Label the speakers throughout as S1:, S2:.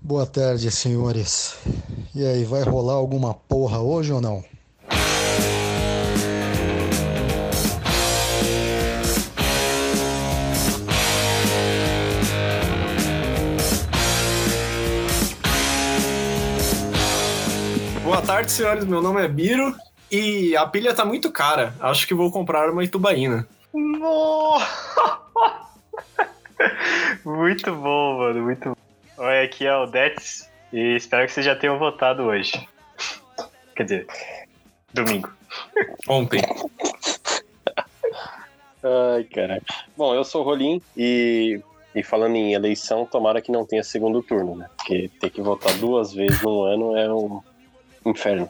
S1: Boa tarde, senhores. E aí, vai rolar alguma porra hoje ou não?
S2: Boa tarde, senhores. Meu nome é Biro e a pilha tá muito cara. Acho que vou comprar uma Itubaína.
S3: Nossa! muito bom, mano, muito bom. Oi, aqui é o Dets e espero que vocês já tenham votado hoje. Quer dizer, domingo.
S2: Ontem.
S4: Ai, caralho. Bom, eu sou o Rolim e, e falando em eleição, tomara que não tenha segundo turno, né? Porque ter que votar duas vezes num ano é um inferno.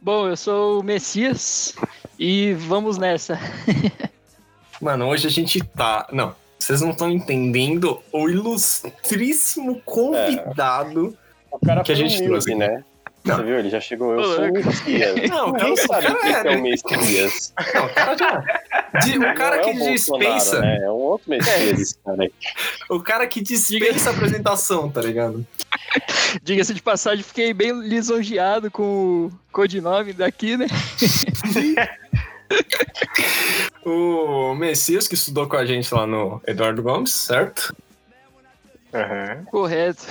S5: Bom, eu sou o Messias e vamos nessa.
S2: Mano, hoje a gente tá. Não, vocês não estão entendendo o ilustríssimo convidado.
S4: O cara
S2: Que a
S4: foi
S2: gente
S4: humilde,
S2: trouxe.
S4: né?
S2: Não.
S4: Você viu? Ele já chegou, eu
S5: Ô,
S4: sou um o
S5: louco.
S4: Messias.
S2: Não,
S4: É. Quem
S2: cara,
S4: sabe o que que é o
S2: cara,
S4: Messias?
S2: não, o cara já. de- o cara
S4: Não é
S2: que
S4: o Bolsonaro,
S2: dispensa.
S4: Né? É um outro Messias esse cara aí.
S2: O cara que dispensa a apresentação, tá ligado?
S5: Diga-se de passagem, fiquei bem lisonjeado com o codinome daqui, né?
S2: O Messias, que estudou com a gente lá no Eduardo Gomes, certo?
S3: Aham.
S5: Correto.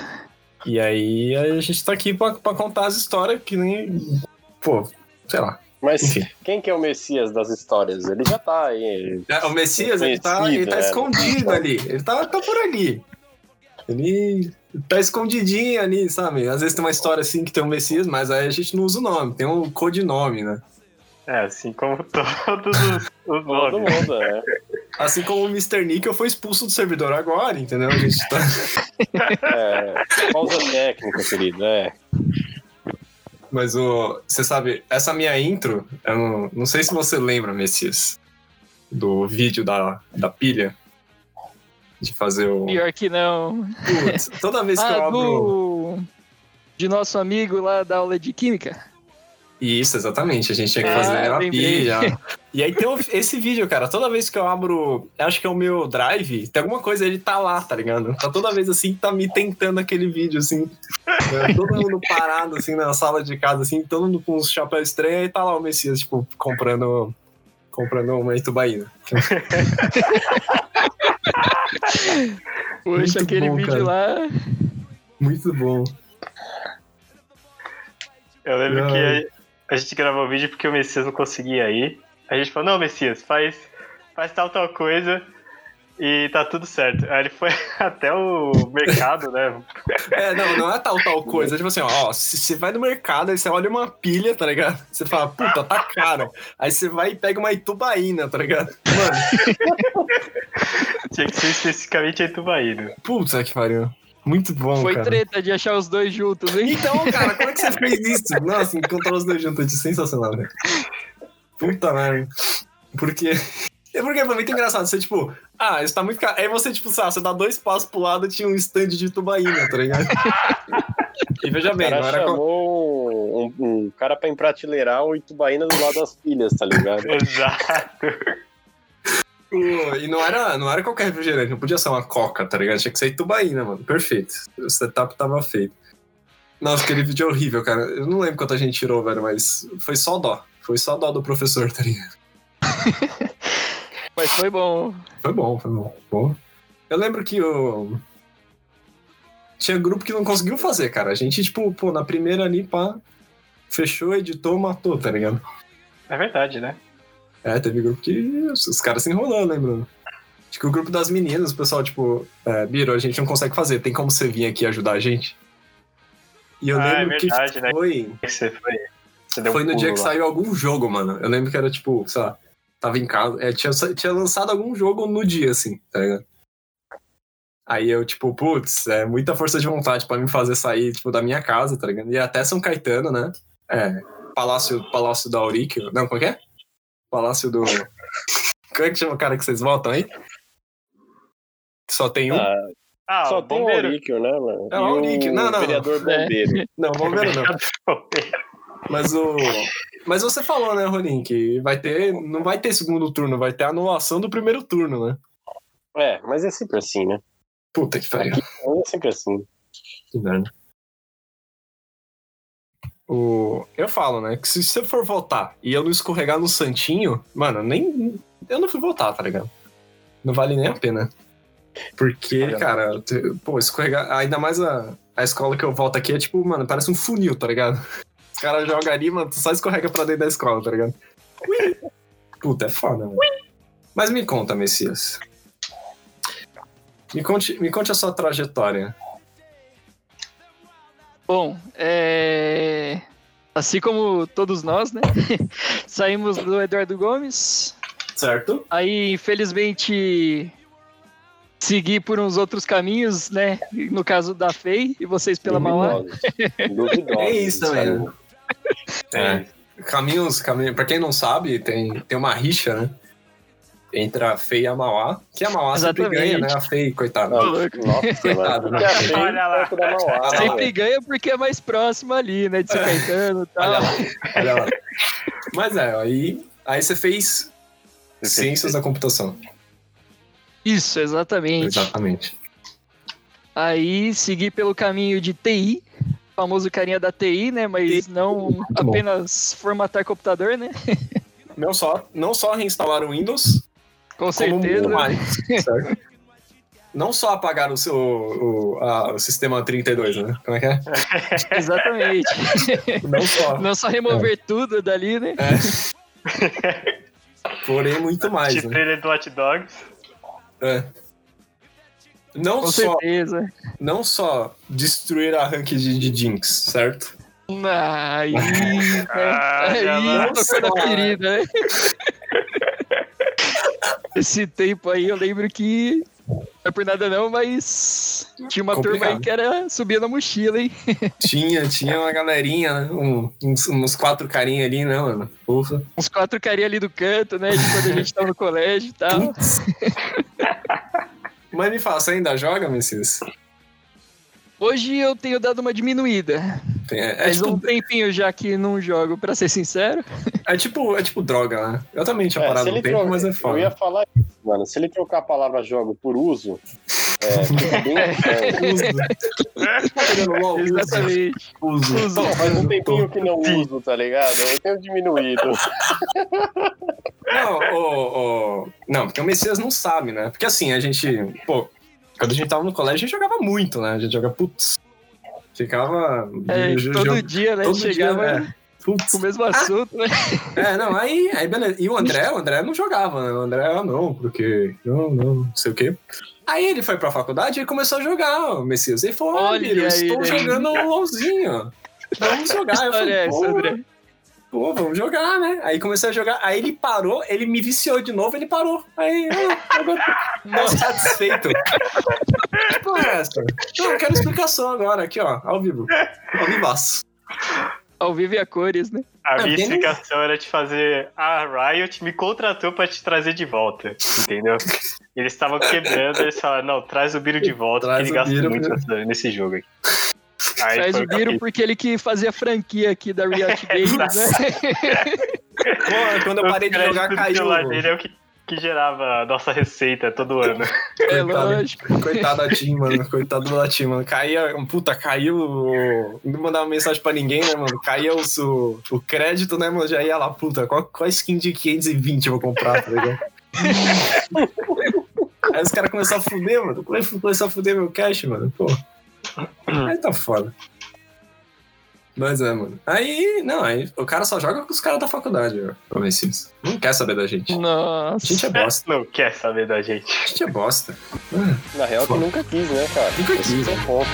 S2: E aí a gente tá aqui pra, pra contar as histórias que nem. Pô, sei lá.
S4: Mas
S2: Enfim.
S4: quem que é o Messias das histórias? Ele já tá aí.
S2: É, O Messias, ele tá, ele tá
S4: Conhecido, é.
S2: escondido ali. Ele tá, tá por ali. Ele tá escondidinho ali, sabe? Às vezes tem uma história assim que tem um Messias, mas aí a gente não usa o nome, tem um codinome, né?
S3: É, assim como todos os, os
S4: Todo
S3: nomes.
S4: mundo, né?
S2: Assim como o Mr. Nickel foi expulso do servidor agora, entendeu? A gente tá.
S4: É, pausa técnica, querido. É.
S2: Mas o. Você sabe, essa minha intro, eu não, não sei se você lembra, Messias, do vídeo da, da pilha. De fazer o.
S5: Pior que não.
S2: Putz, toda vez que é eu
S5: Ah,
S2: abro.
S5: do... De nosso amigo lá da aula de química.
S2: Isso, exatamente. A gente tinha que
S5: Ah,
S2: fazer a
S5: lembrei.
S2: pilha. É, E aí tem o- esse vídeo, cara. Toda vez que eu abro. Acho que é o meu drive, tem alguma coisa, ele tá lá, tá ligado? Tá toda vez assim, tá me tentando aquele vídeo, assim. né? Todo mundo parado, assim, na sala de casa, assim, todo mundo com os chapéus estranhos, e tá lá o Messias, tipo, comprando. Comprando uma Itubaína.
S5: Poxa,
S2: Muito
S5: aquele
S2: bom,
S5: vídeo
S2: cara.
S5: lá.
S2: Muito bom.
S3: Eu lembro
S2: Não.
S3: que a, a gente gravou o vídeo porque o Messias não conseguia ir. A gente falou, não, Messias, faz, faz tal, tal coisa e tá tudo certo. Aí ele foi até o mercado, né?
S2: É, não, não é tal, tal coisa. Tipo assim, ó, ó, se você vai no mercado, aí você olha uma pilha, tá ligado? Você fala, puta, tá caro. Aí você vai e pega uma Itubaína, tá ligado? Mano,
S3: Tinha que ser especificamente em Itubaíno.
S2: Puta que pariu. Muito bom,
S5: Foi
S2: cara.
S5: treta de achar os dois juntos, hein?
S2: Então, cara, como é que você fez isso? Nossa, encontrar os dois juntos é sensacional, né? Puta merda. Porque. É porque foi muito engraçado. Você, tipo, ah, isso tá muito caro. Aí você, tipo, sabe, você dá dois passos pro lado tinha um stand de tubaína, tá ligado? E veja
S4: O
S2: bem,
S4: cara
S2: não era qual-
S4: chamou um, um cara pra empratelerar o Itubaína do lado das pilhas, tá ligado?
S3: Exato.
S2: E não era, não era qualquer refrigerante, não podia ser uma coca, tá ligado? Tinha que ser tubaína, mano. Perfeito. O setup tava feito. Nossa, aquele vídeo é horrível, cara. Eu não lembro quanta gente tirou, velho, mas foi só dó. Foi só dó do professor, tá ligado?
S5: Mas foi bom.
S2: Foi bom, foi bom. Bom. Eu lembro que o. Tinha grupo que não conseguiu fazer, cara. A gente, tipo, pô, na primeira ali, pá, fechou, editou, matou, tá ligado?
S3: É verdade, né?
S2: É, teve grupo que os os caras se enrolando, né, Bruno? Acho que o grupo das meninas, o pessoal, tipo, é, Biro, a gente não consegue fazer, tem como você vir aqui ajudar a gente? E eu
S3: Ah, é
S2: lembro
S3: verdade,
S2: que
S3: né?
S2: foi,
S3: Que Você foi, você deu um
S2: foi no
S3: pulo
S2: dia que
S3: lá.
S2: saiu algum jogo, mano. Eu lembro que era tipo, sei lá, tava em casa, é, tinha, sa- tinha lançado algum jogo no dia, assim, tá ligado? Aí eu, tipo, putz, é muita força de vontade pra me fazer sair, tipo, da minha casa, tá ligado? E até São Caetano, né? É, Palácio, Palácio da Auríquio. Não, como é que é? Palácio do. Como é que chama o cara que vocês votam aí? Que só tem um?
S4: Ah,
S3: Ah,
S4: só
S3: o
S4: tem o
S3: bombeiro.
S4: Auríquio, né, mano?
S2: É, o Auríquio.
S4: E
S2: Não, não.
S4: vereador bombeiro.
S2: Não, vamos ver, não.
S3: Bombeiro.
S2: Mas o. Mas você falou, né, Ronin, que vai ter. Não vai ter segundo turno, vai ter anulação do primeiro turno, né?
S4: É, mas é sempre assim, né?
S2: Puta que pariu.
S4: É sempre assim.
S2: Que merda. O... Eu falo, né? Que se você for votar e eu não escorregar no santinho, mano, nem. Eu não fui votar, tá ligado? Não vale nem a pena. Porque,
S4: Olha.
S2: cara, te- pô, escorregar. Ainda mais a, a escola que eu volto aqui é tipo, mano, parece um funil, tá ligado? Os caras jogam ali, mano, tu só escorrega pra dentro da escola, tá ligado? Ui! Puta, é foda, mano. Mas me conta, Messias. Me conte, me conte a sua trajetória.
S5: Bom, é... assim como todos nós, né? Saímos do Eduardo Gomes,
S2: Certo?
S5: Aí, infelizmente, segui por uns outros caminhos, né? No caso da FEI e vocês pela Mauá.
S4: Duvidosos. Duvidosos,
S2: É isso
S4: sabe?
S2: também. É. Caminhos, caminhos. Pra quem não sabe, tem, tem uma rixa, né? Entre a FEI e a Mauá. Que a Mauá sempre
S5: Exatamente.
S2: ganha, né? A FEI, coitada.
S4: Não, Nossa,
S2: Coitada,
S4: mano.
S2: né?
S4: Fica bem
S3: Olha lá.
S4: perto da Mauá, né,
S2: Sempre
S4: velho.
S5: Sempre ganha porque é mais próximo ali, né? De São Caetano e
S2: É. Olha
S5: tal.
S2: lá, olha lá. Mas é, aí, aí você fez Ciências da Computação.
S5: Isso, exatamente.
S2: Exatamente.
S5: Aí segui pelo caminho de TI, famoso carinha da TI, né? Mas não
S2: bom.
S5: apenas formatar computador, né?
S2: Não só, não só reinstalar o Windows,
S5: Com
S2: como
S5: certeza.
S2: o Linux, certo? Não só apagar o seu o, a- o sistema 32, né? Como é que é?
S5: Exatamente.
S2: Não só,
S5: Não só remover tudo dali, né?
S2: porém muito mais,
S3: tipo
S2: né?
S3: ele do Hot Dogs.
S2: É. Não
S5: Com
S2: só
S5: certeza.
S2: não só destruir a rank de, de Jinx, certo?
S5: Aí, né?
S3: Ah, já
S5: aí
S3: vai.
S5: tocou na ferida, né? Esse tempo aí eu lembro que. Não é por nada não, mas tinha uma turma aí
S2: Complicado.
S5: que era subia na mochila, hein?
S2: Tinha, tinha uma galerinha, né? Um- uns, uns quatro carinha ali, né, mano? Ufa.
S5: Uns quatro carinha ali do canto, né? De quando a gente tava no colégio e
S4: Ah.
S5: tal.
S2: Putz. Mas me fala, você ainda joga, Messias?
S5: Hoje eu tenho dado uma diminuída.
S2: Tem- É, é
S5: Faz um
S2: tipo,
S5: tempinho já que não jogo, pra ser sincero.
S2: é, tipo, é tipo droga, né? Eu também tinha
S4: É, se
S2: parado um
S4: ele
S2: tempo,
S4: troca-
S2: mas é
S4: Eu ia
S2: foda.
S4: falar isso, mano. Se ele trocar a palavra jogo por uso, é, fica bem inferno.
S2: Uso. Tá jogando LOL? Uso.
S5: Exatamente.
S2: Uso.
S5: Uso.
S4: Não, faz um tempinho que não
S3: Sim.
S4: uso, tá ligado? Eu tenho diminuído.
S2: Não, o, o- não, porque o Messias não sabe, né? Porque assim, a gente, pô, quando a gente tava no colégio, a gente jogava muito, né? A gente jogava, putz, ficava...
S5: É,
S2: jo-
S5: todo
S2: jo-
S5: dia, né?
S2: todo dia,
S5: chegava
S2: né?
S5: com o
S2: Putz.
S5: mesmo assunto, né?
S2: É, não, aí, aí beleza. E o André, o André não jogava, né? O André, ah, não, porque... Não, não, não sei o quê. Aí ele foi pra faculdade e começou a jogar o Messias. Ele falou, olha,
S5: Olha
S2: eu estou
S5: aí, né?
S2: jogando um LOLzinho. Vamos jogar. Eu
S5: Olha
S2: falei,
S5: é essa,
S2: pô,
S5: André.
S2: pô, vamos jogar, né? Aí comecei a jogar, aí ele parou, ele me viciou de novo, ele parou. Aí, ah, agora não satisfeito. Que porra é essa? Não, eu quero explicação agora, aqui, ó, ao vivo. Ao vivaço.
S5: Ao vivo e a cores, né?
S3: A
S2: É,
S3: minha
S2: bem-
S3: explicação era te fazer. A Riot me contratou pra te trazer de volta, entendeu? Eles estavam quebrando, eles falaram: não, traz o Biro de volta,
S2: Traz
S3: que ele
S2: o
S3: gasta
S2: Biro,
S3: muito
S2: né?
S3: nessa- nesse jogo aqui. Aí
S5: Traz
S3: foi
S5: o Biro
S3: que
S5: porque ele que fazia a franquia aqui da Riot Games, né?
S2: Pô, quando eu
S3: eu fiz.
S2: parei
S3: O
S2: de
S3: crédito
S2: jogar,
S3: do
S2: caiu.
S3: celular dele é o que, que gerava a nossa receita todo ano.
S5: É
S2: Coitado.
S5: lógico.
S2: Coitado da Tim, mano. Coitado da Tim, mano. Caía. Puta, caiu. o- Não mandava mensagem pra ninguém, né, mano? Caía o, o, o crédito, né, mano? Já ia lá, puta, qual, qual skin de 520 eu vou comprar, tá ligado? Aí os caras começaram a fuder, mano. Come- Começaram a fuder meu cash, mano. Pô. Aí tá foda. Mas é, mano. Aí, não, aí o cara só joga com os caras da faculdade, ó. Ô, Messias. Não quer saber da gente. A
S5: Nossa.
S2: gente é bosta.
S3: Não quer saber da gente.
S2: A gente é bosta.
S4: Na real, que nunca quis, né, cara?
S2: Nunca
S4: Esse
S2: quis.
S4: que é o ponto.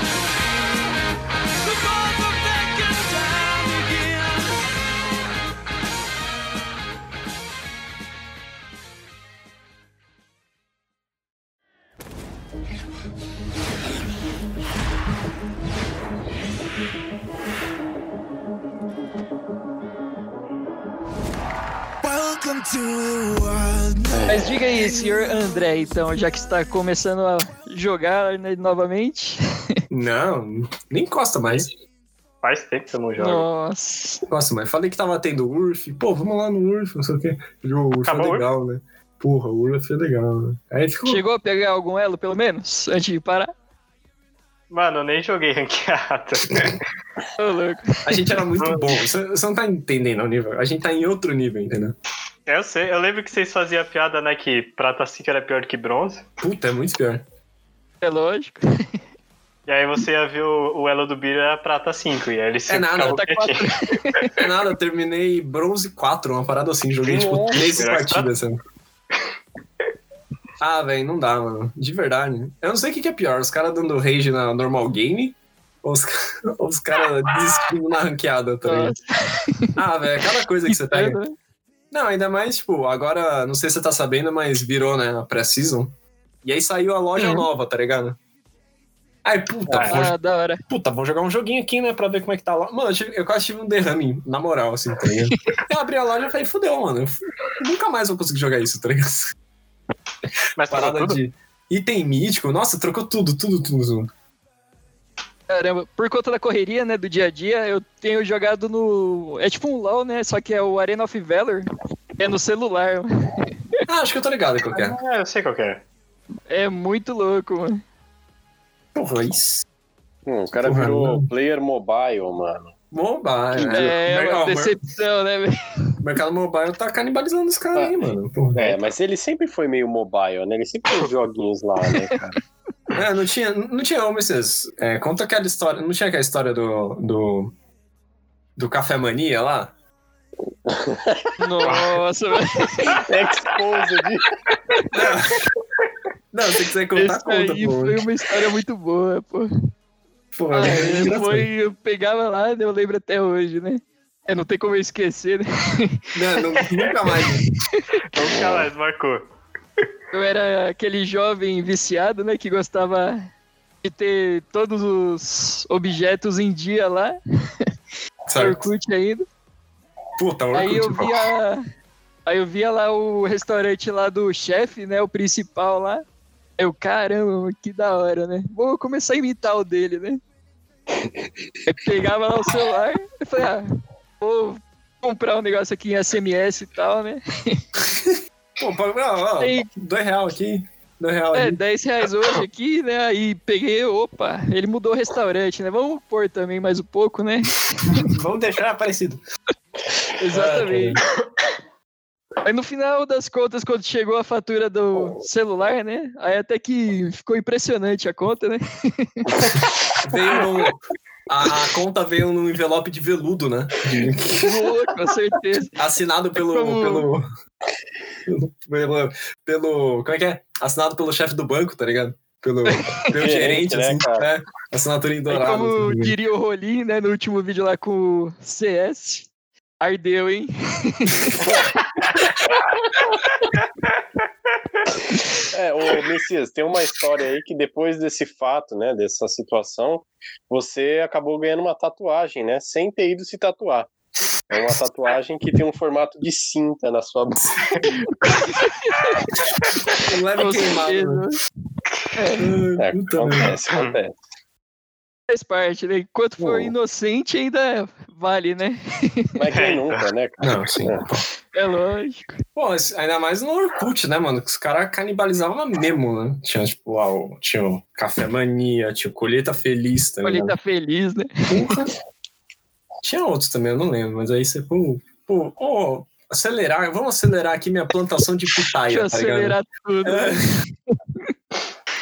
S6: Welcome to the wild.
S5: Mas diga aí, senhor André, então, já que está começando a jogar né, novamente.
S2: Não, nem encosta mais.
S3: Faz tempo que eu não jogo.
S5: Nossa.
S2: Nossa, mas falei que tava tendo URF. Pô, vamos lá no URF, não sei o quê. Jogou o URF, é
S3: Acabou o
S2: legal, né? porra, o Uraf é legal, né? Aí ficou.
S5: Chegou a pegar algum elo, pelo menos, antes de parar?
S3: Mano, eu nem joguei ranqueado.
S5: Ô, louco.
S2: A gente era muito bom. Você você não tá entendendo o nível. A gente tá em outro nível, entendeu?
S3: É, eu sei, eu lembro que vocês faziam a piada, né, que prata 5 era pior que bronze.
S2: Puta, é muito pior.
S5: É lógico.
S3: E aí você ia ver o, o elo do Biro era prata 5. E aí ele se
S2: É nada,
S3: ficava
S5: Tá
S3: quietinho.
S5: quatro.
S2: É nada, eu terminei bronze 4, uma parada assim. Joguei, tipo,
S4: Nossa,
S2: três
S3: cara.
S2: partidas. sabe? Ah, velho, não dá, mano. De verdade. Eu não sei o que, que é pior. Os caras dando rage na normal game ou os, ca- ou os caras desistindo na ranqueada, tá ligado? Ah, velho, cada coisa que você
S3: tá
S2: pega.
S5: Nossa,
S2: Não, ainda mais, tipo, agora, não sei se você tá sabendo, mas virou, né, a pré-season. E aí saiu a loja
S5: Uhum.
S2: nova, tá ligado? Ai, puta,
S3: Ah,
S2: vou,
S5: Ah, da hora.
S2: puta, vou jogar um joguinho aqui, né, pra ver como é que tá lá. Mano, eu, tive- eu quase tive um derrame, na moral, assim, tá ligado? eu abri a loja e falei, fudeu, mano, eu fu- nunca mais vou conseguir jogar isso, tá ligado?
S3: Mas tava
S2: Parada
S3: tudo.
S2: de item mítico, nossa, trocou tudo, tudo, tudo, tudo.
S5: Caramba, por conta da correria, né, do dia a dia, eu tenho jogado no... É tipo um LoL, né, só que é o Arena of Valor. É no celular, mano.
S2: Ah, acho que eu tô ligado qual que é.
S3: Ah, eu sei qual que é.
S5: É muito louco, mano.
S2: Porra, isso.
S4: Hum, o cara
S2: Porra,
S4: virou
S2: não.
S4: player mobile, mano.
S2: Mobile,
S5: É,
S2: né? Ó,
S5: uma
S2: o mer-
S5: decepção, né, velho?
S2: o mercado mobile tá canibalizando os caras aí, mano. Porra.
S4: É, mas ele sempre foi meio mobile, né? Ele sempre tem joguinhos lá, né, cara?
S2: É, não tinha, não tinha ô, Messias, é, conta aquela história, não tinha aquela história do, do, do Café Mania lá?
S5: Nossa, velho.
S4: Exposed.
S2: Não, se quiser contar,
S5: Esse
S2: conta,
S5: aí foi
S2: pô.
S5: uma história muito boa, pô.
S2: Pô,
S5: Ah,
S2: é
S5: é,
S2: engraçado.
S5: foi, eu pegava lá, eu lembro até hoje, né? É, não tem como eu esquecer, né?
S2: Não, não- nunca mais.
S3: Nunca Então mais marcou.
S5: Eu era aquele jovem viciado, né? Que gostava de ter todos os objetos em dia lá,
S2: Sabe?
S5: Orkut ainda.
S2: Puta, Orkut,
S5: Aí eu
S2: pô.
S5: via. Aí eu via lá o restaurante lá do chefe, né? O principal lá. Eu, caramba, que da hora, né? Vou começar a imitar o dele, né? Aí pegava lá o celular e falei, ah, vou comprar um negócio aqui em SMS e tal, né?
S2: Pô, pô, ó, ó,
S5: Aí
S2: dois real aqui, dois real
S5: É,
S2: ali.
S5: 10 reais hoje aqui, né? Aí peguei, opa, ele mudou o restaurante, né? Vamos pôr também mais um pouco, né?
S2: Vamos deixar aparecido.
S5: Exatamente.
S2: Ah,
S5: Aí no final das contas, quando chegou a fatura do celular, né? Aí até que ficou impressionante a conta, né?
S2: Veio num, a, a conta veio num envelope de veludo, né?
S5: Louco, com certeza.
S2: Assinado pelo.
S5: como-
S2: pelo... Pelo, pelo. Como é que é? Assinado pelo chefe do banco, tá ligado? Pelo, pelo gerente,
S4: Gerente, né,
S2: assim,
S4: cara?
S2: né? Assinatura em
S5: Aí,
S2: dourado.
S5: como
S2: assim.
S5: diria o Rolim, né? No último vídeo lá com o CS, ardeu, hein?
S4: É, ô Messias, tem uma história aí que depois desse fato, né, dessa situação, você acabou ganhando uma tatuagem, né, sem ter ido se tatuar. É uma tatuagem que tem um formato de cinta na sua bunda.
S2: Um leve
S5: Com
S2: queimado.
S5: certeza.
S2: né?
S4: É,
S2: Ah, puta, né?
S4: acontece, acontece.
S5: Faz parte, né? Enquanto for
S4: Pô.
S5: inocente, ainda vale, né?
S4: Mas quem nunca, né, cara?
S2: Não, sim.
S5: É lógico.
S2: Pô, esse- ainda mais no Orkut, né, mano? Que os caras canibalizavam mesmo, né? Tinha, tipo, lá, o, tinha o Café Mania, tinha o Colheita Feliz também.
S5: Olha, ele tá feliz, né?
S2: Porra. Tinha outros também, eu não lembro, mas aí você, pô, pô, ó, acelerar, vamos acelerar aqui minha plantação de
S5: Deixa eu
S2: pitaia, tá ligado?
S5: acelerar tudo. né?
S2: É.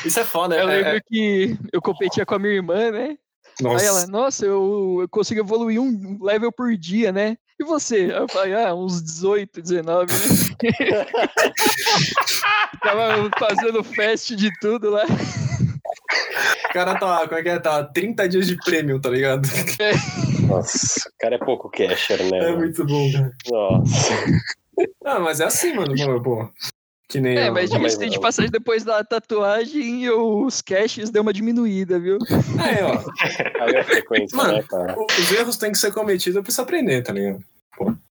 S2: Isso é foda,
S5: Eu
S2: é,
S5: lembro
S2: é,
S5: que eu competia com a minha irmã, né?
S2: nossa.
S5: Aí ela, nossa, eu, eu consigo evoluir um level por dia, né? E você? Aí eu falei, ah, uns 18, 19, né? Tava fazendo fest de tudo lá.
S2: O cara tá, como é que é? Tá 30 dias de prêmio, tá ligado?
S4: Nossa, o cara é pouco casher, né?
S2: É
S4: mano?
S2: muito bom, cara.
S4: Nossa.
S2: Ah, mas é assim, mano, pô, pô. Que nem.
S5: É,
S2: eu-
S5: mas
S4: mas
S5: diga-se de
S4: não.
S5: passagem, depois da tatuagem, eu- os caches deu uma diminuída, viu?
S2: É, ó.
S4: Aí é a frequência,
S2: Mano,
S4: né, cara?
S2: o- Os erros têm que ser cometidos, eu preciso aprender, tá ligado?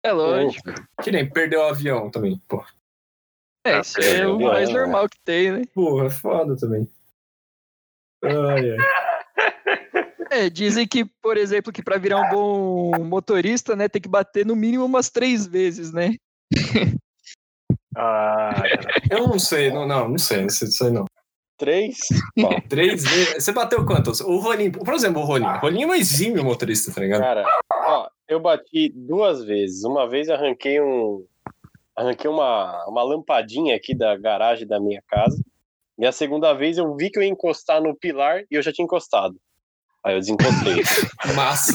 S5: É lógico.
S2: Que nem perdeu o avião também, pô.
S5: É, isso é o
S4: legal,
S5: mais
S4: né?
S5: normal que tem, né?
S2: Porra, é foda também. Ai, ai.
S5: É, dizem que, por exemplo, que pra virar um bom motorista, né, tem que bater no mínimo umas três vezes, né?
S3: Ah, cara.
S2: Eu não sei, não, não, não sei, não sei disso aí não.
S4: Três? Bom,
S2: Três vezes. Você bateu quantos? O Rolinho, por exemplo, o Rolinho. O Rolinho é um exímio motorista, tá ligado?
S4: cara, ó, eu bati duas vezes. Uma vez arranquei um. Arranquei uma, uma lampadinha aqui da garagem da minha casa. E a segunda vez eu vi que eu ia encostar no pilar e eu já tinha encostado. Aí eu desencostei.
S2: Massa.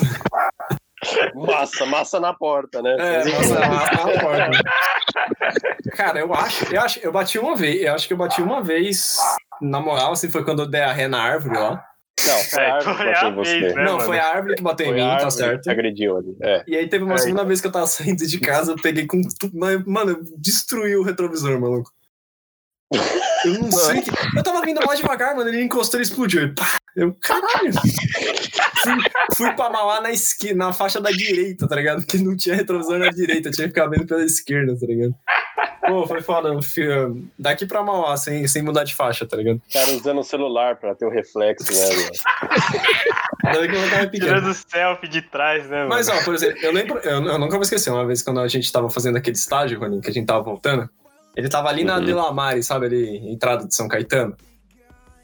S4: massa, massa na porta, né?
S2: É, nossa, massa na porta. Cara, eu acho, eu acho, eu bati uma vez, eu acho que eu bati uma vez, na moral, assim, foi quando eu dei a ré na árvore lá.
S4: Não, foi a
S3: É, foi
S4: árvore que bateu
S3: a
S4: em você.
S3: vez, né?
S2: não,
S3: mano?
S2: foi a árvore que bateu
S4: Foi
S2: em
S4: a
S2: mim, tá
S4: árvore
S2: certo?
S4: que agrediu ali. É.
S2: E aí teve uma
S3: É.
S2: segunda vez que eu tava saindo de casa, eu peguei com. tu- mas, Mano, eu destruí o retrovisor, maluco. Eu não sei que. Eu tava vindo mais devagar, mano. Ele encostou e explodiu. Ele, pá, eu, caralho! Fui, fui pra Mauá na esquina, na faixa da direita, tá ligado? Porque não tinha retrovisor na direita, tinha que ficar vendo pela esquerda, tá ligado? Pô, foi foda, filho. Daqui pra Mauá, sem, sem mudar de faixa, tá ligado?
S4: O cara usando o celular pra ter o reflexo, né? mano?
S2: Daí que eu tava pequeno.
S3: Tirando o selfie de trás, né, mano?
S2: Mas, ó, por exemplo, eu lembro, eu, eu nunca vou esquecer, uma vez quando a gente tava fazendo aquele estágio, Roninho, que a gente tava voltando, ele tava ali na
S4: Uhum.
S2: Delamare, sabe, ali, entrada de São Caetano.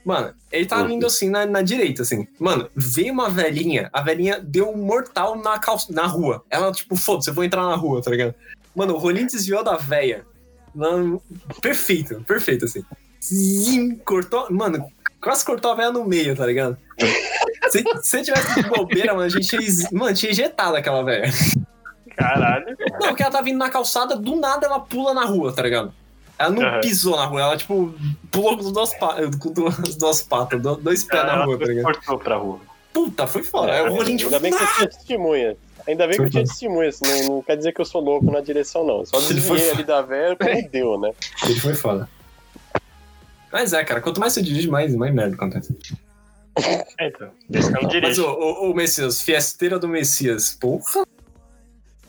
S2: Mano, ele tava
S4: Uhum.
S2: indo assim na, na direita, assim. Mano, veio uma velhinha, a velhinha deu um mortal na, calça, na rua. Ela, tipo, foda-se, eu vou entrar na rua, tá ligado? Mano, o Rolinho desviou da velha. Mano, Perfeito, perfeito, assim. Zim, cortou. Mano, quase cortou a velha no meio, tá ligado? Se, se eu tivesse de bobeira, mano, a gente tinha, ex- mano, tinha injetado aquela velha.
S3: Caralho.
S2: Não, porque ela tá vindo na calçada, do nada ela pula na rua, tá ligado? Ela não
S3: Aham.
S2: pisou na rua, ela, tipo, pulou com, os dois pa- com duas, duas patas, do- dois pés na
S3: Ela
S2: rua, tá
S3: se
S2: ligado?
S3: cortou pra rua.
S2: Puta, foi fora. Aí o Rolinho de
S4: Ainda bem que eu tinha testemunha. Ainda bem que eu tinha testemunha. isso Não, não quer dizer que eu sou louco na direção, não. Eu Só
S2: Ele foi
S4: desviei
S2: fora.
S4: ali da velha como deu, né?
S2: Ele foi foda. Mas é, cara, quanto mais você dirige, mais, mais merda acontece.
S3: É, então. Esse não
S2: Mas
S3: dirige.
S2: ô, ô, ô, Messias, fiesteira do Messias, porra,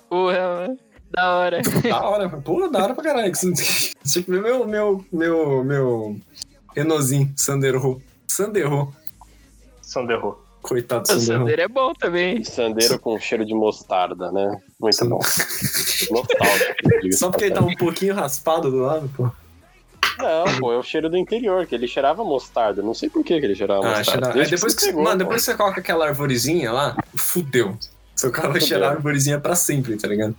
S5: Porra, mano. Da hora.
S2: da hora, porra, da hora pra caralho. Tinha que ver meu, meu, meu, meu Renaultzinho, Sandero. Sandero.
S3: Sanderro.
S2: Coitado
S5: O
S2: do Sandero.
S5: Sandeiro é bom também.
S4: Sandeiro com cheiro de mostarda, né? Muito bom. Nostálgico. diga-se
S2: Só porque ele tá um pouquinho raspado do lado, pô.
S4: Não, pô, é o cheiro do interior, que ele cheirava mostarda. Não sei por que que ele cheirava
S2: Ah,
S4: mostarda.
S2: cheirar.
S4: Desde
S2: Depois
S4: você
S2: que,
S4: pegou,
S2: mano,
S4: pô.
S2: depois que você coloca aquela arvorezinha lá, fudeu. Seu cara vai
S4: Fudeu.
S2: cheirar a arvorezinha pra sempre, tá ligado?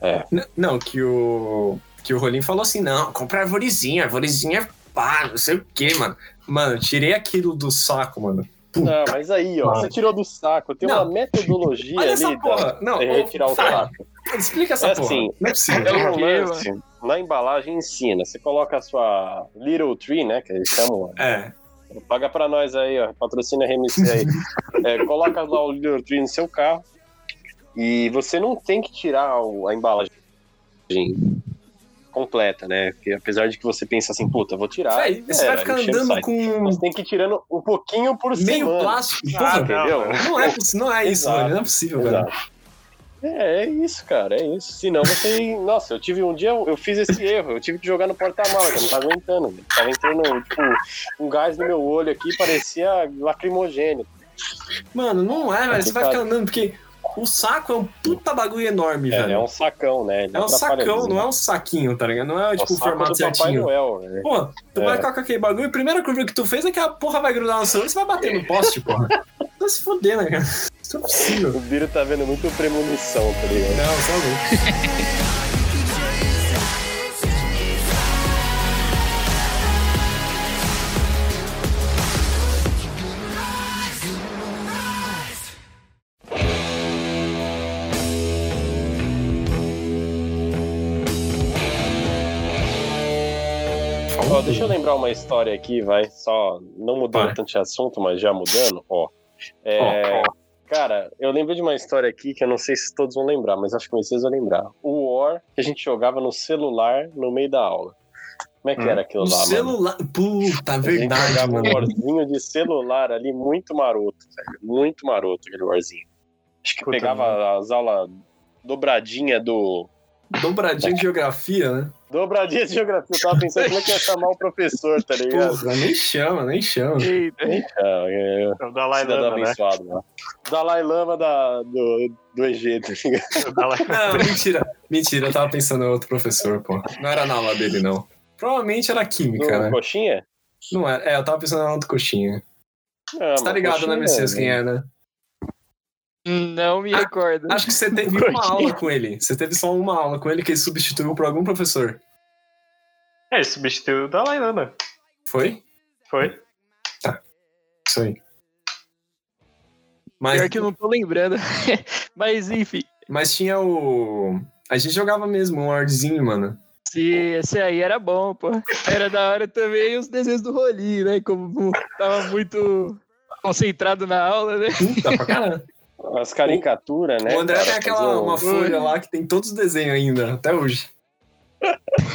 S4: É.
S2: N- não, que o. Que o Rolim falou assim: não, compra arvorezinha, arvorezinha é pá, não sei o que, mano. Mano, eu tirei aquilo do saco, mano.
S4: Não, Ah, mas aí, ó,
S2: Mano.
S4: você tirou do saco. Tem
S2: Não.
S4: uma metodologia
S2: Olha
S4: ali
S2: essa
S4: da-
S2: porra. Não,
S4: de
S2: ô,
S4: retirar o
S2: fala.
S4: saco.
S2: Explica essa
S4: É
S2: porra.
S4: assim,
S2: não é possível.
S4: Tem um
S5: que,
S4: lance, na embalagem ensina. Você coloca a sua little tree, né, que eles chamam,
S2: É.
S4: Paga pra nós aí, ó. Patrocina a RMC aí. É, coloca lá o Little Tree no seu carro. E você não tem que tirar o- a embalagem completa, né? Porque apesar de que você pensa assim, puta, vou tirar.
S2: Véi, você
S4: é,
S2: vai ficar
S4: ele chega e
S2: andando
S4: sai.
S2: com
S4: Você tem que ir tirando um pouquinho por
S2: meio
S4: semana.
S2: plástico.
S3: Ah,
S2: Porra,
S3: não.
S4: entendeu?
S2: não é, possi- não é isso,
S4: Exato.
S2: Rolim. Não é possível, velho.
S4: Exato. É, é isso, cara, é isso. Senão você. Nossa, eu tive um dia, eu eu fiz esse erro, eu tive que jogar no porta-mala, que eu não tava aguentando. velho. Tava entrando, tipo, um gás no meu olho aqui, parecia lacrimogênio.
S2: Mano, não é, velho. Você vai
S4: Complicado.
S2: ficar andando, porque o saco é um puta bagulho enorme,
S4: É,
S2: velho.
S4: é um sacão, né? Ele
S2: É um
S4: atrapalha
S2: sacão,
S4: mesmo.
S2: não é um saquinho, tá ligado? Não é tipo o
S4: saco
S2: formato
S4: do Papai
S2: certinho.
S4: Noel, né?
S2: Pô, tu
S4: É.
S2: vai colocar aquele bagulho, a primeira curva que tu fez é que a porra vai grudar no seu olho e você vai bater no poste, porra. Tá se fudendo, né, cara? Isso é possível.
S4: O Biro tá vendo muito premonição, tá ligado?
S2: Não, só louco.
S4: Ó, deixa eu lembrar uma história aqui, vai. Só não mudando
S2: Vai.
S4: tanto de assunto, mas já mudando, ó. É, Cara, eu lembro de uma história aqui que eu não sei se todos vão lembrar, mas acho que vocês vão lembrar. O War que a gente jogava no celular no meio da aula. Como é que
S2: Hum.
S4: era aquilo
S2: O
S4: lá, mano?
S2: celular. Puta,
S4: A gente
S2: verdade,
S4: jogava
S2: mano.
S4: um warzinho de celular ali, muito maroto, velho. Muito maroto aquele warzinho. Acho que
S3: Puta,
S4: pegava as aulas dobradinha do,
S2: Dobradinho de geografia, né?
S4: Dobradinha de geografia, eu tava pensando como é que ia chamar o professor, tá ligado?
S2: Porra, nem chama, nem chama.
S5: Eita.
S4: Ah, é,
S3: É o Dalai
S4: cidadão
S3: Lama, né?
S4: abençoado, né? Dalai Lama da, do, do Egito, tá ligado?
S3: Dá lá.
S2: Não, mentira. Mentira, eu tava pensando em outro professor, pô. Não era na aula dele, não. Provavelmente era
S4: Do
S2: química, né?
S4: Coxinha?
S2: Não era. É, eu tava pensando na aula do Coxinha. Você
S4: Ah,
S2: tá
S4: mano,
S2: ligado,
S4: Coxinha,
S2: né, Messias, quem é, né?
S5: Não me
S2: Ah,
S5: recordo.
S2: Acho que você teve uma aula com ele. Você teve só uma aula com ele que ele substituiu por algum professor.
S3: É, ele substituiu o Dalai Lama.
S2: Foi?
S3: Foi.
S2: Isso aí.
S5: Pior
S2: Mas,
S5: que eu não tô lembrando. Mas enfim,
S2: mas tinha o. A gente jogava mesmo um Wordzinho, mano.
S5: se esse aí era bom, pô. Era da hora também os desenhos do Rolim, né? Como tava muito concentrado na aula, né?
S2: Puta pra caralho.
S4: As caricaturas, né?
S2: o André
S4: cara?
S2: tem aquela
S4: Fazer
S2: uma
S4: os
S2: folha lá que tem todos os desenhos ainda, até hoje.
S4: caras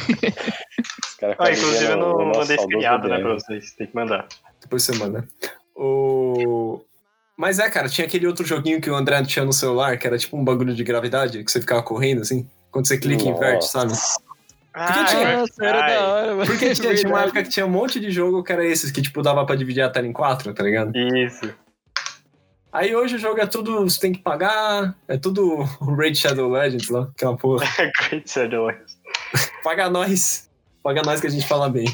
S2: Tá
S3: Ah, inclusive eu
S4: fazendo o
S3: não
S4: nosso
S3: mandei esse
S4: saudoso
S3: piada, né,
S4: BR.
S3: pra vocês. Tem que mandar.
S2: Depois você manda. O... Mas é, cara, tinha aquele outro joguinho que o André tinha no celular, que era tipo um bagulho de gravidade, que você ficava correndo assim. Quando você clica,
S4: Nossa.
S2: inverte, sabe?
S3: Ah,
S2: tinha-
S5: Nossa, era da hora, mano.
S2: Porque tinha, tinha uma
S5: Verdade.
S2: época é que tinha um monte de jogo que era esses, que tipo dava pra dividir a tela em quatro, tá ligado?
S3: Isso.
S2: Aí hoje o jogo é tudo, você tem que pagar, é tudo o Raid Shadow Legends lá, aquela porra.
S3: Great Shadow.
S2: Paga nós, paga nós que a gente fala bem.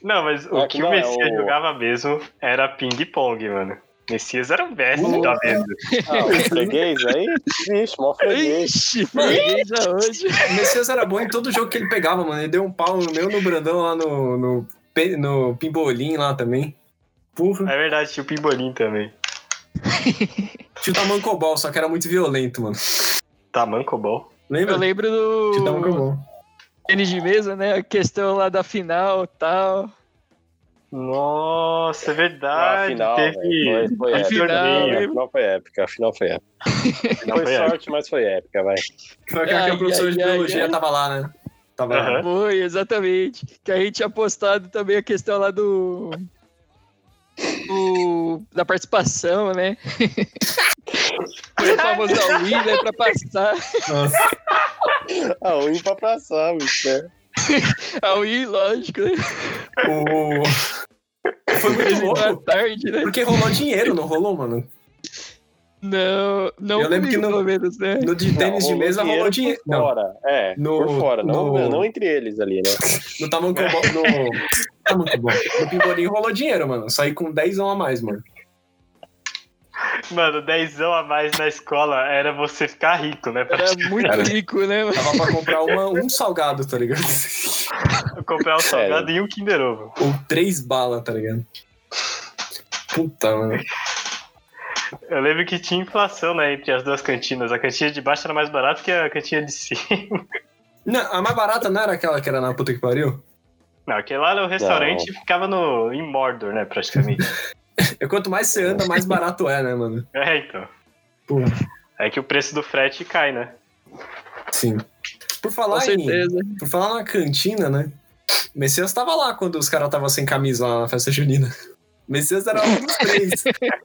S3: Não, mas o
S4: Não,
S3: que o
S4: não, é
S3: Messias
S4: o-
S3: jogava mesmo era ping-pong, mano. Messias era um o mestre
S2: Uh.
S3: da mesa.
S4: Ah, o freguês aí? Vixe, mó freguês.
S5: Ixi, freguesa hoje.
S2: O Messias era bom em todo jogo que ele pegava, mano. Ele deu um pau no meu, no Brandão lá no, no, pe- no Pimbolim lá também. Porra.
S3: É verdade, tinha o pimbolim também.
S2: Tinha o Tamancobol, só que era muito violento, mano.
S3: Tamancobol.
S5: Eu
S2: Lembra?
S5: lembro
S2: Tinha o
S5: do
S2: Tamancobol.
S5: tênis de mesa, né? A questão lá da final e tal.
S3: Nossa, é
S4: Ah,
S3: verdade.
S4: afinal,
S3: teve...
S4: velho, foi, foi
S5: Teve
S4: épica.
S5: final,
S4: Afinal,
S5: hein?
S4: afinal foi épica, afinal foi épica.
S3: Não,
S4: Foi
S3: foi
S4: sorte, mas foi épica, vai.
S2: Foi aquela que
S5: Ai,
S2: o professor
S5: ai,
S2: de
S5: ai,
S2: biologia
S5: ai.
S2: tava lá, né? Tava lá.
S3: Aham.
S5: Foi, exatamente. Que a gente tinha postado também a questão lá do. do- da participação, né? Foi o famoso all né? Pra passar.
S2: Nossa.
S4: Ah, o ímpar pra sá, bicho. né?
S5: All lógico, né?
S2: O... Foi muito
S5: Coisa da
S2: louco.
S5: tarde, né?
S2: Porque rolou dinheiro, não rolou, mano?
S5: Não, não
S2: Eu lembro que
S5: comigo,
S2: no-
S5: pelo menos, né?
S2: No de tênis de
S4: rolou
S2: mesa rolou
S4: por
S2: dinheiro. Não,
S4: Fora, é,
S2: No-
S4: por fora, não,
S2: no-
S4: não entre eles ali, né?
S2: No Tamancobol, no... Tamancobol. No Pimbolinho rolou dinheiro, mano. Saí com 10 a mais, mano.
S3: Mano, dezão a mais na escola era você ficar rico, né? Pra
S5: Era muito
S2: Cara.
S5: rico, né? mano?
S2: Dava pra comprar uma- um salgado, tá ligado?
S3: comprar um
S4: Sério.
S3: salgado e um Kinder Ovo.
S2: Ou três balas, tá ligado? Puta, mano.
S3: Eu lembro que tinha inflação, né? Entre as duas cantinas. A cantina de baixo era mais barata que a cantina de cima.
S2: Não, a mais barata não era aquela que era na puta que pariu?
S3: Não, aquele lá era o restaurante e ficava no, em Mordor, né? Praticamente.
S2: É quanto mais você anda, mais barato é, né, mano?
S3: é, então.
S2: Pô,
S3: É que o preço do frete cai, né?
S2: sim. Por
S5: Com
S2: falar em,
S5: certeza.
S2: Por falar na cantina, né? Messias tava lá quando os caras tava sem camisa lá na festa junina. Messias era um dos três.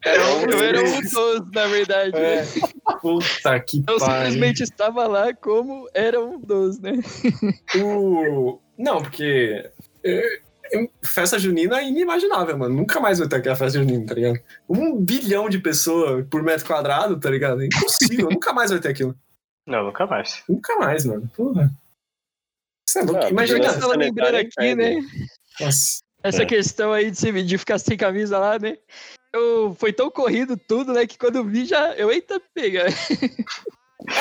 S2: Era um
S3: é
S2: dos
S5: Eu era um
S2: três.
S5: dos, na verdade. né?
S2: É, Puta que
S5: Eu
S2: pariu.
S5: simplesmente estava lá como era um dos, né?
S2: O... Não, porque. é, é, Festa junina é inimaginável, mano. Nunca mais vai ter aquela festa junina, tá ligado? Um bilhão de pessoas por metro quadrado, tá ligado? É impossível. nunca mais vai ter aquilo.
S3: Não, nunca mais.
S2: Nunca mais, mano. Porra. Você é louco.
S4: Ah,
S5: Eu
S4: Mas
S2: Imagina.
S5: estava lembrando
S4: sanitária
S5: aqui,
S4: cai,
S5: né?
S2: Nossa.
S5: Essa
S4: É.
S5: questão aí de, se- de ficar sem camisa lá, né? Eu, foi tão corrido tudo, né? Que quando eu vi já. Eu, eita, pega.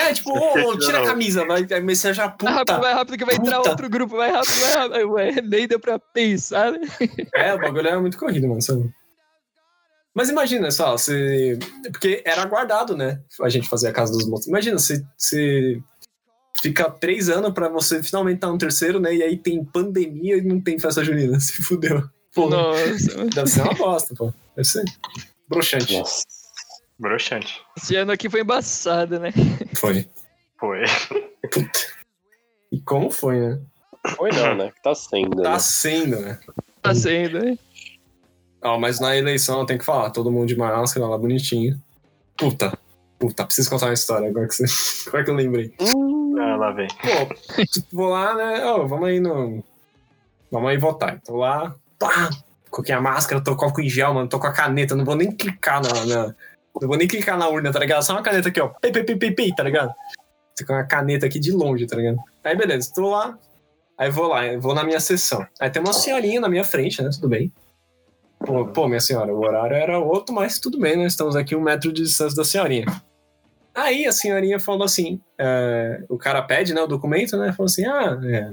S2: É, tipo, ô, ô, tira a camisa, vai. Aí Messias já
S5: Vai
S2: puta.
S5: rápido, vai rápido, que vai entrar
S2: Puta.
S5: outro grupo, vai rápido, vai rápido. Aí, ué, nem deu pra pensar, né?
S2: É, o bagulho era muito corrido, mano. Sabe? Mas imagina só, se. Porque era guardado, né? A gente fazer a casa dos monstros. Imagina se, se ficar três anos pra você finalmente estar no terceiro, né? E aí tem pandemia e não tem festa junina. Se fudeu. Pô,
S5: Nossa, mano.
S2: deve ser uma bosta, pô. Deve ser. Broxante.
S4: Nossa.
S3: Broxante.
S5: Esse ano aqui foi embaçado, né?
S2: Foi.
S3: Foi.
S2: E como foi, né?
S4: Foi não, né? Tá sendo. né?
S2: Tá sendo, né?
S5: Tá sendo, né?
S2: Ó, mas na eleição eu tenho que falar, todo mundo de máscara lá bonitinho. Puta. Puta, preciso contar uma história agora que você. Agora que eu lembrei.
S3: Ah, lá vem.
S2: pô, vou lá, né? Ô, vamos aí no. Vamos aí votar. Então, Tô lá, pá, coloquei a máscara, tô com álcool em gel, mano, tô com a caneta, não vou nem clicar na, na, Não vou nem clicar na urna, tá ligado? Só uma caneta aqui, ó. Pi, pi, pi, pi, pi, tá ligado? Você com uma caneta aqui de longe, tá ligado? Aí beleza, tô lá. Aí vou lá, vou na minha sessão. Aí tem uma senhorinha na minha frente, né? Tudo bem. Pô, pô, minha senhora, o horário era outro, mas tudo bem, né? Estamos aqui um metro de distância da senhorinha. Aí a senhorinha falou assim: é, o cara pede, né, o documento, né? Falou assim: ah, é,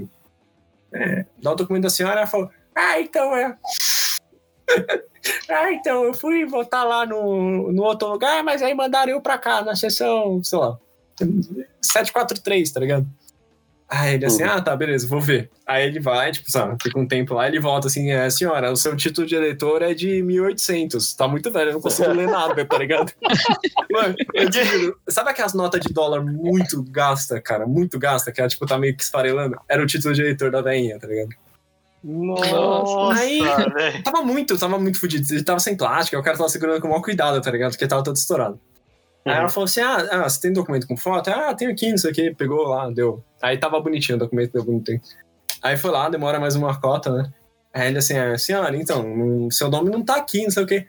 S2: é, dá o documento da senhora. Ela falou: ah, então é. ah, então eu fui votar lá no, no outro lugar, mas aí mandaram eu pra cá, na sessão, sei lá, 743, tá ligado? Aí ele assim, ah, tá, beleza, vou ver. Aí ele vai, tipo, sabe, fica um tempo lá, ele volta assim, é, senhora, o seu título de eleitor é de 1800, tá muito velho, eu não consigo ler nada, tá ligado? Mano, eu te juro, sabe aquelas notas de dólar muito gasta, cara, muito gasta, que ela, tipo, tá meio que esfarelando? Era o título de eleitor da veinha, tá ligado?
S3: Nossa,
S2: Aí-
S3: velho.
S2: Tava muito, tava muito fudido, ele tava sem plástico, aí o cara tava segurando com o maior cuidado, tá ligado? Porque tava todo estourado. Aí ela falou assim: ah, ah, você tem documento com foto? Ah, tenho aqui, não sei o que. Pegou lá, deu. Aí tava bonitinho o documento, deu bonitinho. Aí foi lá, demora mais uma cota, né? Aí ele assim: ah, senhora, então, não- seu nome não tá aqui, não sei o que.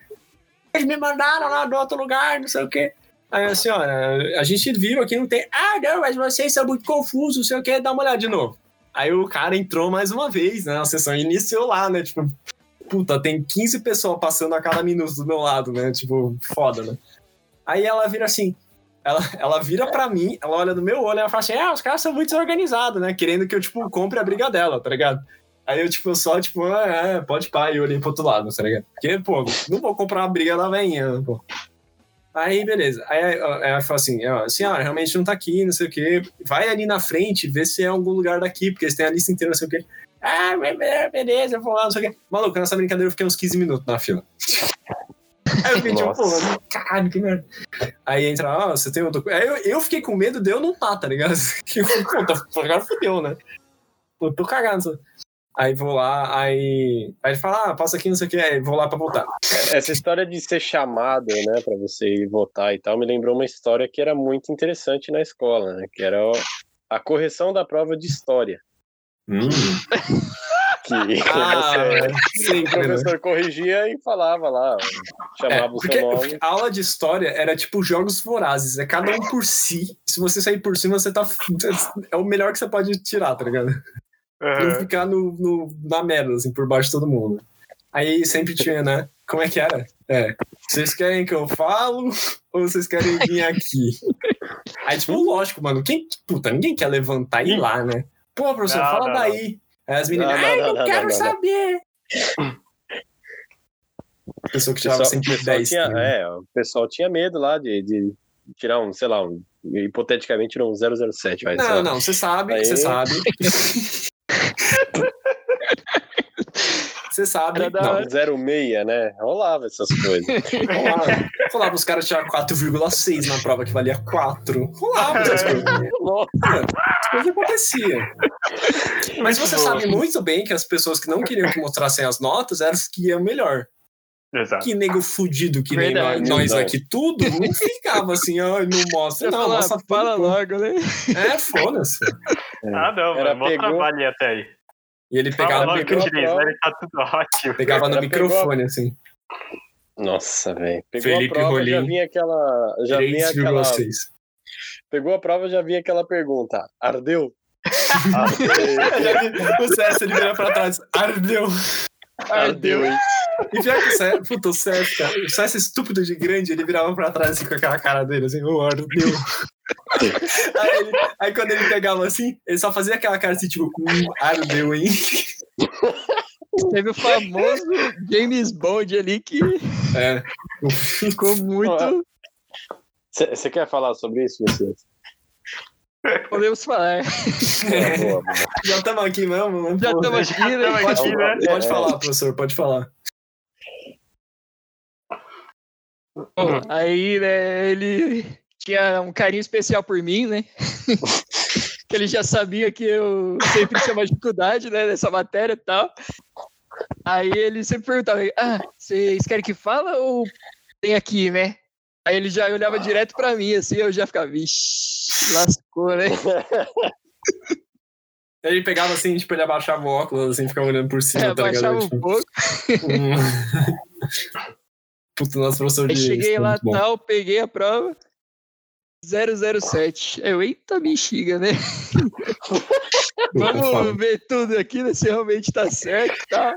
S2: Eles me mandaram lá do outro lugar, não sei o que. Aí a senhora, a gente viu aqui, não tem. Ah, não, mas vocês são muito confusos, não sei o que, dá uma olhada de novo. Aí o cara entrou mais uma vez, né? A sessão iniciou lá, né? Tipo, puta, tem 15 pessoas passando a cada minuto do meu lado, né? Tipo, foda, né? Aí ela vira assim. Ela, ela vira pra mim, ela olha no meu olho e ela fala assim: Ah, os caras são muito desorganizados, né? Querendo que eu, tipo, compre a briga dela, tá ligado? Aí eu, tipo, só, tipo, ah, é, pode pá, e olhei pro outro lado, tá ligado? Porque, pô, não vou comprar uma briga da veinha, né, pô. Aí, beleza. Aí, aí, ó, ela fala assim: ó, senhora, realmente não tá aqui, não sei o quê. Vai ali na frente, vê se é algum lugar daqui, porque eles têm a lista inteira, não sei o quê. Ah, be- be- beleza, eu vou lá, não sei o quê. Maluco, nessa brincadeira eu fiquei uns 15 minutos na fila. Aí eu fiquei tipo,
S4: Nossa.
S2: pô, caralho, que merda. Aí entra, ó, você tem um documento. Aí eu, eu fiquei com medo de eu não tá, tá ligado? Eu falei, pô, tá, agora fudeu, né? Pô, tô cagando. Aí vou lá, aí. Aí ele fala, ah, passa aqui, não sei o quê, aí vou lá pra voltar.
S4: Essa história de ser chamado, né, para você ir votar e tal, me lembrou uma história que era muito interessante na escola, né, que era o- a correção da prova de história. Que
S2: Hum. Ah,
S4: você- o
S2: sempre, né?
S4: professor corrigia e falava lá,
S2: É,
S4: chamava o
S2: porque,
S4: seu
S2: porque
S4: nome.
S2: a aula de história era tipo jogos vorazes, é cada um por si. Se você sair por cima, você tá. É o melhor que você pode tirar, tá ligado?
S4: É.
S2: Não
S3: Uhum.
S2: ficar no, no- na merda, assim, por baixo de todo mundo. Aí sempre tinha, né? Como é que era? É. Vocês querem que eu falo ou vocês querem vir aqui? Aí, tipo, lógico, mano. Quem, puta, ninguém quer levantar e ir lá, né? Pô, professor,
S3: Não,
S2: fala
S3: não,
S2: daí. Aí as meninas,
S4: Não, não,
S2: ai,
S4: não,
S2: não,
S4: não,
S2: quero
S4: não, não.
S2: saber. Pessoa que tirava
S4: Pessoal-
S2: sempre
S4: pessoal
S2: 10.
S4: tinha-
S2: né?
S4: é, o pessoal tinha medo lá de, de tirar um, sei lá, um, hipoteticamente tirou um 007, vai, sei lá.
S2: Não, não, você sabe,
S4: Aí-
S2: você sabe. Você sabe,
S5: Era da
S2: não,
S5: hora.
S4: 06, né? Rolava essas coisas.
S2: Rolava, rolava os caras tiraram 4,6 na prova que valia 4. Rolava essas coisas. As coisas aconteciam. Mas você
S3: Boa.
S2: sabe muito bem que as pessoas que não queriam que mostrassem as notas eram as que iam melhor.
S3: Exato.
S2: Que nego fudido que nem
S5: Verdade.
S2: nós, nós
S4: Verdade.
S2: aqui tudo, não ficava assim, ai, não mostra.
S5: Você
S2: Não,
S5: fala,
S2: mostra tudo.
S5: fala logo, né?
S2: É, foda-se.
S3: Ah, não,
S4: Era
S3: mano. Mó
S4: pegou-
S3: trabalho até aí.
S2: E ele
S3: Fala
S2: pegava,
S3: logo que
S4: pegou
S3: eu
S4: a
S3: utilizo,
S4: prova.
S3: ele tá tudo ótimo.
S2: pegava no
S4: Ela pegou a-
S2: microfone, assim.
S4: Nossa, velho. Pegou
S2: Felipe
S4: a prova, já
S2: Rolim.
S4: vinha aquela. Já vinha aquela
S2: 3,6.
S4: pegou a prova, já vinha aquela pergunta. Ardeu?
S2: Já vi O César, ele vira pra trás. Ardeu.
S4: Ardeu, hein?
S2: E pior que o César, puta, o César, cara, o César estúpido de grande, ele virava pra trás assim, com aquela cara dele, assim, ô, ardeu. aí, ele- aí quando ele pegava assim, ele só fazia aquela cara assim, tipo, hum, ardeu, hein?
S5: Teve o famoso James Bond ali que
S2: É.
S5: ficou muito.
S4: Você quer falar sobre isso, Messias?
S5: Podemos falar.
S2: É,
S4: Boa, boa, boa.
S2: Já estamos aqui mesmo, né?
S5: Já
S2: Pô,
S5: estamos
S3: já
S5: aqui, né?
S3: tamo
S5: Pode-
S3: aqui, né?
S2: Pode
S4: É.
S2: falar, professor, pode falar.
S5: Bom, aí, né, ele tinha um carinho especial por mim, né? que ele já sabia que eu sempre tinha uma dificuldade, né, nessa matéria e tal. Aí ele sempre perguntava, ah, vocês querem que fala ou tem aqui, né? Aí ele já olhava direto pra mim, assim, eu já ficava, vixi, lascou, né?
S2: Aí Ele pegava assim, tipo, ele abaixava o Tá óculos, assim, ficava olhando por cima,
S5: É,
S2: tá ligado?
S5: abaixava um
S2: Tipo,
S5: pouco.
S2: hum. Puta, nosso professor de
S5: Aí cheguei
S2: isso,
S5: lá tá,
S2: muito bom.
S5: tal, peguei a prova. 007. Eu, eita bexiga, né?
S2: Puta, foda.
S5: Vamos ver tudo aqui, né? Se realmente tá certo e tal.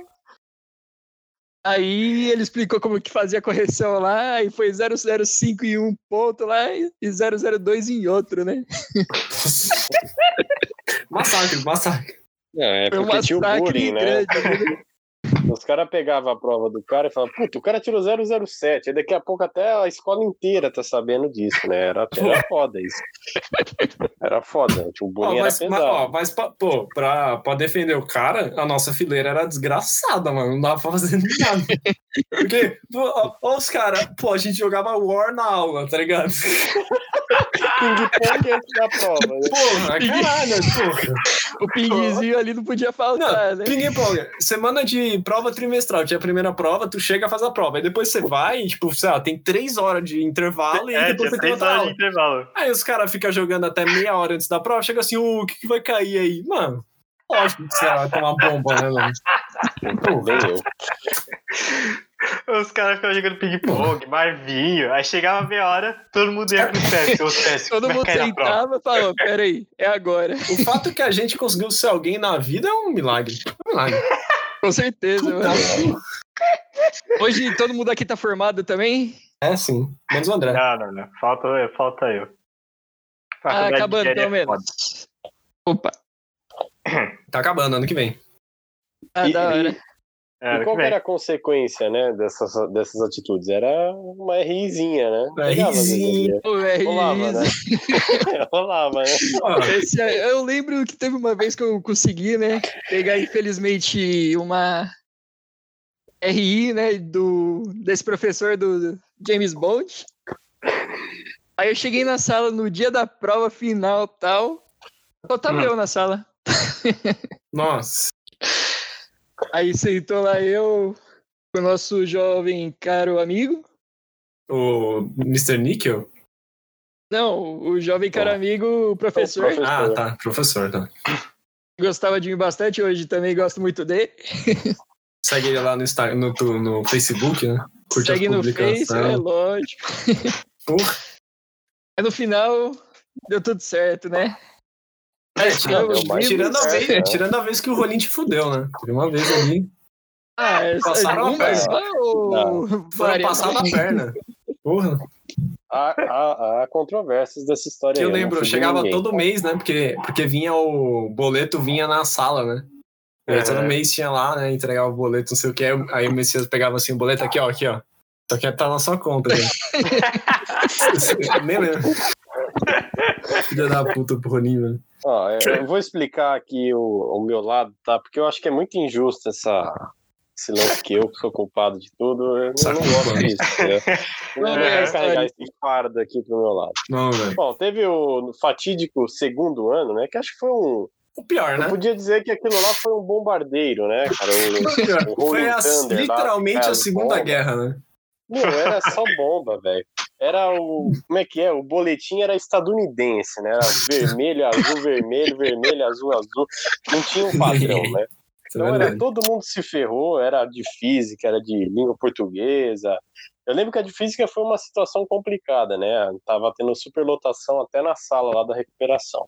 S5: Aí ele explicou como que fazia a correção lá, aí foi 005 em um ponto lá e 002 em outro, né?
S2: massacre, massacre.
S4: Não, é
S5: Foi um
S4: porque tinha o
S5: massacre
S4: bullying, né?
S5: grande. né?
S4: Os caras pegavam a prova do cara e falavam, puta, o cara tirou 007. Aí daqui a pouco até a escola inteira tá sabendo disso, né? Era, era foda isso. Era foda. Tipo, o
S2: Ó,
S4: bullying era
S2: mas, mas,
S4: pesado.
S2: ó, mas pra- pô, pra, pra defender o cara, a nossa fileira era desgraçada, mano. Não dava pra fazer nada. Porque, pô, ó, ó os caras, pô, a gente jogava War na aula, tá ligado?
S4: Ping-pong antes da prova, né?
S2: Porra, caralho, porra.
S5: O pinguezinho ali não podia faltar, né?
S2: Ping-pong, semana de prova trimestral, tinha a primeira prova, tu chega, faz a prova. Aí depois você vai, tipo, sei lá, tem três horas de intervalo e
S3: É,
S2: depois você tem
S3: tinha três
S2: outra
S3: horas de
S2: aula.
S3: intervalo.
S2: Aí os caras ficam jogando até meia hora antes da prova, chega assim, "Ô, o que, que vai cair aí? Mano, lógico que você vai tomar bomba, né, mano?
S4: Bem eu.
S3: Os caras ficavam jogando ping-pong, marvinho. Aí chegava meia hora, todo mundo ia pro CS. Ô, CS,
S5: Todo
S3: vai
S5: mundo
S3: cair na prova.
S5: sentava e falou, peraí, é agora.
S2: O fato que a gente conseguiu ser alguém na vida é um milagre. É um milagre.
S5: Com certeza, mano. Hoje todo mundo aqui tá formado também?
S2: É sim. Menos o André.
S3: Ah, Não, não, não. Falta, eu- falta eu. Faculdade
S5: Ah,
S3: de
S5: acabando,
S3: engenharia
S5: pelo
S3: é foda.
S5: menos. Opa,
S2: Tá acabando ano que vem.
S5: ah,
S4: E-
S5: da
S4: e-
S5: hora.
S3: É,
S4: e
S3: ano
S4: qual
S3: que
S4: que
S3: vem.
S4: era a consequência, né, dessas, dessas atitudes? Era uma risinha, né?
S2: Uma
S4: Pegava, às vezes,
S2: risinha.
S5: Pô, é
S4: Rolava,
S5: isso.
S4: né? Rolava, né?
S2: Ó,
S5: Esse é- eu lembro que teve uma vez que eu consegui, né? Pegar, infelizmente, uma RI, né? Do, desse professor do James Bond. Aí eu cheguei na sala no dia da prova final tal. Só tava
S2: Hum.
S5: eu na sala.
S2: Nossa.
S5: Aí sentou lá eu, o nosso jovem caro amigo.
S2: O Mr. Nickel?
S5: Não, o jovem caro
S4: Ó.
S5: amigo, o professor,
S4: profe-
S2: Ah, tá. Professor, tá.
S5: que gostava de mim bastante, hoje também gosto muito dele.
S2: Segue ele lá no, Insta- no, tu- no Facebook, né? Curte
S5: Segue
S2: as
S5: no
S2: publicações.
S5: Face, é lógico.
S2: Porra.
S5: Aí no final, deu tudo certo, né?
S2: É,
S5: tirando-
S4: deu mais
S2: tirando, a
S4: certo,
S2: vez,
S4: né?
S2: tirando a vez que o Rolim te fudeu, né? Teve uma vez ali.
S5: Ah, é só-
S2: Passaram a
S5: uma
S2: perna.
S5: só né? ou
S2: Foram
S5: várias?
S2: passar na perna. Porra.
S4: Há, há, há controvérsias dessa história.
S2: Que eu
S4: aí, né? não
S2: lembro,
S4: fui de
S2: chegava
S4: ninguém.
S2: todo mês, né? Porque, porque vinha o boleto, vinha na sala, né? E aí
S3: É.
S2: todo mês tinha lá, né? Entregava o boleto, não sei o que. Aí o Messias pegava assim o boleto aqui, ó, aqui, ó. Só que tá na sua conta, né? Nem lembro. Filha da puta pro Roninho, né? velho.
S4: Ó, eu- eu vou explicar aqui o, o meu lado, tá? Porque eu acho que é muito injusto essa, esse lance que eu que sou culpado de tudo. Eu não,
S2: Saco
S4: não
S2: de
S4: gosto
S2: pano.
S4: disso. né? Eu não
S5: Não, é,
S4: vou carregar esse fardo aqui pro meu lado.
S2: Não, velho.
S4: Bom, teve o fatídico segundo ano, né? Que acho que foi um.
S2: O pior,
S4: Eu
S2: né?
S4: podia dizer que aquilo lá foi um bombardeiro, né, cara? O-
S2: O pior.
S4: o
S2: Foi
S4: Rolling
S2: a-
S4: Thunder lá,
S2: literalmente a
S4: cara,
S2: Segunda
S4: bomba.
S2: Guerra, né?
S4: Não, era só bomba, velho. Era o. Como é que é? O boletim era estadunidense, né? Era vermelho, azul, vermelho, vermelho, azul, azul. Não tinha um padrão,
S2: Isso
S4: né?
S2: é
S4: Então era,
S2: verdade.
S4: todo mundo se ferrou, era de física, era de língua portuguesa. Eu lembro que a de física foi uma situação complicada, né? Tava tendo superlotação até na sala lá da recuperação.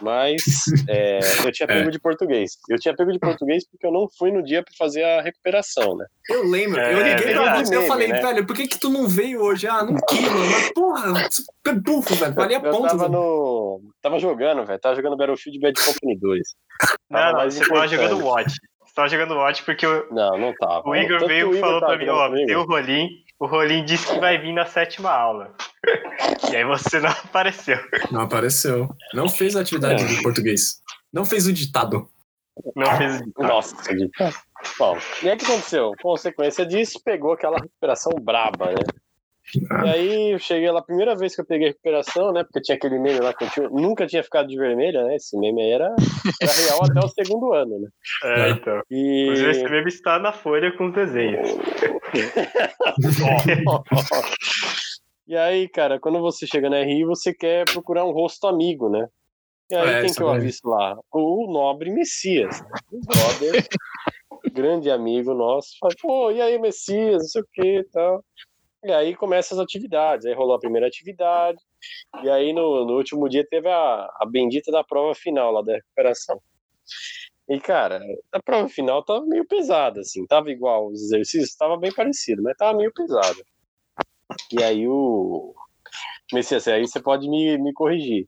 S4: Mas é, eu tinha pego de português. Eu tinha pego de português porque eu não fui no dia para fazer a recuperação, né?
S2: Eu lembro, eu
S3: É,
S2: liguei pra
S4: verdade.
S2: você e eu
S4: Meme,
S2: falei,
S4: né?
S2: velho, por que que tu não veio hoje? Ah, não quis, mano. Mas, porra, super burro, velho. Valia
S4: eu, eu
S2: ponto,
S4: tava
S2: velho.
S4: no. Tava jogando, velho. Tava jogando Battlefield Bad Company 2.
S3: Não, não,
S4: mais
S3: você tava
S4: importante.
S3: jogando Watch. Você tava jogando Watch porque o,
S4: Não, não tava.
S3: o Igor
S4: Tanto que
S3: veio e falou
S4: tava
S3: pra mim,
S4: jogando
S3: ó,
S4: comigo.
S3: tem o Rolim, o Rolim disse que vai vir na sétima aula. e aí você não apareceu.
S2: Não apareceu. Não fez a atividade de português. Não fez o ditado.
S3: Não fez o
S4: Nossa, Gui. Ah,
S3: é.
S4: Bom, e aí o que aconteceu? Consequência disso, pegou aquela recuperação braba, né? E aí eu cheguei lá, a primeira vez que eu peguei a recuperação, né? Porque tinha aquele meme lá que eu tinha- nunca tinha ficado de vermelha, né? Esse meme aí era, era real até o segundo ano, né?
S3: É, então. Inclusive, esse
S4: E.
S3: meme está na folha com os desenhos.
S4: E aí, cara, quando você chega na RI, você quer procurar um rosto amigo, né? E aí,
S2: É,
S4: quem
S2: isso
S4: que eu
S2: mesmo.
S4: avisto lá? O nobre Messias. né? O Um brother grande amigo nosso, fala, pô, e aí, Messias, não sei o que e tal. E aí começa as atividades, aí rolou a primeira atividade, e aí no, no último dia teve a, a bendita da prova final lá da recuperação. E, cara, a prova final tava meio pesada, assim, tava igual os exercícios, tava bem parecido, mas tava meio pesada. E aí o... Messias, assim, aí você pode me, me corrigir.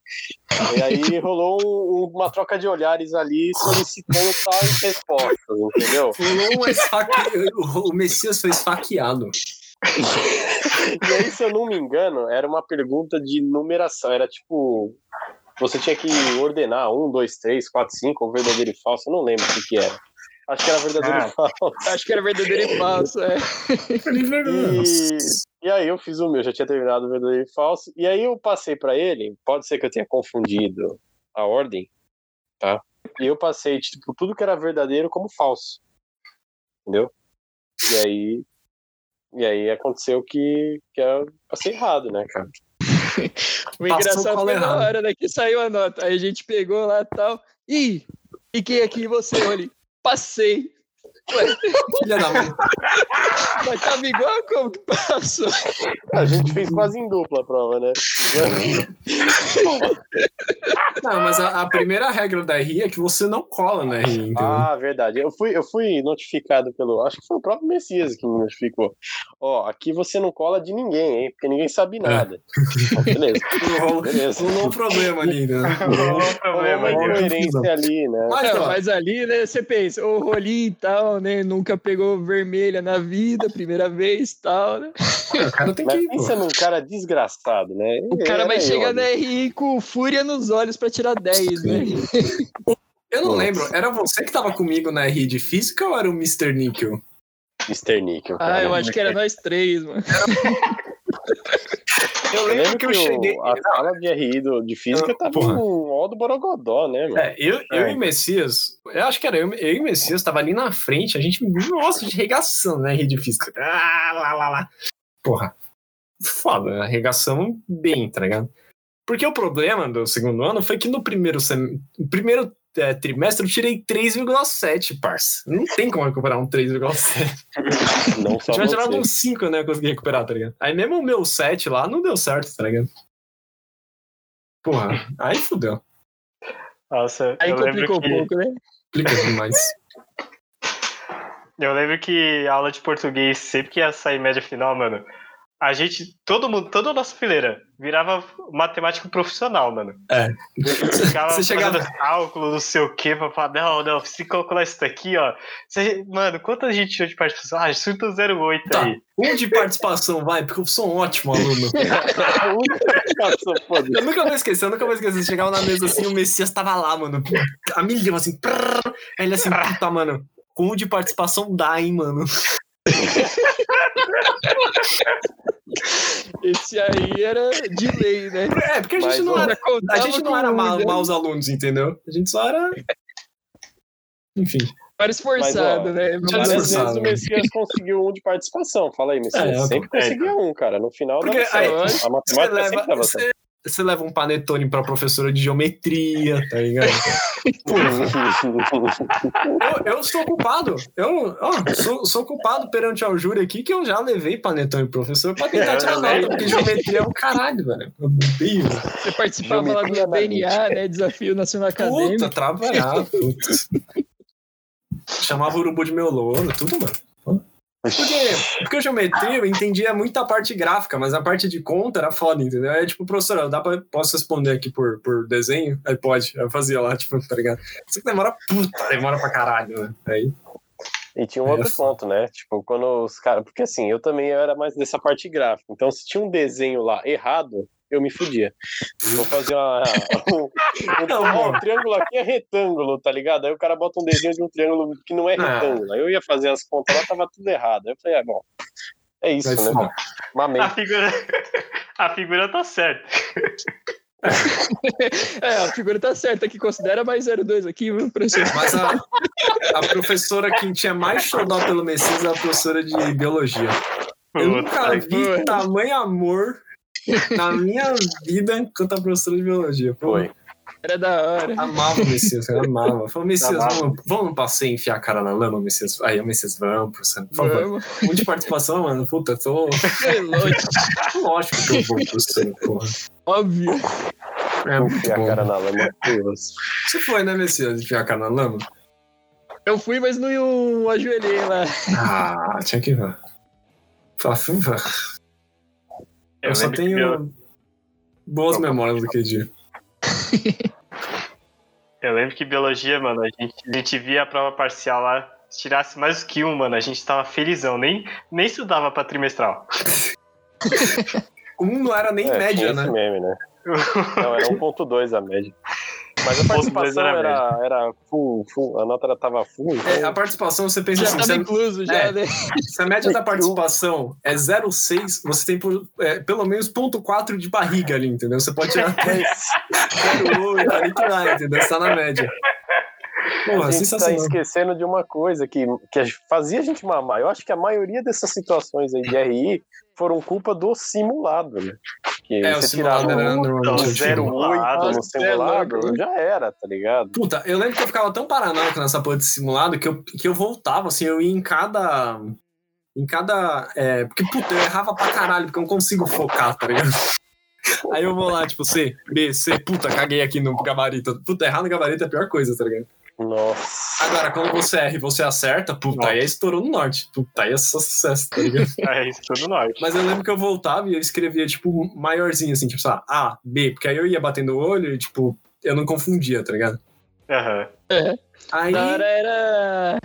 S4: E aí rolou um- uma troca de olhares ali solicitando tais respostas, entendeu?
S2: Não é esfaque... o Messias foi esfaqueado.
S4: E aí, se eu não me engano, era uma pergunta de numeração. Era tipo. Você tinha que ordenar um, dois, três, quatro, cinco, ou verdadeiro e falso, eu não lembro o que, que era. Acho que era verdadeiro
S3: Ah.
S4: e falso.
S5: Acho que era verdadeiro e falso, é.
S4: E, e aí eu fiz o meu, já tinha terminado o verdadeiro e falso. E aí eu passei pra ele, pode ser que eu tenha confundido a ordem, tá? E eu passei, tipo, tudo que era verdadeiro como falso. Entendeu? E aí. E aí aconteceu que, que eu passei errado, né, cara?
S5: O
S2: Passou
S5: engraçado
S2: cola
S5: foi na
S2: errado.
S5: hora, né, que saiu a nota. Aí a gente pegou lá e tal. Ih, fiquei aqui e você, olha, passei.
S2: Filha da mãe.
S5: Mas tava igual como que passou?
S4: A gente fez quase em dupla a prova, né?
S2: Não, mas a, a primeira regra da RI é que você não cola na RI, entendeu?
S4: Ah, verdade. Eu fui, eu fui notificado pelo. Acho que foi o próprio Messias que me notificou. Ó, aqui você não cola de ninguém, hein? Porque ninguém sabe nada. Beleza,
S2: Não rolou-
S4: beleza.
S2: não rolou um problema ali, né?
S3: Não é um
S4: Rolou
S3: problema.
S4: uma
S2: né?
S4: incoerência ali, né?
S2: Mas,
S5: Não,
S2: ó,
S5: mas ali, né, você pensa, o rolinho e tal, né, nunca pegou vermelha na vida, primeira vez e tal, né?
S2: o cara tem que
S4: Mas é
S2: ir, pô.
S4: pensa num cara desgraçado, né?
S2: É,
S5: O cara
S4: Era
S5: vai
S4: eu,
S5: chegar
S4: né?
S5: na RI com fúria nos olhos pra tirar 10, né?
S2: Eu não lembro, era você que tava comigo na RI de física ou era o Mr. Níquel?
S4: Mr. Nickel.
S5: Ah,
S4: cara.
S5: eu acho que era nós três, mano.
S4: Eu lembro que,
S2: eu
S4: o-
S2: cheguei-
S4: a sala de RI do- de física
S2: Eu-
S4: tava
S2: porra.
S4: um ó do Borogodó, né, mano?
S2: É, eu, eu e o Messias, eu acho que era eu, eu e o Messias, tava ali na frente, a gente, nossa, a gente arregaçando na RI de física. Ah, lá, lá, lá. Porra, foda, né, arregaçamos bem, tá ligado? Porque o problema do segundo ano foi que no primeiro, sem- no primeiro eh, trimestre eu tirei 3,7, parça. Não tem como recuperar um 3,7.
S4: Não só
S2: Eu tinha tirado
S4: você.
S2: uns 5, né? Eu consegui recuperar, tá ligado? Aí mesmo o meu 7 lá não deu certo, tá ligado? Porra, aí fudeu.
S4: um
S3: Nossa,
S5: Aí
S3: eu lembro
S5: complicou um
S3: que...
S5: pouco, né?
S2: Explica demais.
S3: Eu lembro que a aula de português, sempre que ia sair média final, mano, a gente, todo mundo, toda a nossa fileira, virava matemático profissional, mano.
S2: É.
S3: Ficava
S2: Você chegava.
S3: fazendo cálculo, não sei o quê, pra falar, não, não, se calcular isso daqui, ó. você- mano, quanta gente tinha de participação? Ah, surta 08
S2: Tá.
S3: aí.
S2: Um de participação, vai, porque eu sou um ótimo aluno.
S4: A única que passou por
S2: Eu nunca vou esquecer, eu nunca vou esquecer. Chegava na mesa assim, o Messias tava lá, mano. A milhão, assim. prrr. Aí ele assim, puta, mano. Com um de participação dá, hein, mano.
S5: Esse aí era de lei, né?
S2: É, porque a gente
S4: Mas,
S2: não
S4: ó,
S2: era. A gente não era ma-
S5: mal
S2: maus alunos, entendeu? A gente só era. Enfim.
S5: Era esforçado,
S4: Mas, ó,
S5: né?
S2: tinha
S5: Mas-
S4: Várias vezes
S2: Descansado.
S4: o Messias conseguiu um de participação. Fala aí, Messias.
S2: É, eu-
S4: sempre conseguia um, cara. No final
S2: Porque
S4: dava certo.
S5: aí
S4: a
S2: Você
S4: matemática sempre
S2: leva,
S4: dava assim certo.
S2: você, você leva um panetone pra professora de geometria, tá ligado? eu, eu sou culpado. Eu ó, sou, sou culpado perante ao júri aqui que eu já levei panetone pro professor pra tentar tirar nota, porque geometria é o caralho, velho. Meu Deus.
S5: Você participava lá
S4: Geometria
S5: do
S4: da
S5: DNA, né? Desafio Nacional Acadêmico.
S2: Puta, trabalhar. Putz. Chamava o urubu de meu louro, tudo, mano. Porque, porque geometria eu entendia muita parte gráfica, mas a parte de conta era foda, entendeu? Aí, tipo, professora, dá pra, posso responder aqui por, por desenho? Aí pode, aí eu fazia lá, tipo, tá ligado? Só que demora, puta, demora pra caralho, né? Aí,
S4: E tinha um outro ponto, né? Tipo, quando os caras. Porque assim, eu também era mais dessa parte gráfica. Então, se tinha um desenho lá errado, eu me fudia. Vou fazer uma, um, um-
S2: Não,
S4: ó, um
S2: amor.
S4: triângulo aqui é retângulo, tá ligado? Aí o cara bota um desenho de um triângulo que não é
S2: Ah.
S4: retângulo. Aí eu ia fazer as contas lá, tava tudo errado. Aí eu falei, ah, bom. É isso,
S2: aí
S4: né?
S2: fudeu.
S4: Mamei.
S3: A
S2: Ah,
S3: figura, a figura tá certa.
S5: É, a figura tá certa aqui, considera mais 02 aqui, viu, professor?
S2: Mas a, a professora que tinha mais xodó pelo Messias era a professora de biologia. Eu nunca
S3: Puta,
S2: vi tamanho amor na minha vida quanto a professora de biologia. Pô,
S4: Foi.
S5: Era da hora.
S2: Amava o Messias, cara, amava. Falou, Messias,
S3: Amava.
S2: vamos, vamos passear e enfiar a cara na lama, Messias. Aí o Messias, vamos, professor, por favor.
S5: Vamos.
S2: Um de participação, mano, puta, tô...
S5: Foi longe,
S2: Lógico que eu vou, professor, porra.
S5: óbvio.
S2: É muito
S4: Enfiar a
S2: bom.
S4: cara na lama. Deus.
S2: Você foi, né, Messias, enfiar a cara na lama?
S5: Eu fui, mas não ajoelhei lá.
S2: Ah, tinha que ver. Fala, fufa. Eu, só
S3: lembro que
S2: tenho
S3: eu-
S2: boas memórias do QD.
S3: Eu lembro que biologia, mano, a gente, a gente via a prova parcial lá, se tirasse mais que um, mano, a gente tava felizão, nem, nem estudava pra trimestral.
S2: Um não era nem
S4: É, tinha
S2: média,
S4: esse
S2: né?
S4: meme, né? Não, era 1.2 a média. Mas a participação
S3: era a
S4: era, era full, full, a nota era, tava full. então-
S2: É, a participação, você pensa
S5: Já
S2: assim, se
S5: tava
S2: a,
S5: incluso, já,
S2: É.
S5: né?
S2: se a média da participação é 0,6, você tem por- é, pelo menos 0,4 de barriga ali, entendeu? Você pode tirar
S4: Então,
S2: até 0,8, ali que vai, entendeu? Você tá na média.
S4: a
S2: Porra,
S4: gente tá
S2: sensacional.
S4: esquecendo de uma coisa que, que fazia a gente mamar. Eu acho que a maioria dessas situações aí de RI foram culpa do simulado, né? Que
S2: É, o
S4: você
S2: simulado
S4: tirava
S2: era
S4: um
S2: normalmente o
S3: zero,
S2: time.
S4: 8
S5: Nossa,
S4: no
S5: você é
S4: simulado,
S5: louco, né?
S4: já era, tá ligado?
S2: Puta, eu lembro que eu ficava tão paranoico nessa porra de simulado que eu, que eu voltava, assim, eu ia em cada. Em cada. é, porque, puta, eu errava pra caralho, porque eu não consigo focar, tá ligado? Aí eu vou lá, tipo, C, B, C, puta, caguei aqui no gabarito. Puta, errar no gabarito é a pior coisa, tá ligado?
S4: Nossa.
S2: Agora, quando você erra e você acerta, puta, aí estourou no norte. Puta, aí é só sucesso, tá ligado?
S3: É isso tudo nós.
S2: Mas eu lembro que eu voltava e eu escrevia, tipo, maiorzinho, assim, tipo, sei lá, A, B, porque aí eu ia batendo o olho e, tipo, eu não confundia, tá ligado?
S3: Aham.
S5: É.
S2: Aí.
S5: Da hora era.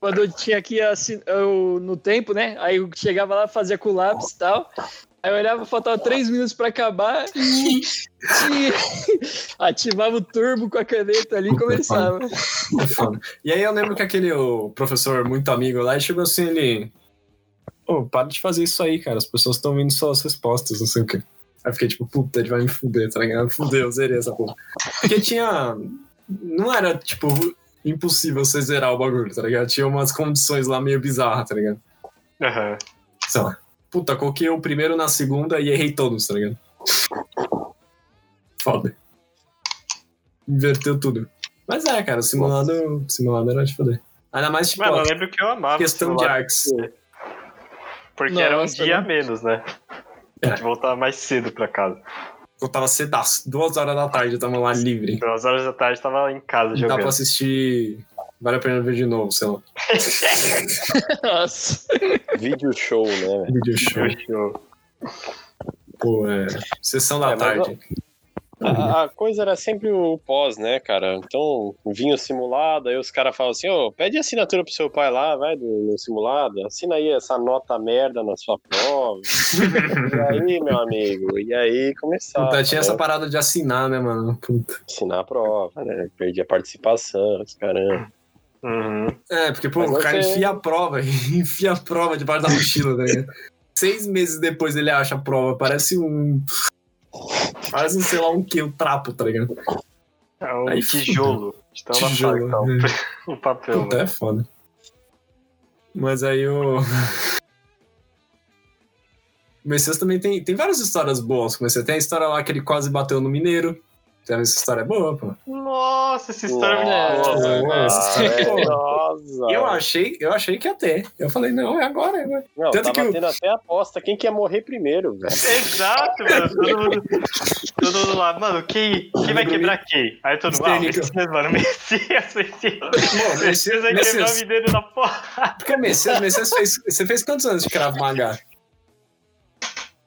S5: Quando eu tinha aqui assim, eu, no tempo, né? Aí eu chegava lá, fazia com o lápis e tal. Aí eu olhava, faltava três minutos pra acabar. E, ativava o turbo com a caneta ali e começava.
S2: É foda. E aí eu lembro que aquele o professor muito amigo lá ele chegou assim, ele. Ô, para de fazer isso aí, cara. As pessoas estão vendo só as respostas, não sei o quê. Aí eu fiquei tipo, puta, ele vai me fuder, tá ligado? Fudeu, zerei essa porra. Porque tinha. Não era, tipo, impossível você zerar o bagulho, tá ligado? Tinha umas condições lá meio bizarras, tá ligado?
S3: Aham.
S2: Sei lá. Puta, coloquei o primeiro na segunda e errei todos, tá ligado? Foda. Inverteu tudo. Mas é, cara, o simulado, simulado era de foder. Ainda mais, tipo,
S3: Mano, eu
S2: a
S3: lembro que eu amava
S2: questão de
S3: simulado,
S2: artes.
S3: Porque era um
S5: Nossa,
S3: dia a
S5: né?
S3: menos, né?
S2: É.
S3: A gente voltava mais cedo pra casa.
S2: Eu tava cedaço, duas horas da tarde, eu tava lá livre.
S3: Pelas horas da tarde tava em casa
S2: Dá
S3: jogando.
S2: pra assistir. Vale a pena ver de novo, sei lá.
S5: Nossa.
S4: Vídeo show, né? velho?
S2: Video show.
S3: Fechou.
S2: Pô, é. Sessão da
S4: É, mas
S2: tarde.
S4: A, a coisa era sempre o pós, né, cara? Então, vinha o simulado, aí os caras falavam assim, ô, pede assinatura pro seu pai lá, vai, do, no simulado, assina aí essa nota merda na sua prova. e aí, meu amigo, e aí começava.
S2: Puta, tinha
S3: tá,
S4: né?
S3: é.
S2: essa parada de assinar, né, mano? Puta.
S4: Assinar a prova, né? Perdi a participação, os caramba.
S3: Uhum.
S2: É, porque, pô,
S4: Mas
S2: o cara
S4: você-
S2: enfia a prova, enfia a prova debaixo da mochila, tá ligado? Seis meses depois ele acha a prova, parece um. Parece um, sei lá, um que, um trapo, tá ligado?
S3: É um
S2: Aí tipo,
S3: tijolo. Então,
S2: Tijolo, né?
S3: tijolo. Então, o papel. né?
S2: Puta,
S3: mano.
S2: é foda. Mas aí o. O Messias também tem, tem várias histórias boas com o Messias. Tem a história lá que ele quase bateu no Mineiro. Então, essa história é boa, pô.
S3: Nossa, essa história é muito
S4: Nossa,
S3: boa. mano.
S2: boa, essa história é
S4: cara,
S2: boa.
S4: nossa.
S2: Eu achei, eu achei que ia ter. Eu falei, não, é agora, é agora.
S4: Não,
S2: tanto
S4: tava
S2: que o-
S4: tendo até aposta, quem quer morrer primeiro, velho?
S3: Exato, mano. Todo mundo, todo mundo lá, mano, quem, quem vai quebrar quem? Aí todo mundo, ah, o Messias, mano, Messias, Messias.
S2: Pô,
S3: Messias é vai quebrar o
S2: Messias,
S3: mineiro da porra.
S2: porque o Messias, Messias fez, você fez quantos anos de Krav Maga?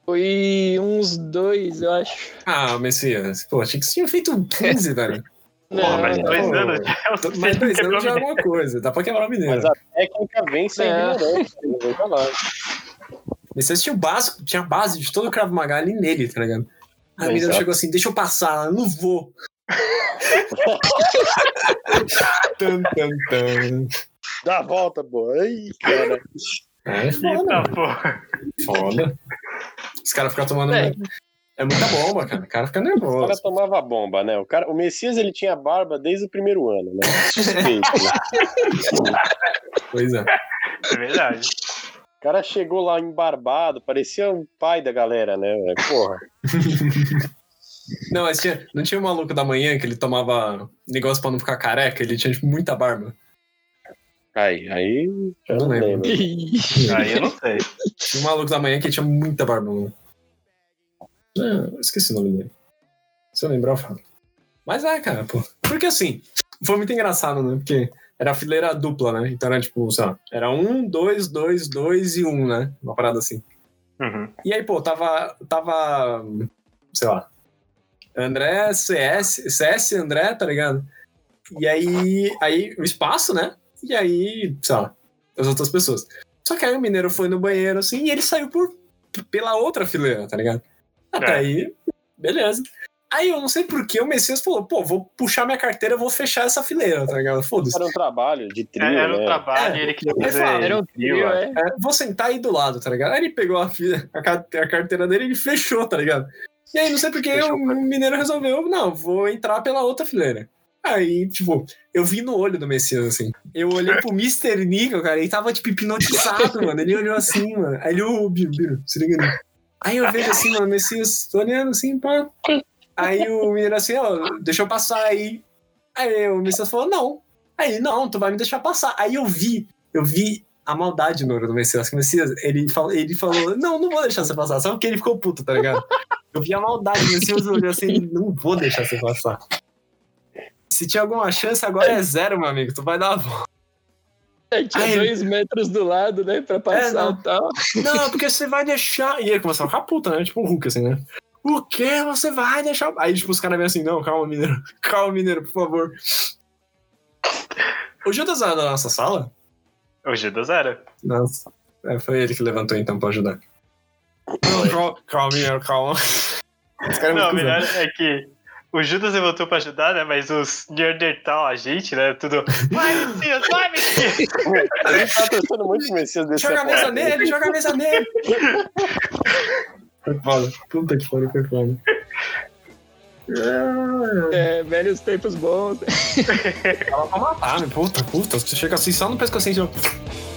S5: Foi uns dois, eu acho.
S2: Ah, Messias, pô, achei que você tinha feito um 15, velho.
S3: Porra, mas
S5: não,
S3: dois
S2: não.
S3: anos já é o
S2: Mais
S3: suficiente pra
S2: dois anos já é
S3: quebrar o
S2: alguma coisa, dá pra quebrar o mineiro.
S4: Mas a técnica vence a
S5: É.
S4: ignorância, não vou falar.
S2: Messias tinha o básico, tinha a base de todo o Krav Maga ali nele, tá ligado? A
S4: Exato.
S2: menina chegou assim, deixa eu passar, eu não vou. tum, tum, tum.
S4: Dá a volta, pô. Ai, cara.
S2: É
S3: Eita,
S2: foda,
S3: porra.
S2: foda. Os caras ficam tomando...
S5: É.
S2: É muita bomba, cara. O cara fica
S4: O cara
S2: nervoso.
S4: tomava bomba, né? O, cara, o Messias ele tinha barba desde o primeiro ano, né? Suspeito. né?
S2: Pois é.
S3: É verdade.
S4: O cara chegou lá embarbado, parecia um pai da galera, né? velho? Porra.
S2: Não, mas tinha, não tinha o maluco da manhã que ele tomava negócio pra não ficar careca? Ele tinha tipo, muita barba.
S4: Aí, aí. Eu
S2: Não
S4: não
S2: lembro.
S4: lembro.
S3: Aí eu não sei.
S2: Tinha um maluco da manhã que tinha muita barba. mano. Ah, eu esqueci o nome dele. Se eu lembrar, eu falo. Mas é, cara, pô. Porque assim, foi muito engraçado, né? Porque era a fileira dupla, né? Então era tipo, sei lá, era um, dois, dois, dois e um, né? Uma parada assim.
S3: Uhum.
S2: E aí, pô, tava. Tava. Sei lá. André, CS, CS André, tá ligado? E aí. Aí, o espaço, né? E aí, sei lá, as outras pessoas. Só que aí o mineiro foi no banheiro, assim, e ele saiu por, pela outra fileira, tá ligado? Até
S3: É.
S2: aí, beleza. Aí eu não sei por que o Messias falou, pô, vou puxar minha carteira, vou fechar essa fileira, tá ligado? Foda-se.
S4: Era um trabalho de trio,
S3: Era, era um
S4: né?
S3: trabalho,
S2: É,
S3: ele queria
S2: eu
S3: fazer.
S2: falo,
S5: Era um trio,
S3: acho.
S5: é.
S2: É, vou sentar aí do lado, tá ligado? Aí ele pegou a, fi- a ca- a carteira dele e ele fechou, tá ligado? E aí, não sei porque
S3: Fechou,
S2: o mineiro resolveu, não, vou entrar pela outra fileira. Aí, tipo, eu vi no olho do Messias, assim. Eu olhei pro Mr. Nickel, cara, ele tava, tipo, hipnotizado, mano. Ele olhou assim, mano. Aí ele, ô, Biro, Biro, se liga ali. Aí eu vejo assim, mano, o Messias tô olhando assim, pá. Aí o mineiro assim, ó, deixa eu passar aí. Aí o Messias falou, não. Aí, não, tu vai me deixar passar. Aí eu vi, eu vi a maldade no olho do Messias. Que o Messias, ele, fal- ele falou, não, não vou deixar você passar. Só porque ele ficou puto, tá ligado? Eu vi a maldade do Messias olhou assim, não vou deixar você passar. Se tinha alguma chance, agora é zero, meu amigo. Tu vai dar a volta.
S5: É, tinha
S2: Ai.
S5: dois metros do lado, né? Pra
S2: É,
S5: passar
S2: não.
S5: e tal.
S2: Não, porque você vai deixar. E ele começou a ficar puto, né? Tipo um Hulk, assim, né? O que você vai deixar? Aí, tipo, os caras vêm assim, não, calma, mineiro. Calma, mineiro, por favor. O Judas era da nossa sala?
S3: O Judas era.
S2: Nossa. É, foi ele que levantou então pra ajudar. Não, calma, calma, mineiro, calma. Os caras
S3: Não, o
S2: me
S3: melhor é que o Judas levantou pra ajudar, né? Mas os Neandertal, a gente, né? Tudo. Vai, Messias, vai, Messias!
S4: A gente tá torcendo muito pro Messias desse
S2: Joga a mesa
S4: temporada.
S2: nele, joga a mesa nele. Foi foda. Puta que pariu, foi foda.
S5: É, velhos tempos bons.
S2: Ela vai matar, né? Puta, puta. Você chega assim só no pescocinho e já-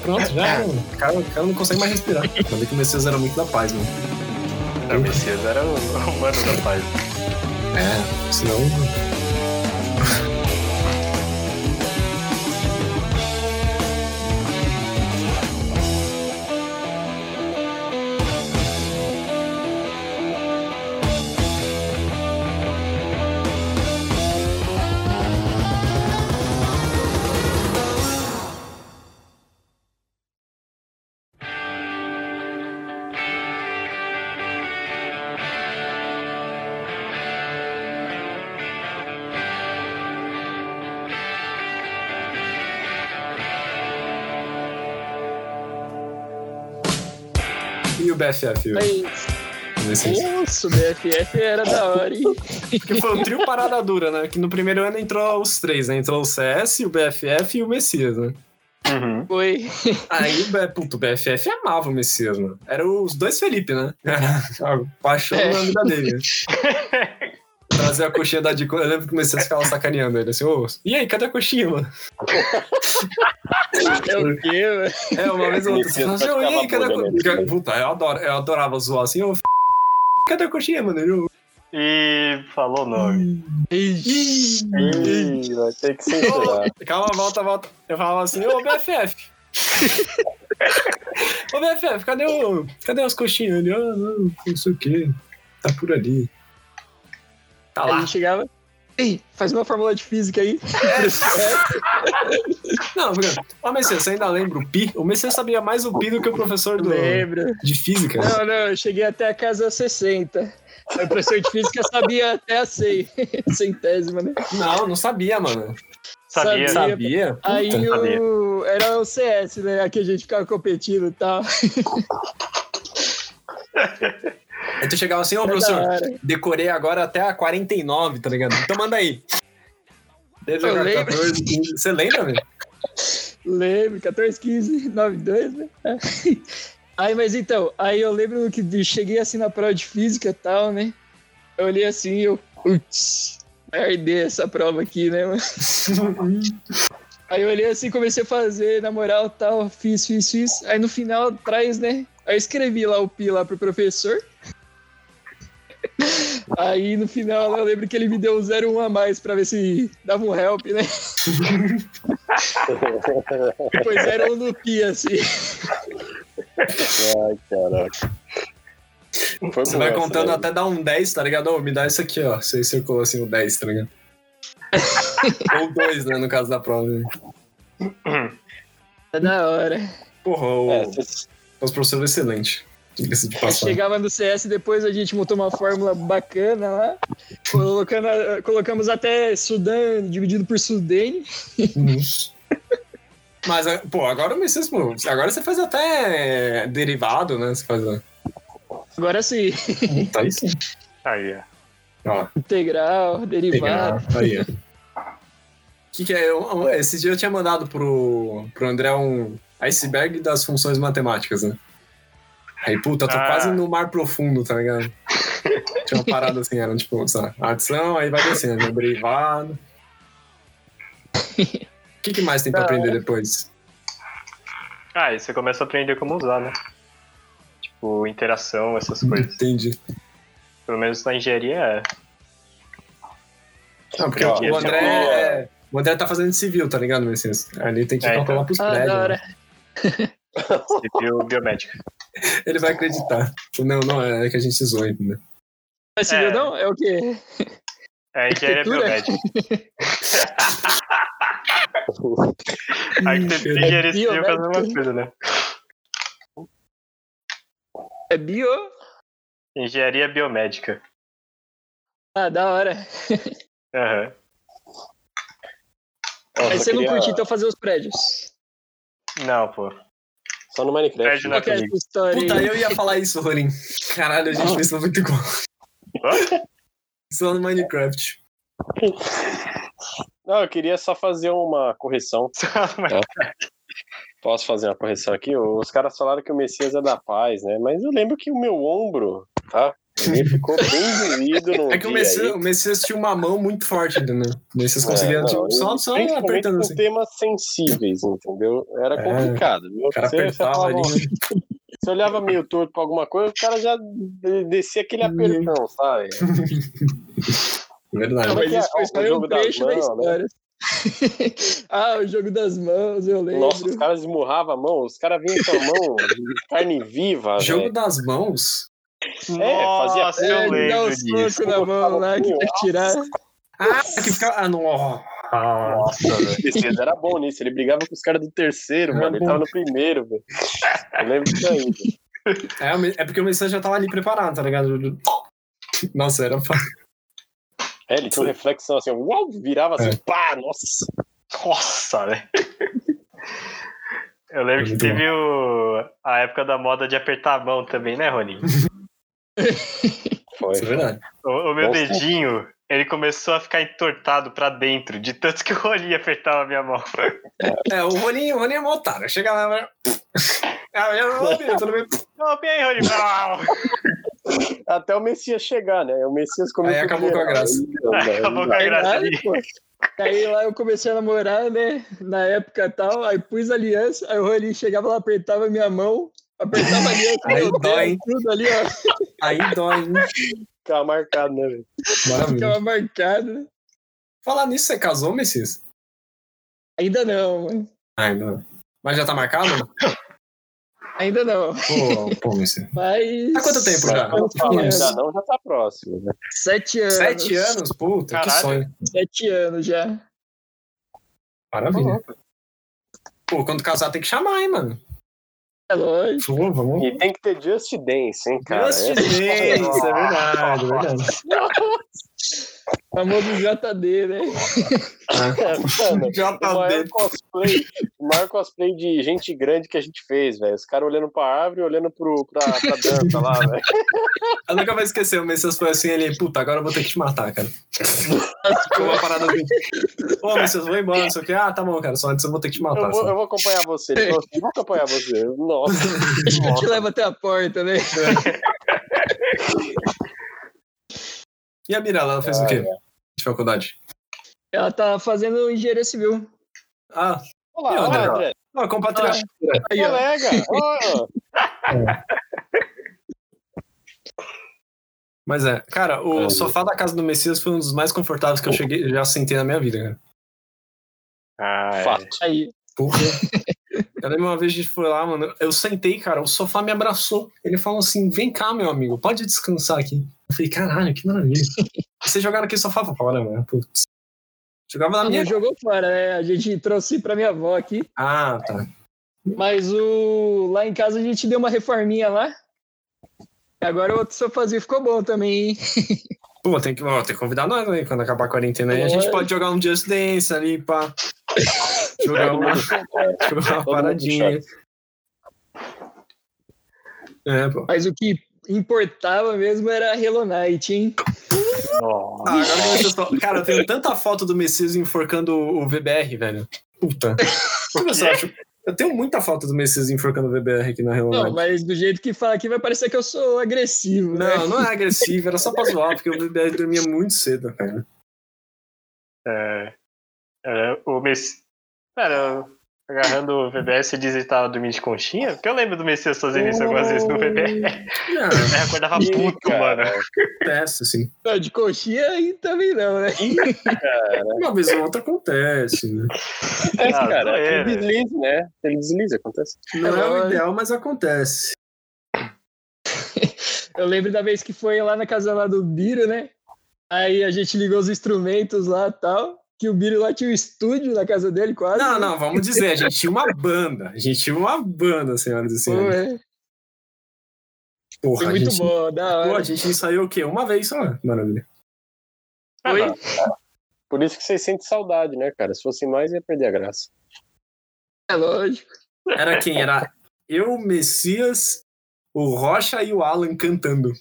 S2: Pronto, já. era, mano. O cara, o cara não consegue mais respirar. Falei que o Messias era muito da paz, né? mano.
S3: Não, o Messias era o o mano da paz.
S2: É, senão. E o BFF, viu?
S5: Mas,
S2: O Messias.
S5: nossa, o BFF era da hora, hein?
S2: Porque foi o trio parada dura, né? Que no primeiro ano entrou os três, né? Entrou o CS, o BFF e o Messias, né?
S3: Uhum.
S5: Foi.
S2: Aí, o B- puto, o BFF amava o Messias, mano. Era os dois Felipe, né? A Paixão
S5: É.
S2: na vida dele. né? Trazer a coxinha da Dico. Eu lembro que o Messias ficava sacaneando ele, assim, ô, e aí, cadê a coxinha, mano?
S5: É o quê, mano?
S2: É, uma vez ou outra. Você fala assim, ô, e aí, cadê a coxinha? Puta, eu, adoro, eu adorava zoar assim, ô, f***, cadê a coxinha, mano? Ele, ô,
S3: E falou o nome.
S5: Ixi.
S4: Ih, vai ter que censurar.
S2: Calma, volta, volta. Eu falava assim, ô BFF. ô BFF, cadê, o, cadê as coxinhas? Ele, ah, não, não sei o que. Tá por ali. Tá
S5: A
S2: lá.
S5: gente chegava. Ei, faz uma fórmula de física aí. É,
S2: Não, porque, ó, Messias, você ainda lembra o Pi? O Messias sabia mais o Pi do que o professor do,
S5: Lembra?
S2: de física.
S5: Não, não, eu cheguei até a casa 60. Aí O professor de física sabia até a 100. Centésima, né?
S2: Não, não sabia, mano.
S3: Sabia.
S2: Sabia?
S5: Sabia. Aí
S2: Puta.
S5: o... era o CS, né? Aqui a gente ficava competindo e tal.
S2: Aí tu chegava assim, ô
S5: Da
S2: professor,
S5: hora.
S2: decorei agora até a 49, tá ligado? Então manda aí. Desde
S5: Eu
S2: agora,
S5: lembro.
S2: 14, 15. Você lembra, velho?
S5: Lembro, 14, 15, 9, 2, né? Aí, mas então, aí eu lembro que de- cheguei assim na prova de física e tal, né? Eu olhei assim e eu, putz, vai arder essa prova aqui, né, mano? aí eu olhei assim, comecei a fazer, na moral, tal, fiz, fiz, fiz. Aí no final, atrás, né? Aí eu escrevi lá o pi lá pro professor. Aí no final eu lembro que ele me deu 0,1 a mais pra ver se dava um help, né? Foi 0,1 no Pia, assim.
S4: Ai, caraca. Foi
S2: Você
S4: bom
S2: vai
S4: essa,
S2: contando
S4: né?
S2: até dar um 10, tá ligado? Ô, me dá isso aqui, ó. Você circulou assim o 10, tá ligado? Ou 2, né, no caso da prova. né?
S5: Tá da hora.
S2: Porra, o
S4: É, vocês-
S2: nosso professor é excelente. Diga-se de passagem.
S5: Chegava no CS depois, a gente montou uma fórmula bacana lá. Colocando, a- colocamos até Sudã dividido por Sudene.
S2: Uhum. Mas, é, pô, agora o Messias, pô, agora você faz até derivado, né? Você faz. ó.
S5: Agora sim,
S2: Tá aí sim.
S3: Aí, é. ó.
S2: Ó,
S5: integral, derivado.
S2: derivado, aí, ó. Que que é? Eu- eu- Esse dia eu tinha mandado pro, pro André um iceberg das funções matemáticas, né? Aí, puta, eu tô
S3: Ah.
S2: quase no mar profundo, tá ligado? Tinha uma parada assim, era tipo, sabe? Adição, aí vai descendo, né? derivado. O que, que mais tem pra
S5: Da
S2: aprender
S3: é.
S2: depois?
S3: Ah, e você começa a aprender como usar, né? Tipo, interação, essas coisas.
S2: Entendi.
S3: Pelo menos na engenharia é.
S2: Não, porque
S4: Ó,
S2: o,
S3: esse
S2: André,
S4: é
S2: é- o André tá fazendo civil, tá ligado, Messias? Ali tem que
S3: É, então.
S2: calcular pros
S5: Ah,
S2: prédios.
S5: da
S2: né?
S5: hora.
S3: Civil biomédica.
S2: Ele vai acreditar. Não, não, é que a gente zoa ainda.
S5: Mas se viu,
S3: É.
S5: não? É o quê?
S3: É engenharia
S5: Arquitetura?
S3: biomédica. Arquitetura e engenharia civil faz a mesma coisa, né?
S5: É bio?
S3: Engenharia biomédica.
S5: Ah, da hora.
S3: Aham.
S4: ó,
S5: Aí
S4: só
S5: você não
S4: queria-
S5: curte, então, fazer os prédios.
S3: Não, pô.
S4: Só no Minecraft. né?
S3: Prédio
S5: Qual
S3: na
S5: que é
S3: comigo.
S5: essa história
S2: Puta,
S5: aí?
S2: eu ia falar isso, Rolim. Caralho, a gente pensou muito igual.
S3: Hã?
S2: Só no Minecraft.
S4: Não, eu queria só fazer uma correção.
S3: Só uma-
S4: Posso fazer uma correção aqui? Os caras falaram que o Messias é da paz, né? Mas eu lembro que o meu ombro, tá? Ele ficou bem doído no
S2: É que o
S4: dia aí.
S2: Messias, o Messias tinha uma mão muito forte ainda, né? O Messias conseguia,
S4: É, não,
S2: tipo, só,
S4: e
S2: só
S4: principalmente
S2: apertando
S4: com
S2: assim.
S4: temas sensíveis, entendeu? Era
S2: É,
S4: complicado. viu?
S2: O cara
S4: Você- você
S2: apertava
S4: falava,
S2: ali.
S4: Você olhava meio torto pra alguma coisa, o cara já de- descia aquele
S2: Uhum.
S4: apertão, sabe?
S2: Verdade.
S4: Como é
S5: Mas
S4: que é?
S5: isso foi
S4: O
S5: só um
S4: jogo das
S5: trecho da
S4: mãos, né?
S5: história. ah, o jogo das mãos, eu lembro.
S4: Nossa, os caras esmurravam a mão, os caras vinham com a mão de carne viva.
S2: Jogo
S4: velho.
S2: das mãos?
S4: fazia
S3: Nossa,
S5: é,
S3: eu
S5: de dar
S3: lembro
S5: o
S3: disso.
S5: soco na mão lá, que tem que tirar.
S2: Ah, que ficava. Ah, não. ó. Ah,
S3: Nossa, velho.
S4: O Messias era bom nisso, ele brigava com os caras do terceiro,
S2: Era
S4: mano. Ele
S2: bom.
S4: tava no primeiro, velho. Eu lembro disso aí.
S2: É, o Me- é porque o Messias já tava ali preparado, tá ligado? Nossa, era fácil.
S4: É, ele tinha uma reflexão assim, ó, uau, virava
S2: É.
S4: assim, pá, nossa.
S3: Nossa, velho. Eu lembro que
S2: Muito
S3: teve o... a época da moda de apertar a mão também, né, Roninho?
S4: Foi.
S2: Isso é verdade.
S3: O, o meu
S4: Nossa.
S3: dedinho, ele começou a ficar entortado pra dentro, de tanto que o Roninho apertava a minha mão.
S2: É, o Rolinho, o Rolinho é mó otário. Chega lá, vai- Ah, eu não ouvi, tudo bem.
S3: Não, bem aí, Roninho. Au!
S4: Até o Messias chegar, né? O Messias começou
S2: Aí acabou com a graça.
S4: né,
S3: Acabou com
S4: Tá
S3: a
S5: Aí
S3: graça
S5: nada,
S3: ali.
S5: pô. Aí lá eu comecei a namorar, né? Na época tal, aí pus a aliança, aí o Rolinho chegava lá, apertava minha mão, apertava a aliança,
S2: Aí
S5: meu
S2: dói,
S5: Deus,
S2: hein?
S5: tudo ali, ó,
S2: Aí dói, hein?
S4: Ficar marcado, né, velho?
S2: Maravilha.
S5: ficava marcado. né?
S2: Falar nisso, você casou, Messias?
S5: Ainda não, mano.
S2: Ainda. Mas já tá marcado?
S5: ainda não.
S2: Pô, pô, Messias.
S5: Mas.
S2: Há quánto tempo já?
S4: Quando fala ainda
S5: anos.
S4: não, já tá próximo, né?
S5: Sete anos.
S2: Sete anos? Puta, que
S3: Caralho.
S2: sonho.
S5: Sete anos já.
S2: Maravilha. Pô, quando casar tem que chamar, hein, mano.
S5: É lógico.
S2: Pô, vamos.
S4: E tem que ter Just Dance, hein, cara?
S2: Just Dance, é verdade, é verdade.
S5: O famoso JD, né?
S4: É, mano,
S2: Já
S4: o
S2: tá
S4: maior
S2: dentro.
S4: cosplay, o maior cosplay de gente grande que a gente fez, velho. Os caras olhando pra árvore e olhando pro, pra, pra dança lá, velho.
S2: Eu nunca vou esquecer, o Messias foi assim, ele, puta, agora eu vou ter que te matar, cara. Ficou uma parada assim. Ô, Messias, vou embora, não sei o quê. Ah, tá bom, cara, só antes eu vou ter que te matar.
S4: Eu vou,
S2: sabe?
S4: eu vou acompanhar você. Ele falou assim, vou acompanhar você. Nossa,
S5: A gente leva até a porta, né?
S2: E a Mirella, ela
S4: Ah,
S2: fez o
S4: é.
S2: quê? De faculdade?
S5: Ela tá fazendo engenharia civil.
S2: Ah,
S4: olá,
S2: E, André?
S4: olá, André.
S2: não, é compatriota.
S5: Aí, ó.
S4: Colega. ó.
S2: Mas é, cara, o
S4: É.
S2: sofá da casa do Messias foi um dos mais confortáveis que eu cheguei, já sentei na minha vida, cara.
S3: Ah, é.
S4: Fato.
S5: Aí,
S2: Porra. eu lembro uma vez que a gente foi lá, mano. Eu sentei, cara, o sofá me abraçou. Ele falou assim: vem cá, meu amigo, pode descansar aqui. Eu falei, caralho, que maravilha. Vocês jogaram aqui sofá pra fora, né, mano. Putz. Jogava na
S5: não
S2: minha.
S5: jogou fora, né? A gente trouxe pra minha avó aqui.
S2: Ah, tá.
S5: Mas o lá em casa a gente deu uma reforminha lá. Agora o outro sofazinho ficou bom também, hein?
S2: Pô, tem que, ó, tem que convidar nós aí quando acabar a quarentena aí. A gente
S5: É.
S2: pode jogar um Just Dance ali, pá. Jogar uma, jogar uma
S4: mundo
S2: paradinha. É, pô.
S5: Mas o que importava mesmo era a Hello Night, hein?
S3: Nossa.
S2: Ah, agora que vocês falam- Cara, eu tenho tanta foto do Messias enforcando o VBR, velho. Puta. Como você acha? Eu tenho muita foto do Messias enforcando o VBR aqui na
S5: Não,
S2: reunião.
S5: mas do jeito que fala aqui vai parecer que eu sou agressivo, né?
S2: Não, não é agressivo, era só pra zoar, porque o VBR dormia muito cedo, cara.
S3: É, é, o Messias. Cara, agarrando o VBS, você dizia que tava dormindo de conchinha? Porque eu lembro do Messias fazendo isso algumas vezes no VBS.
S2: É,
S3: Eu acordava
S4: Ih,
S3: puto,
S4: cara.
S3: mano.
S2: acontece, assim.
S5: Não, De coxinha aí também não, né?
S2: Uma vez ou outra acontece, né?
S4: É,
S3: Ah,
S4: cara,
S3: zoeira.
S4: ele desliza, né? Ele desliza, acontece.
S2: Não é o ideal, mas acontece.
S5: Eu lembro da vez que foi lá na casa lá do Biro, né? Aí a gente ligou os instrumentos lá e tal. Que o Biro lá tinha um estúdio na casa dele, quase.
S2: Não, não, vamos dizer, a gente tinha uma banda. A gente tinha uma banda, senhoras e
S5: Pô,
S2: senhores.
S5: é.
S2: Porra,
S5: Foi
S2: a
S5: muito
S2: gente-
S5: bom, né? da
S2: Pô, a
S5: hora.
S2: gente ensaiou o quê? Uma vez só. Maravilha.
S5: Oi?
S4: Por isso que vocês sentem saudade, né, cara? Se fosse mais, ia perder a graça.
S5: É lógico.
S2: Era quem? Era eu, o Messias, o Rocha e o Alan cantando.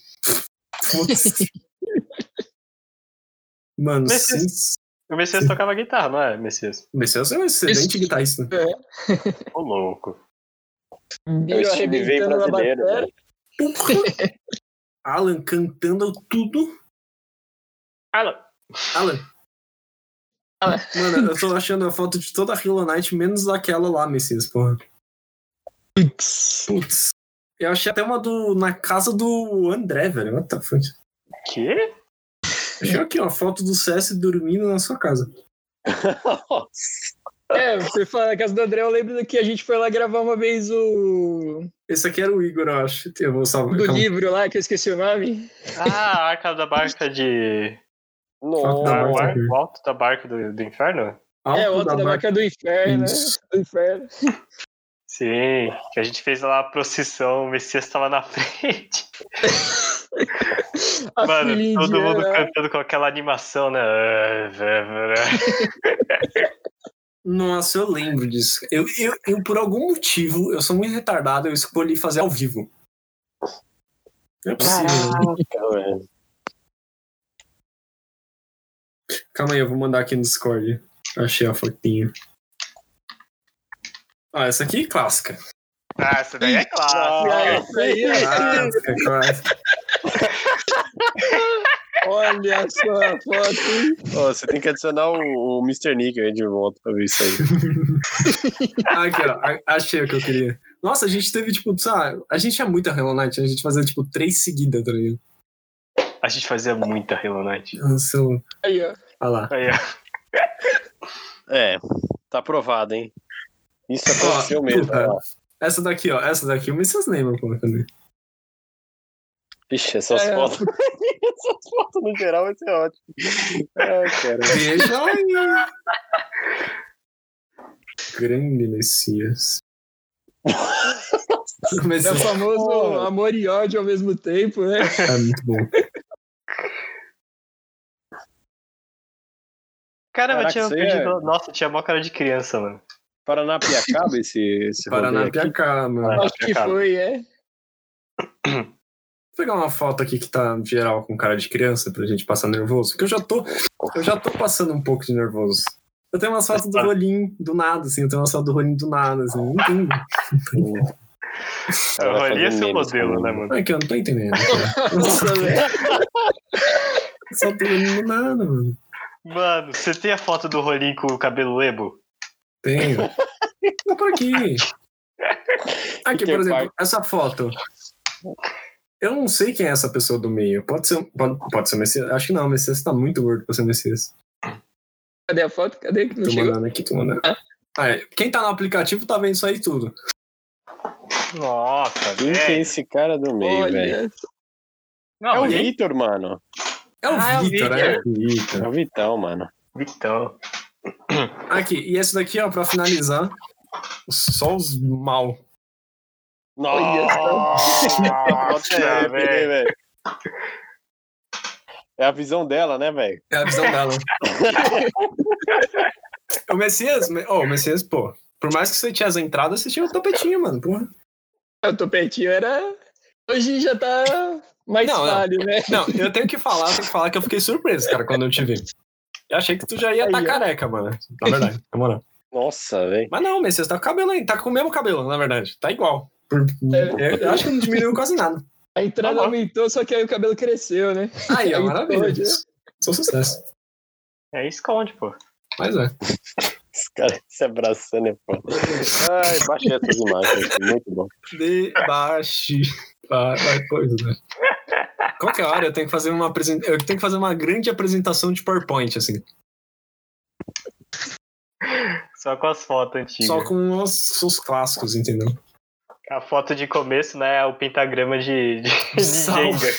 S2: Foda-se. Mano,
S3: Messias.
S2: sim.
S3: O Messias tocava guitarra, não é, Messias?
S2: O Messias é um excelente
S5: Esse-
S2: guitarrista.
S3: Ô, louco.
S4: É o Steve Vai
S5: arrebentando na
S4: brasileiro,
S5: bateria.
S4: né?
S2: Alan cantando tudo.
S3: Alan.
S2: Alan.
S5: Alan.
S2: Mano, eu tô achando a foto de toda a Hello Night, menos daquela lá, Messias, porra.
S5: Putz.
S2: Putz. Eu achei até uma do, na casa do André, velho. What the fuck?
S3: Que?
S2: Achei aqui uma foto do CS dormindo na sua casa.
S5: É, você fala na casa do André, eu lembro que a gente foi lá gravar uma vez o
S2: Esse aqui era o Igor, eu acho. Eu vou salvar. um
S5: do
S2: calma.
S5: livro lá, que eu esqueci o nome.
S3: Ah, a arca da barca de.
S2: Tá
S3: Ah,
S2: bom,
S3: o,
S4: Nossa,
S2: tá
S3: ar- o alto da barca do, do inferno?
S2: Alto
S5: é, outro da, marca do inferno,
S2: Isso.
S5: né? Do inferno.
S3: Sim, que a gente fez lá a procissão, o Messias tava na frente.
S5: A
S3: Mano,
S5: filhinha
S3: todo mundo
S4: né?
S5: indiana.
S3: cantando com aquela animação, né?
S2: Nossa, eu lembro disso. Eu, eu, eu, por algum motivo, eu sou muito retardado, eu escolhi fazer ao vivo. Não é possível.
S4: velho.
S2: Calma aí, eu vou mandar aqui no Discord. Achei a fotinha. Ah, essa aqui é clássica.
S3: Ah, essa daí é
S5: Ah,
S3: clássica.
S5: isso aí, é
S2: Clássica, clássica. Ah.
S5: Olha só a foto. hein?
S4: Ó, você tem que adicionar o, o Mr. Nickel aí de volta pra ver isso aí.
S2: Ah, Aqui, ó. a- Achei o que eu queria. Nossa, a gente teve, tipo, sabe, a gente é muito a Hello Night, a gente fazia, tipo, três seguidas, tá ligado?
S3: A gente fazia muita Hello Night.
S2: Nossa, eu-
S5: Aí, ó.
S2: olha lá.
S3: Aí, ó.
S4: É, tá aprovado, hein? Isso aconteceu
S2: Ó,
S4: mesmo.
S2: puta.
S4: ó.
S2: Essa daqui, ó. Essa daqui, mas vocês lembram como é que eu dei?
S4: Ixi, essas
S5: É.
S4: fotos. essas fotos no geral vai ser ótimo. Ai, cara.
S2: Deixa aí. Grande Messias. Mas
S5: É o
S2: isso
S5: famoso
S4: Pô.
S5: amor e ódio ao mesmo tempo, né?
S2: é muito bom.
S3: Caramba,
S4: Caraca,
S3: tinha um
S4: isso aí
S3: vídeo
S4: é-
S3: do- Nossa, tinha mó cara de criança, mano.
S4: Paranapiacaba esse, esse rolê aqui?
S2: Paranapiacá, mano.
S5: Acho que
S3: cara.
S5: foi, é.
S2: Vou pegar uma foto aqui que tá geral com cara de criança pra gente passar nervoso. Porque eu já tô. Eu já tô passando um pouco de nervoso. Eu tenho umas fotos do rolinho do nada, assim. Eu tenho umas fotos do rolinho do nada, assim. Não entendo.
S4: Ela vai
S3: Ali é
S4: fazer
S3: seu
S4: memes
S3: modelo,
S4: com-
S3: né, mano?
S2: É que eu não tô entendendo. cara.
S5: Nossa, velho.
S2: Só do rolinho do nada, mano.
S3: Mano, você tem a foto do rolinho com o cabelo lebo?
S2: Tenho. Tá por aqui. Aqui,
S4: Peter
S2: por exemplo,
S4: Parker.
S2: essa foto. Eu não sei quem é essa pessoa do meio. Pode ser, um, pode, pode ser o Messias. Acho que não, o Messias tá muito gordo pra ser o Messias.
S5: Cadê a foto? Cadê que não
S2: Tô
S5: chegou?
S2: mandando aqui, tô mandando. Ah, é. Quem tá no aplicativo tá vendo isso aí tudo.
S3: Nossa,
S4: Quem que é
S3: velho.
S4: esse cara do meio, velho?
S5: Olha,
S4: É
S3: Não,
S4: o
S3: é
S4: Vitor, mano.
S2: É o
S3: Ah, é o
S2: Vitor, né? É o Vitor.
S4: É o Vitão, mano.
S3: Vitão.
S2: Aqui, e esse daqui, ó, pra finalizar, só os mal.
S5: Olha
S4: Nossa,
S3: Nossa,
S4: velho.
S3: velho.
S4: velho. É a visão dela, né, velho?
S2: É a visão dela. o Messias, me- ô, o Messias, pô, por mais que você tinha as entradas, você tinha o tapetinho, mano, porra.
S5: eu tô pertinho, era. Hoje já tá mais
S2: Não, é. não.
S5: falho, né?
S2: Não, eu tenho que falar, tenho que falar que eu fiquei surpreso, cara, quando eu te vi. Eu achei que tu já ia
S5: Aí,
S2: estar
S5: ó.
S2: careca, mano. Na verdade, na moral.
S4: Nossa, velho.
S2: Mas não, Messias, tá com o cabelo aí, tá com o mesmo cabelo, na verdade. Tá igual.
S5: É.
S2: Eu acho que não diminuiu quase nada.
S5: A entrada
S3: Tá bom.
S5: aumentou, só que aí o cabelo cresceu, né?
S2: Aí, ó,
S5: Aí
S2: maravilha.
S5: pode, né?
S2: Sou sucesso.
S3: É, esconde, pô.
S2: Mas é.
S4: Os caras se abraçando é foda. Ai, baixa essas imagens. aqui, Muito bom.
S2: Debaixo. Vai, vai, coisa, né? Qualquer hora eu tenho que fazer uma apresen- eu tenho que fazer uma grande apresentação de PowerPoint, assim.
S3: Só com as fotos antigas.
S2: Só com os, os clássicos, entendeu?
S3: A foto de começo, né? O pentagrama de, de, de
S2: Sal.
S3: Jenga.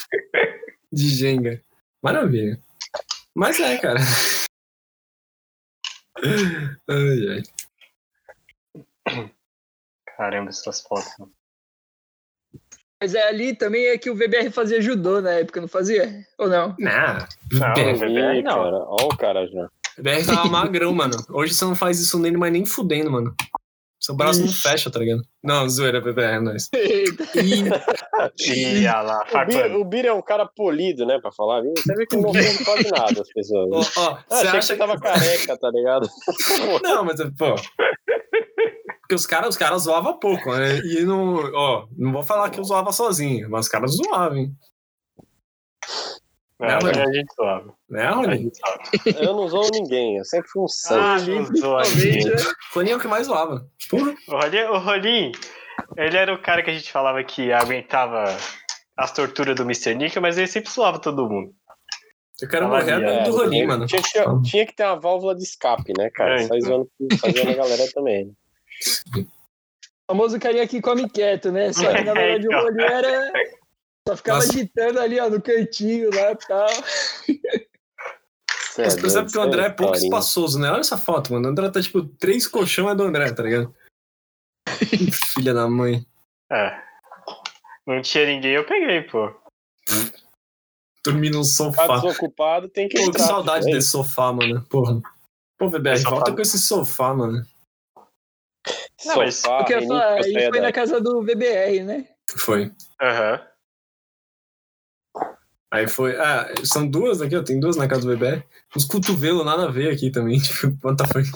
S2: De Jenga. Maravilha. Mas é, cara. Ai, ai.
S3: Caramba, essas fotos. mano.
S5: Mas é ali também é que o VBR fazia judô na época, não fazia? Ou não?
S2: Nah.
S3: Não,
S2: BR,
S3: VBR
S4: Ih,
S3: não.
S4: cara. Ó o cara já.
S2: BR tava magrão, mano. Hoje você não faz isso nele, mas nem fudendo, mano. Seu braço não fecha, tá ligado? Não, zoeira, BBR, é nóis.
S5: Eita,
S3: Ih, ah lá,
S4: O Bira,
S3: farpando.
S4: o Bira é um cara polido, né, pra falar. viu? Você vê que não não pode nada as pessoas.
S2: Ó,
S4: né?
S2: ó,
S4: Ah,
S2: você
S4: achei
S2: acha
S4: que você tava careca, tá ligado?
S2: Não, mas, pô. Porque os caras os caras zoavam pouco, né? E não. Ó, não vou falar que eu zoava sozinho, mas os caras zoavam, hein?
S3: Não,
S2: Não,
S3: a gente Ah, sobe.
S2: Né,
S3: A
S2: Rony?
S3: gente sobe.
S4: Eu não zoo ninguém, eu sempre fui um santo.
S3: Ah, não zoa
S5: realmente,
S3: ninguém.
S5: né?
S2: Rolinho é o que mais zoava. Porra.
S3: O Rolim- O Rolim, ele era o cara que a gente falava que aguentava as torturas do Mr. Nickel, mas ele sempre suava todo mundo.
S2: Eu quero
S3: Ah,
S2: morrer
S4: É,
S2: do Rolinho, mano. então.
S4: Tinha, tinha- tinha que ter uma válvula de escape, né, cara?
S3: É,
S4: Sai zoando, sai zoando a galera também.
S5: O famoso carinha que come quieto, né? Só que na verdade o
S3: Então.
S5: olho era. Só ficava
S2: É, Nossa.
S5: agitando ali, ó, no cantinho lá e tal.
S4: Cê é
S2: Mas percebe
S4: doido,
S2: que o André
S4: cê
S2: é pouco
S4: historinha.
S2: espaçoso, né? Olha essa foto, mano. O André tá tipo três colchão é do André, tá ligado? Filha da mãe.
S3: É. Não tinha ninguém, eu peguei, pô.
S2: Dormi num
S4: Tá
S2: sofá.
S4: desocupado, tem que
S2: Pô, que
S4: entrar.
S2: saudade
S4: né?
S2: desse sofá, mano. Porra. Pô, BBR,
S3: Esse
S2: volta
S3: sofá-
S2: com esse sofá, mano.
S3: Não, mas
S2: Ah,
S4: Sofá,
S5: eu quero
S4: início
S5: falar,
S4: da
S5: isso foi na
S4: sociedade.
S5: casa do VBR, né?
S2: Foi.
S3: Aham.
S2: Aí foi. Ah, são duas aqui, ó. Tem duas na casa do bebê. Os cotovelos nada a ver aqui também. Tipo, what the fuck?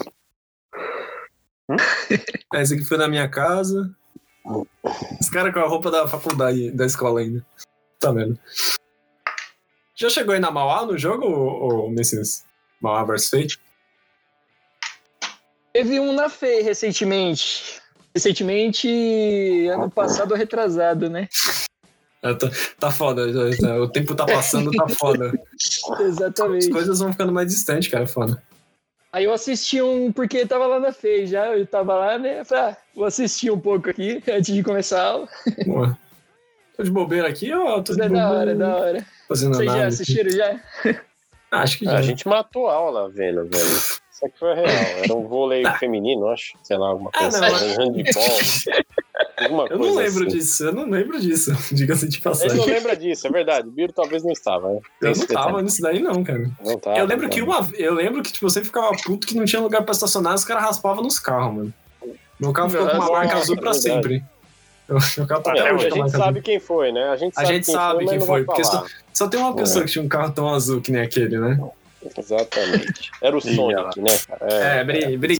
S5: Hum?
S2: Ah, Esse aqui foi na minha casa. Esse cara com a roupa da faculdade, da escola ainda. Tá vendo? Já chegou aí na Mauá no jogo, ô, ô Messias? Mauá vs Fate?
S5: Teve um na FEI recentemente. Recentemente, ano passado ou retrasado, né?
S2: Ah, tá, tá foda, já- já- o tempo tá passando, tá foda. As
S5: Exatamente.
S2: coisas vão ficando mais distantes, cara, é foda.
S5: Aí eu assisti um, porque tava lá na FEI já, eu tava lá, né? Eu Falei, ah, vou assistir um pouco aqui antes de começar a aula.
S2: Boa. Tô de bobeira aqui, ó. Tô de
S5: É da hora,
S2: bobeira.
S5: é da hora.
S2: Fazendo
S5: Vocês já
S2: nada.
S5: assistiram já?
S2: Ah, acho que já.
S4: A gente matou a aula vendo, velho. Isso aqui foi real. Era um vôlei feminino, acho. Sei lá, alguma
S2: Tá. Ah,
S4: coisa
S2: não,
S4: assim. Handball. Alguma
S2: Eu
S4: coisa
S2: não lembro
S4: assim.
S2: disso, eu não lembro disso. Diga-se de
S4: Ele
S2: passagem.
S4: não lembra disso, é verdade. O Biro talvez não estava, né?
S2: Eu
S4: Esse
S2: não
S4: detalhe.
S2: tava nisso daí, não, cara.
S4: Não tava, né?
S2: Eu lembro
S4: não
S2: que
S4: tava.
S2: uma eu lembro que tipo, você ficava puto que não tinha lugar pra estacionar, os caras raspavam nos carros, mano. Meu carro ficou com uma
S5: Nossa,
S2: marca azul pra
S4: verdade.
S2: sempre. Eu- Meu carro tá
S3: Até
S2: até
S4: Não,
S2: hoje
S4: a
S2: com a
S4: gente
S2: marca azul.
S4: sabe quem foi, né? A gente
S2: A
S4: sabe,
S2: gente
S4: quem,
S2: sabe
S4: foi, mas
S2: quem
S4: não
S2: foi,
S4: vai
S2: porque
S4: falar.
S2: Só tem
S4: É.
S2: uma pessoa que tinha um carro tão azul que nem aquele, né?
S4: Exatamente. Era o Sonic, né, cara?
S2: É, bri, bri.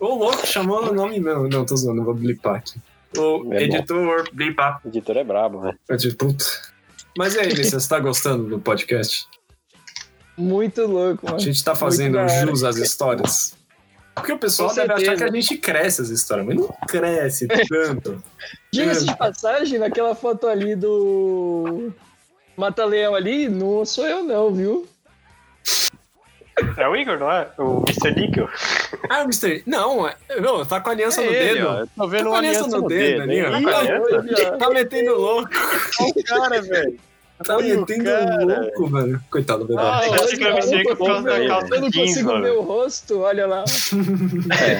S2: Ô louco, chamou o nome meu. Não, tô zoando, eu vou blipar aqui. O
S4: É bom.
S2: editor, blipar.
S4: O editor é brabo, né?
S2: Eu te puto. Mas e aí, Messias, você tá gostando do podcast?
S5: Muito louco,
S2: A
S5: mano.
S2: gente tá fazendo
S5: da hora.
S2: jus às histórias. Porque o pessoal
S5: Com
S2: deve achar que
S5: certeza.
S2: a gente cresce essa história, mas não cresce tanto.
S5: Diga-se de passagem, naquela foto ali do Mata-Leão ali, não sou eu não, viu?
S3: É o Igor, não é? O Mr. Nickel.
S2: Ah, Mr. Não, é- não, tá com a aliança
S3: É
S2: no
S3: ele,
S2: dedo.
S3: ó.
S4: Eu tô vendo
S2: Tá
S4: uma
S2: com aliança
S4: aliança
S2: no
S4: no
S2: dedo
S4: dedo,
S2: ali, ó.
S4: hein?
S3: Tá com
S4: Ih,
S3: aliança?
S5: Olha,
S2: Tá metendo louco,
S4: olha o cara, velho.
S2: tá
S4: Olha o
S2: metendo
S4: cara.
S2: louco, velho. Coitado do bebê.
S4: Ah,
S5: olha,
S3: eu acho que vai
S5: cara,
S3: mexer
S5: eu tô
S3: com o calça-
S5: vendo-
S3: calça
S5: Eu não
S3: jeans,
S5: consigo
S3: mano.
S5: ver o rosto, olha lá.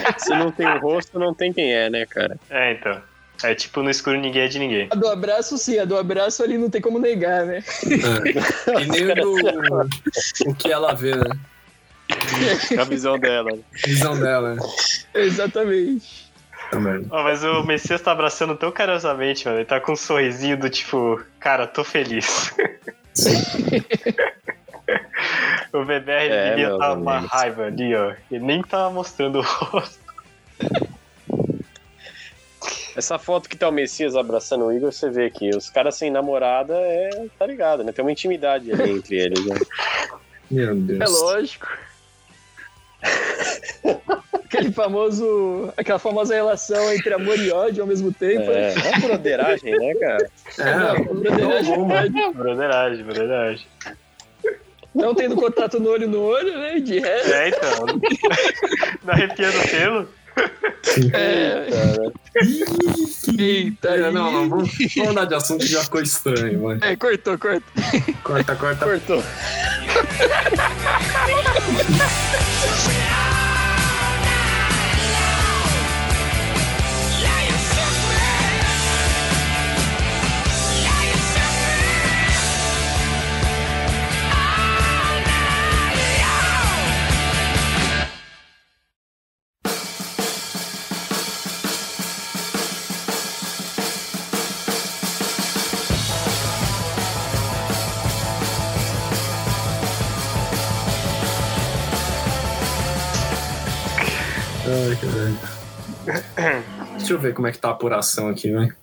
S4: É, se não tem o rosto, não tem quem é, né, cara?
S3: É, então. É tipo, no escuro ninguém é de ninguém.
S5: A do abraço, sim, a do abraço ali não tem como negar, né?
S2: É. E nem o do. O que ela vê, né?
S4: A visão dela.
S2: Visão dela, né?
S5: Exatamente.
S2: Tá merda.
S3: Ó, mas o Messias tá abraçando tão carinhosamente, mano. Ele tá com um sorrisinho do tipo, cara, tô feliz. o BBR
S4: É,
S3: devia
S4: meus
S3: tá uma
S4: amigos.
S3: raiva ali, ó. Ele nem tá mostrando o rosto.
S4: Essa foto que tá o Messias abraçando o Igor, você vê que os caras sem namorada é. tá ligado, né? Tem uma intimidade ali entre eles. Né?
S2: Meu Deus.
S5: É lógico. Aquele famoso. Aquela famosa relação entre amor e ódio ao mesmo tempo. né?
S4: É, é uma broderagem, né, cara?
S2: É,
S5: Não, broderagem,
S2: não,
S5: né?
S3: Broderagem, broderagem.
S5: não tendo contato no olho no olho, né? De resto.
S3: É, então. Não arrepia do pelo.
S5: É.
S4: né?
S2: não,
S5: Eita,
S2: não,
S5: Tá aí.
S2: não, vamos, vamos mudar de assunto que já ficou estranho, mano.
S5: É, cortou, cortou.
S2: Corta, corta.
S4: Cortou.
S2: Ai, caralho. Deixa eu ver como é que tá a apuração aqui, né?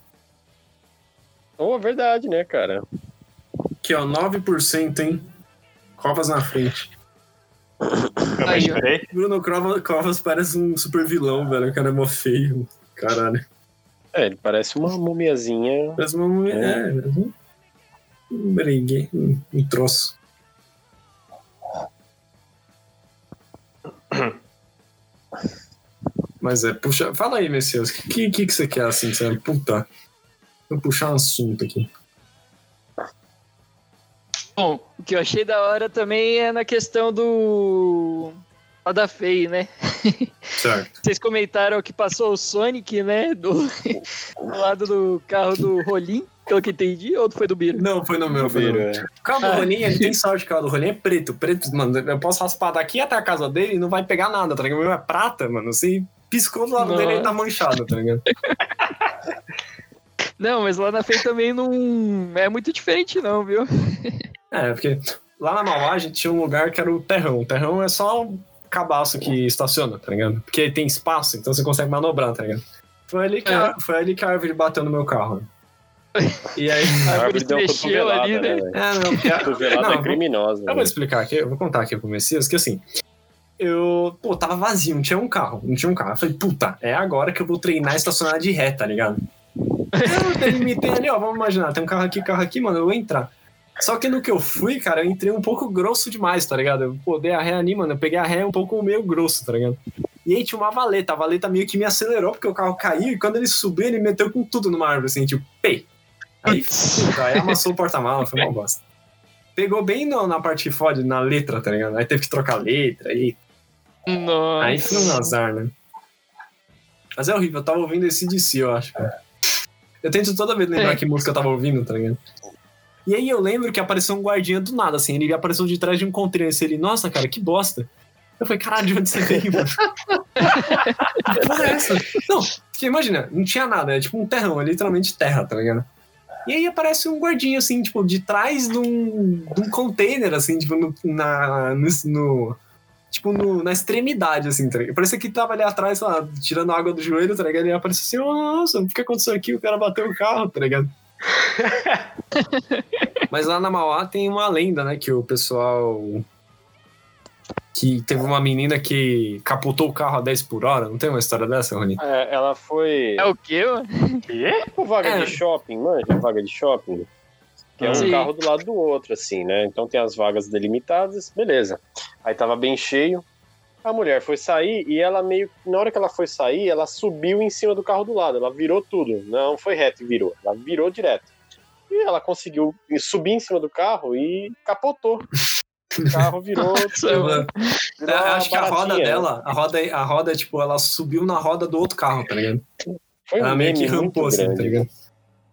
S4: Oh, verdade, né, cara?
S2: Aqui, ó, 9%, hein? Covas na frente.
S3: Calma aí,
S5: Aí, ó.
S3: peraí.
S2: Bruno Crova- Covas parece um super vilão, velho. O cara é mó feio. Caralho.
S4: É, ele parece uma mumiazinha.
S2: Parece uma mulher. É, um- um merengue, um, um troço. Mas é, puxa. Fala aí, Messias. O que, que, que você quer assim, sabe? Puta. Vou puxar um assunto aqui.
S5: Bom, o que eu achei da hora também é na questão do. lá da FEI, né?
S2: Certo.
S5: Vocês comentaram que passou o Sonic, né? Do, do lado do carro do Rolim, pelo que entendi, ou foi do Biro?
S2: Não, foi no meu, foi no meu.
S4: Primeiro, é.
S2: O carro do
S5: Ah.
S2: Roninho, ele tem sorte, o carro do Roninho é preto. Preto, mano, eu posso raspar daqui até a casa dele e não vai pegar nada, tá ligado? O meu é prata, mano. Se piscou do lado
S5: Nossa.
S2: dele, ele tá manchado, tá ligado?
S5: Não, mas lá na FEI também não é muito diferente, não, viu?
S2: É, porque lá na Mauá a gente tinha um lugar que era o terrão. O terrão é só um cabaço que estaciona, tá ligado? Porque tem espaço, então você consegue manobrar, tá ligado? Foi ali que, a, foi ali que a árvore bateu no meu carro. E aí.
S5: A
S4: A
S5: árvore
S4: árvore
S5: se
S4: deu uma
S5: mexeu
S4: cotovelada,
S5: ali,
S4: né?
S5: né?
S4: velho?
S2: É, não, porque a-
S4: Cotovelada
S2: não,
S4: é criminosa.
S2: Eu
S4: né?
S2: vou explicar aqui, eu vou contar aqui pro Messias que assim, eu, pô, tava vazio, não tinha um carro, não tinha um carro. Eu falei, puta, é agora que eu vou treinar estacionar de ré, tá ligado? Eu delimitei ali, ó, vamos imaginar, tem um carro aqui, carro aqui, mano, eu vou entrar. Só que no que eu fui, cara, eu entrei um pouco grosso demais, tá ligado? Eu pô, dei a ré ali, mano, eu peguei a ré um pouco meio grosso, tá ligado? E aí tinha uma valeta, a valeta meio que me acelerou porque o carro caiu e quando ele subiu, ele meteu com tudo numa árvore, assim, tipo, pei. Aí, puta, aí amassou o porta-mala, foi é uma bosta pegou bem no- na parte que fode, na letra, tá ligado? Aí teve que trocar a letra, aí,
S5: Nossa.
S2: aí foi um azar, né? Mas é horrível, eu tava ouvindo esse DC, eu acho, cara. Eu tento toda vez lembrar
S5: É.
S2: que música eu tava ouvindo, tá ligado? E aí eu lembro que apareceu um guardinha do nada, assim, ele apareceu de trás de um container, assim, ele, nossa, cara, que bosta. Eu falei, caralho, de onde você veio, mano? que porra é essa? Não, porque imagina, não tinha nada, é tipo um terrão, é literalmente terra, tá ligado? E aí aparece um guardinho, assim, tipo, de trás de um, de um container, assim, tipo, no, na, no, no- tipo, no- na extremidade, assim, tá ligado? Parecia que tava ali atrás, sei lá, tirando água do joelho, tá ligado? E apareceu assim, "Oh, nossa, o que aconteceu aqui? O cara bateu o carro, tá ligado? Mas lá na Mauá tem uma lenda, né, que o pessoal que teve uma menina que capotou o carro a 10 por hora. Não tem uma história dessa, Rony?
S4: É, ela foi.
S5: É o quê, mano?
S3: Quê?
S4: Tipo vaga
S2: É.
S4: de shopping, manja, vaga de shopping. Que é um
S5: Sim.
S4: carro do lado do outro, assim, né? Então tem as vagas delimitadas, beleza. Aí tava bem cheio. A mulher foi sair e ela meio. Na hora que ela foi sair, ela subiu em cima do carro do lado. Ela virou tudo. Não foi reto e virou. Ela virou direto. E ela conseguiu subir em cima do carro e capotou. O carro virou. virou
S2: mano. Eu
S4: uma
S2: É, acho que a roda
S4: baratinha, né?
S2: dela, a roda, a roda, tipo, ela subiu na roda do outro carro, tá ligado?
S4: Foi um
S2: ela meio que
S4: meme muito
S2: rampou, assim, tá
S4: grande.
S2: ligado?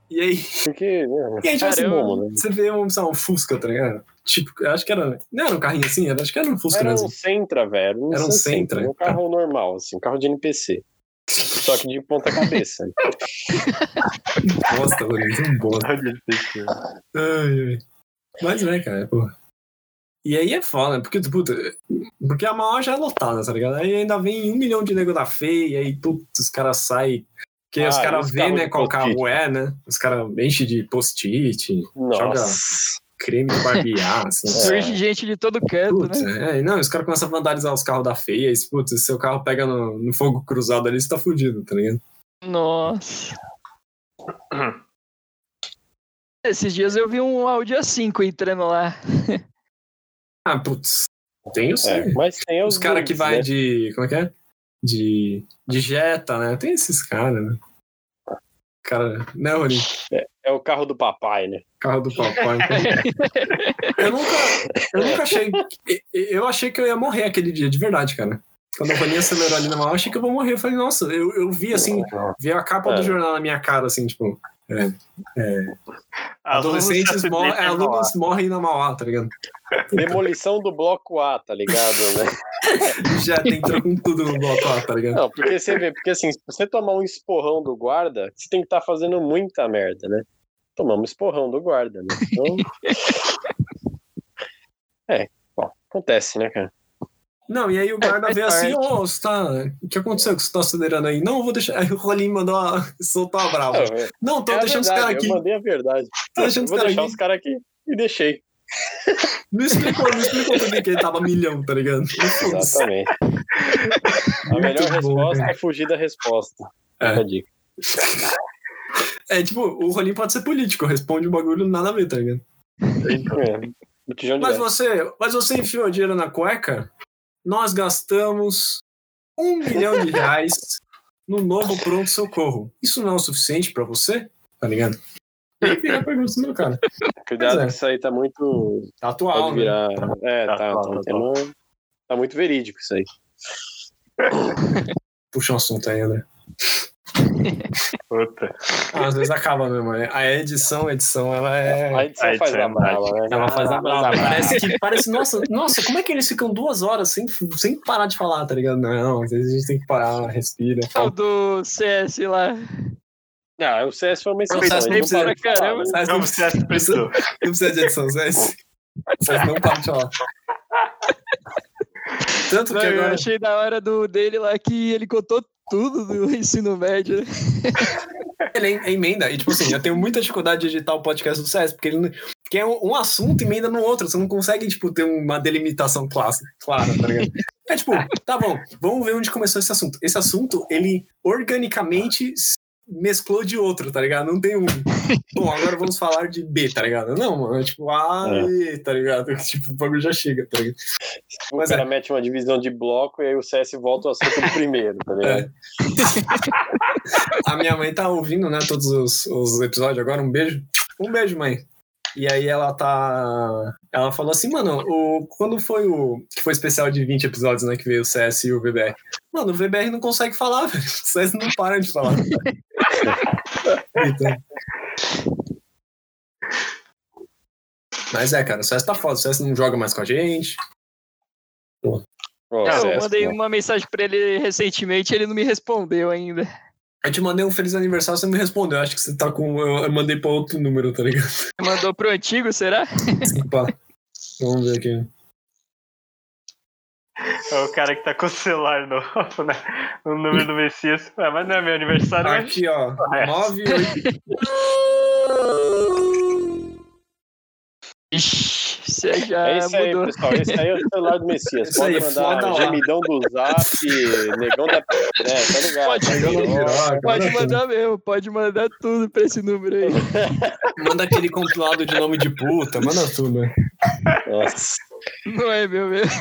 S2: E aí,
S4: Porque, né,
S2: e aí tipo, assim,
S5: Caramba.
S4: como, né?
S2: você vê um, sei lá, um Fusca, tá ligado? Tipo, eu acho que era. Não era um carrinho assim, era- acho que era um Fusca
S4: Era um
S2: mesmo.
S4: Sentra, velho.
S2: Era um
S4: Sentra,
S2: Sentra.
S4: Um carro normal, assim, um carro de NPC. Só que de ponta cabeça.
S2: Bosta, Lourenço, um bosta. Ai, ai. Mas, né, cara, pô. E aí é foda, porque, puta, porque a maior já é lotada, tá ligado? Aí ainda vem um milhão de nego da feia, aí, putz, os caras saem. Porque
S4: Ah,
S2: os
S4: e
S2: caras
S4: os
S2: vêem,
S4: carros
S2: né,
S4: de
S2: qual carro
S4: post-it?
S2: é, né? Os caras enchem de post-it, joga
S4: Nossa.
S2: creme de barbear,
S4: É, né?
S2: assim.
S5: Surge gente de todo canto,
S2: Putz,
S5: né?
S2: é, não, os caras começam a vandalizar os carros da feia, e, putz, se seu carro pega no, no fogo cruzado ali, você tá fudido, tá ligado?
S5: Nossa. Esses dias eu vi um Audi A5 entrando lá.
S2: Ah, putz, tem o
S4: É,
S2: sim.
S4: mas tem os,
S2: Os caras que
S4: dudes,
S2: vai
S4: né?
S2: de. Como é que é? De. De Jetta, né? Tem esses caras, né? Cara, né, Rony?
S4: É o carro do papai, né?
S2: Carro do papai. eu nunca. Eu nunca achei. e- e- Eu achei que eu ia morrer aquele dia, de verdade, cara. Quando a Rony acelerou ali na mão, eu achei que eu vou morrer. Eu falei, nossa, eu, eu vi assim, veio a capa
S4: É.
S2: do jornal na minha cara, assim, tipo. é, é,
S3: Alunos se
S2: adolescentes
S3: acidentam
S2: morrem,
S3: em Mauá.
S2: alunos morrem na Mauá, tá ligado?
S4: Demolição do bloco A, tá ligado? Né?
S2: Jetta entrou com tudo no bloco lá, tá ligado?
S4: Não, porque você vê, porque assim, se você tomar um esporrão do guarda, você tem que estar fazendo muita merda, né? Tomamos esporrão do guarda, né? Então... é, bom, acontece, né, cara?
S2: Não, e aí o guarda
S5: faz
S2: veio assim,
S5: parte.
S2: ô, você tá. O que aconteceu que você tá acelerando aí? Não, eu vou deixar. Aí o Rolim mandou uma... soltar a brava.
S4: Não, é-
S2: Não, tô
S4: é a
S2: deixando os
S4: verdade,
S2: caras aqui.
S4: Eu mandei a verdade.
S2: Tô deixando
S4: Tá, Eu
S2: os
S4: vou
S2: caras
S4: deixar
S2: aqui.
S4: os caras aqui e deixei.
S2: Não explicou, não explicou por que que ele tava milhão, tá ligado? Foda-se.
S4: Exatamente. A melhor
S2: bom,
S4: resposta
S2: cara.
S4: é fugir da resposta.
S2: É.
S4: Fica a dica.
S2: É tipo, o Rolim pode ser político, responde um bagulho nada a ver, tá ligado?
S3: Tá
S4: É. Do Tijão de
S2: Mas
S4: Leste.
S2: você, mas você enfiou dinheiro na cueca? Nós gastamos um milhão de reais no novo pronto-socorro. Isso não é o suficiente pra você? Tá ligado? E aí fica a pergunta do cara.
S4: Cuidado
S2: Pois é.
S4: que isso aí tá muito.
S2: Tá atual,
S4: Pode
S2: né?
S4: virar. É, tá,
S3: Tá,
S4: tá,
S3: tá, tá.
S4: tendo- tá muito verídico isso aí.
S2: Puxa um assunto aí, André.
S3: Puta.
S2: Ah, às vezes acaba mesmo, né? A edição, a edição, ela é.
S4: A edição
S3: A
S4: faz
S3: edição
S4: a
S3: é mágica.
S4: mala, né?
S2: Ela faz a
S4: Ah,
S2: brava. né? Parece que. Parece, nossa, nossa, como é que eles ficam duas horas sem, sem parar de falar, tá ligado? Não, às vezes a gente tem que parar, respira.
S5: O
S2: fala.
S5: do CS lá.
S4: Não, Ah, o CS foi uma exceção.
S2: Processo
S4: ele não
S2: precisa.
S4: parou de falar,
S5: Caramba.
S4: né?
S2: Mas
S3: Não,
S2: não,
S3: você se prestou.
S2: não precisa de edição, Zé. Vocês não param de falar. Tanto que
S5: Não, eu
S2: agora.
S5: achei da hora do dele lá que ele contou tudo do ensino médio. né?
S2: Ele é em- emenda. E, tipo assim, eu tenho muita dificuldade de editar o podcast do CS, porque ele não- porque é um, um assunto emenda no outro. Você não consegue, tipo, ter uma delimitação classe, clara, tá ligado? É tipo, tá bom, vamos ver onde começou esse assunto. Esse assunto, ele organicamente s- mesclou de outro, tá ligado? Não tem um. Bom, agora vamos falar de B, tá ligado? Não, mano. É tipo, A, e, tá ligado? Tipo, o bagulho já chega, tá ligado?
S4: O
S2: Mas
S4: cara mete uma divisão de bloco e aí o CS volta ao assunto do primeiro, tá
S2: É.
S4: ligado?
S2: A minha mãe tá ouvindo, né, todos os, os episódios agora. Um beijo. Um beijo, mãe. E aí ela tá. Ela falou assim, mano, o... quando foi o. Que foi o especial de 20 episódios, né? Que veio o CS e o VBR. Mano, o VBR não consegue falar, velho. O CS não para de falar. Então. Mas é, cara, o CS tá foda. O CS não joga mais com a gente.
S4: Ó, o
S2: é
S5: eu
S4: CS,
S5: mandei
S2: assim.
S4: né?
S5: um uma mensagem pra ele recentemente ele não me respondeu ainda.
S2: Eu te mandei um feliz aniversário, você não me respondeu. Eu acho que você tá com. Eu, eu mandei pra outro número, tá ligado?
S5: Mandou pro antigo, será?
S2: Opa. Vamos ver aqui.
S3: É o cara que tá com o celular novo, né? O número do Messias. Ah, mas não é meu aniversário, mas.
S2: Aqui, ó.
S3: É.
S2: 9 8.
S5: Ixi, Messias já
S4: É isso aí,
S5: mudou.
S4: pessoal. Esse aí é o celular do Messias.
S2: Isso
S4: Pode
S2: aí, foda
S4: mandar
S2: lá.
S4: gemidão do zap, negão da. É, tá ligado?
S5: Pode-
S4: Negão da piroca.
S5: Pode mandar mesmo, pode mandar tudo pra esse número aí.
S2: Manda aquele compilado de nome de puta, manda tudo. né?
S4: Nossa.
S5: Não é meu mesmo.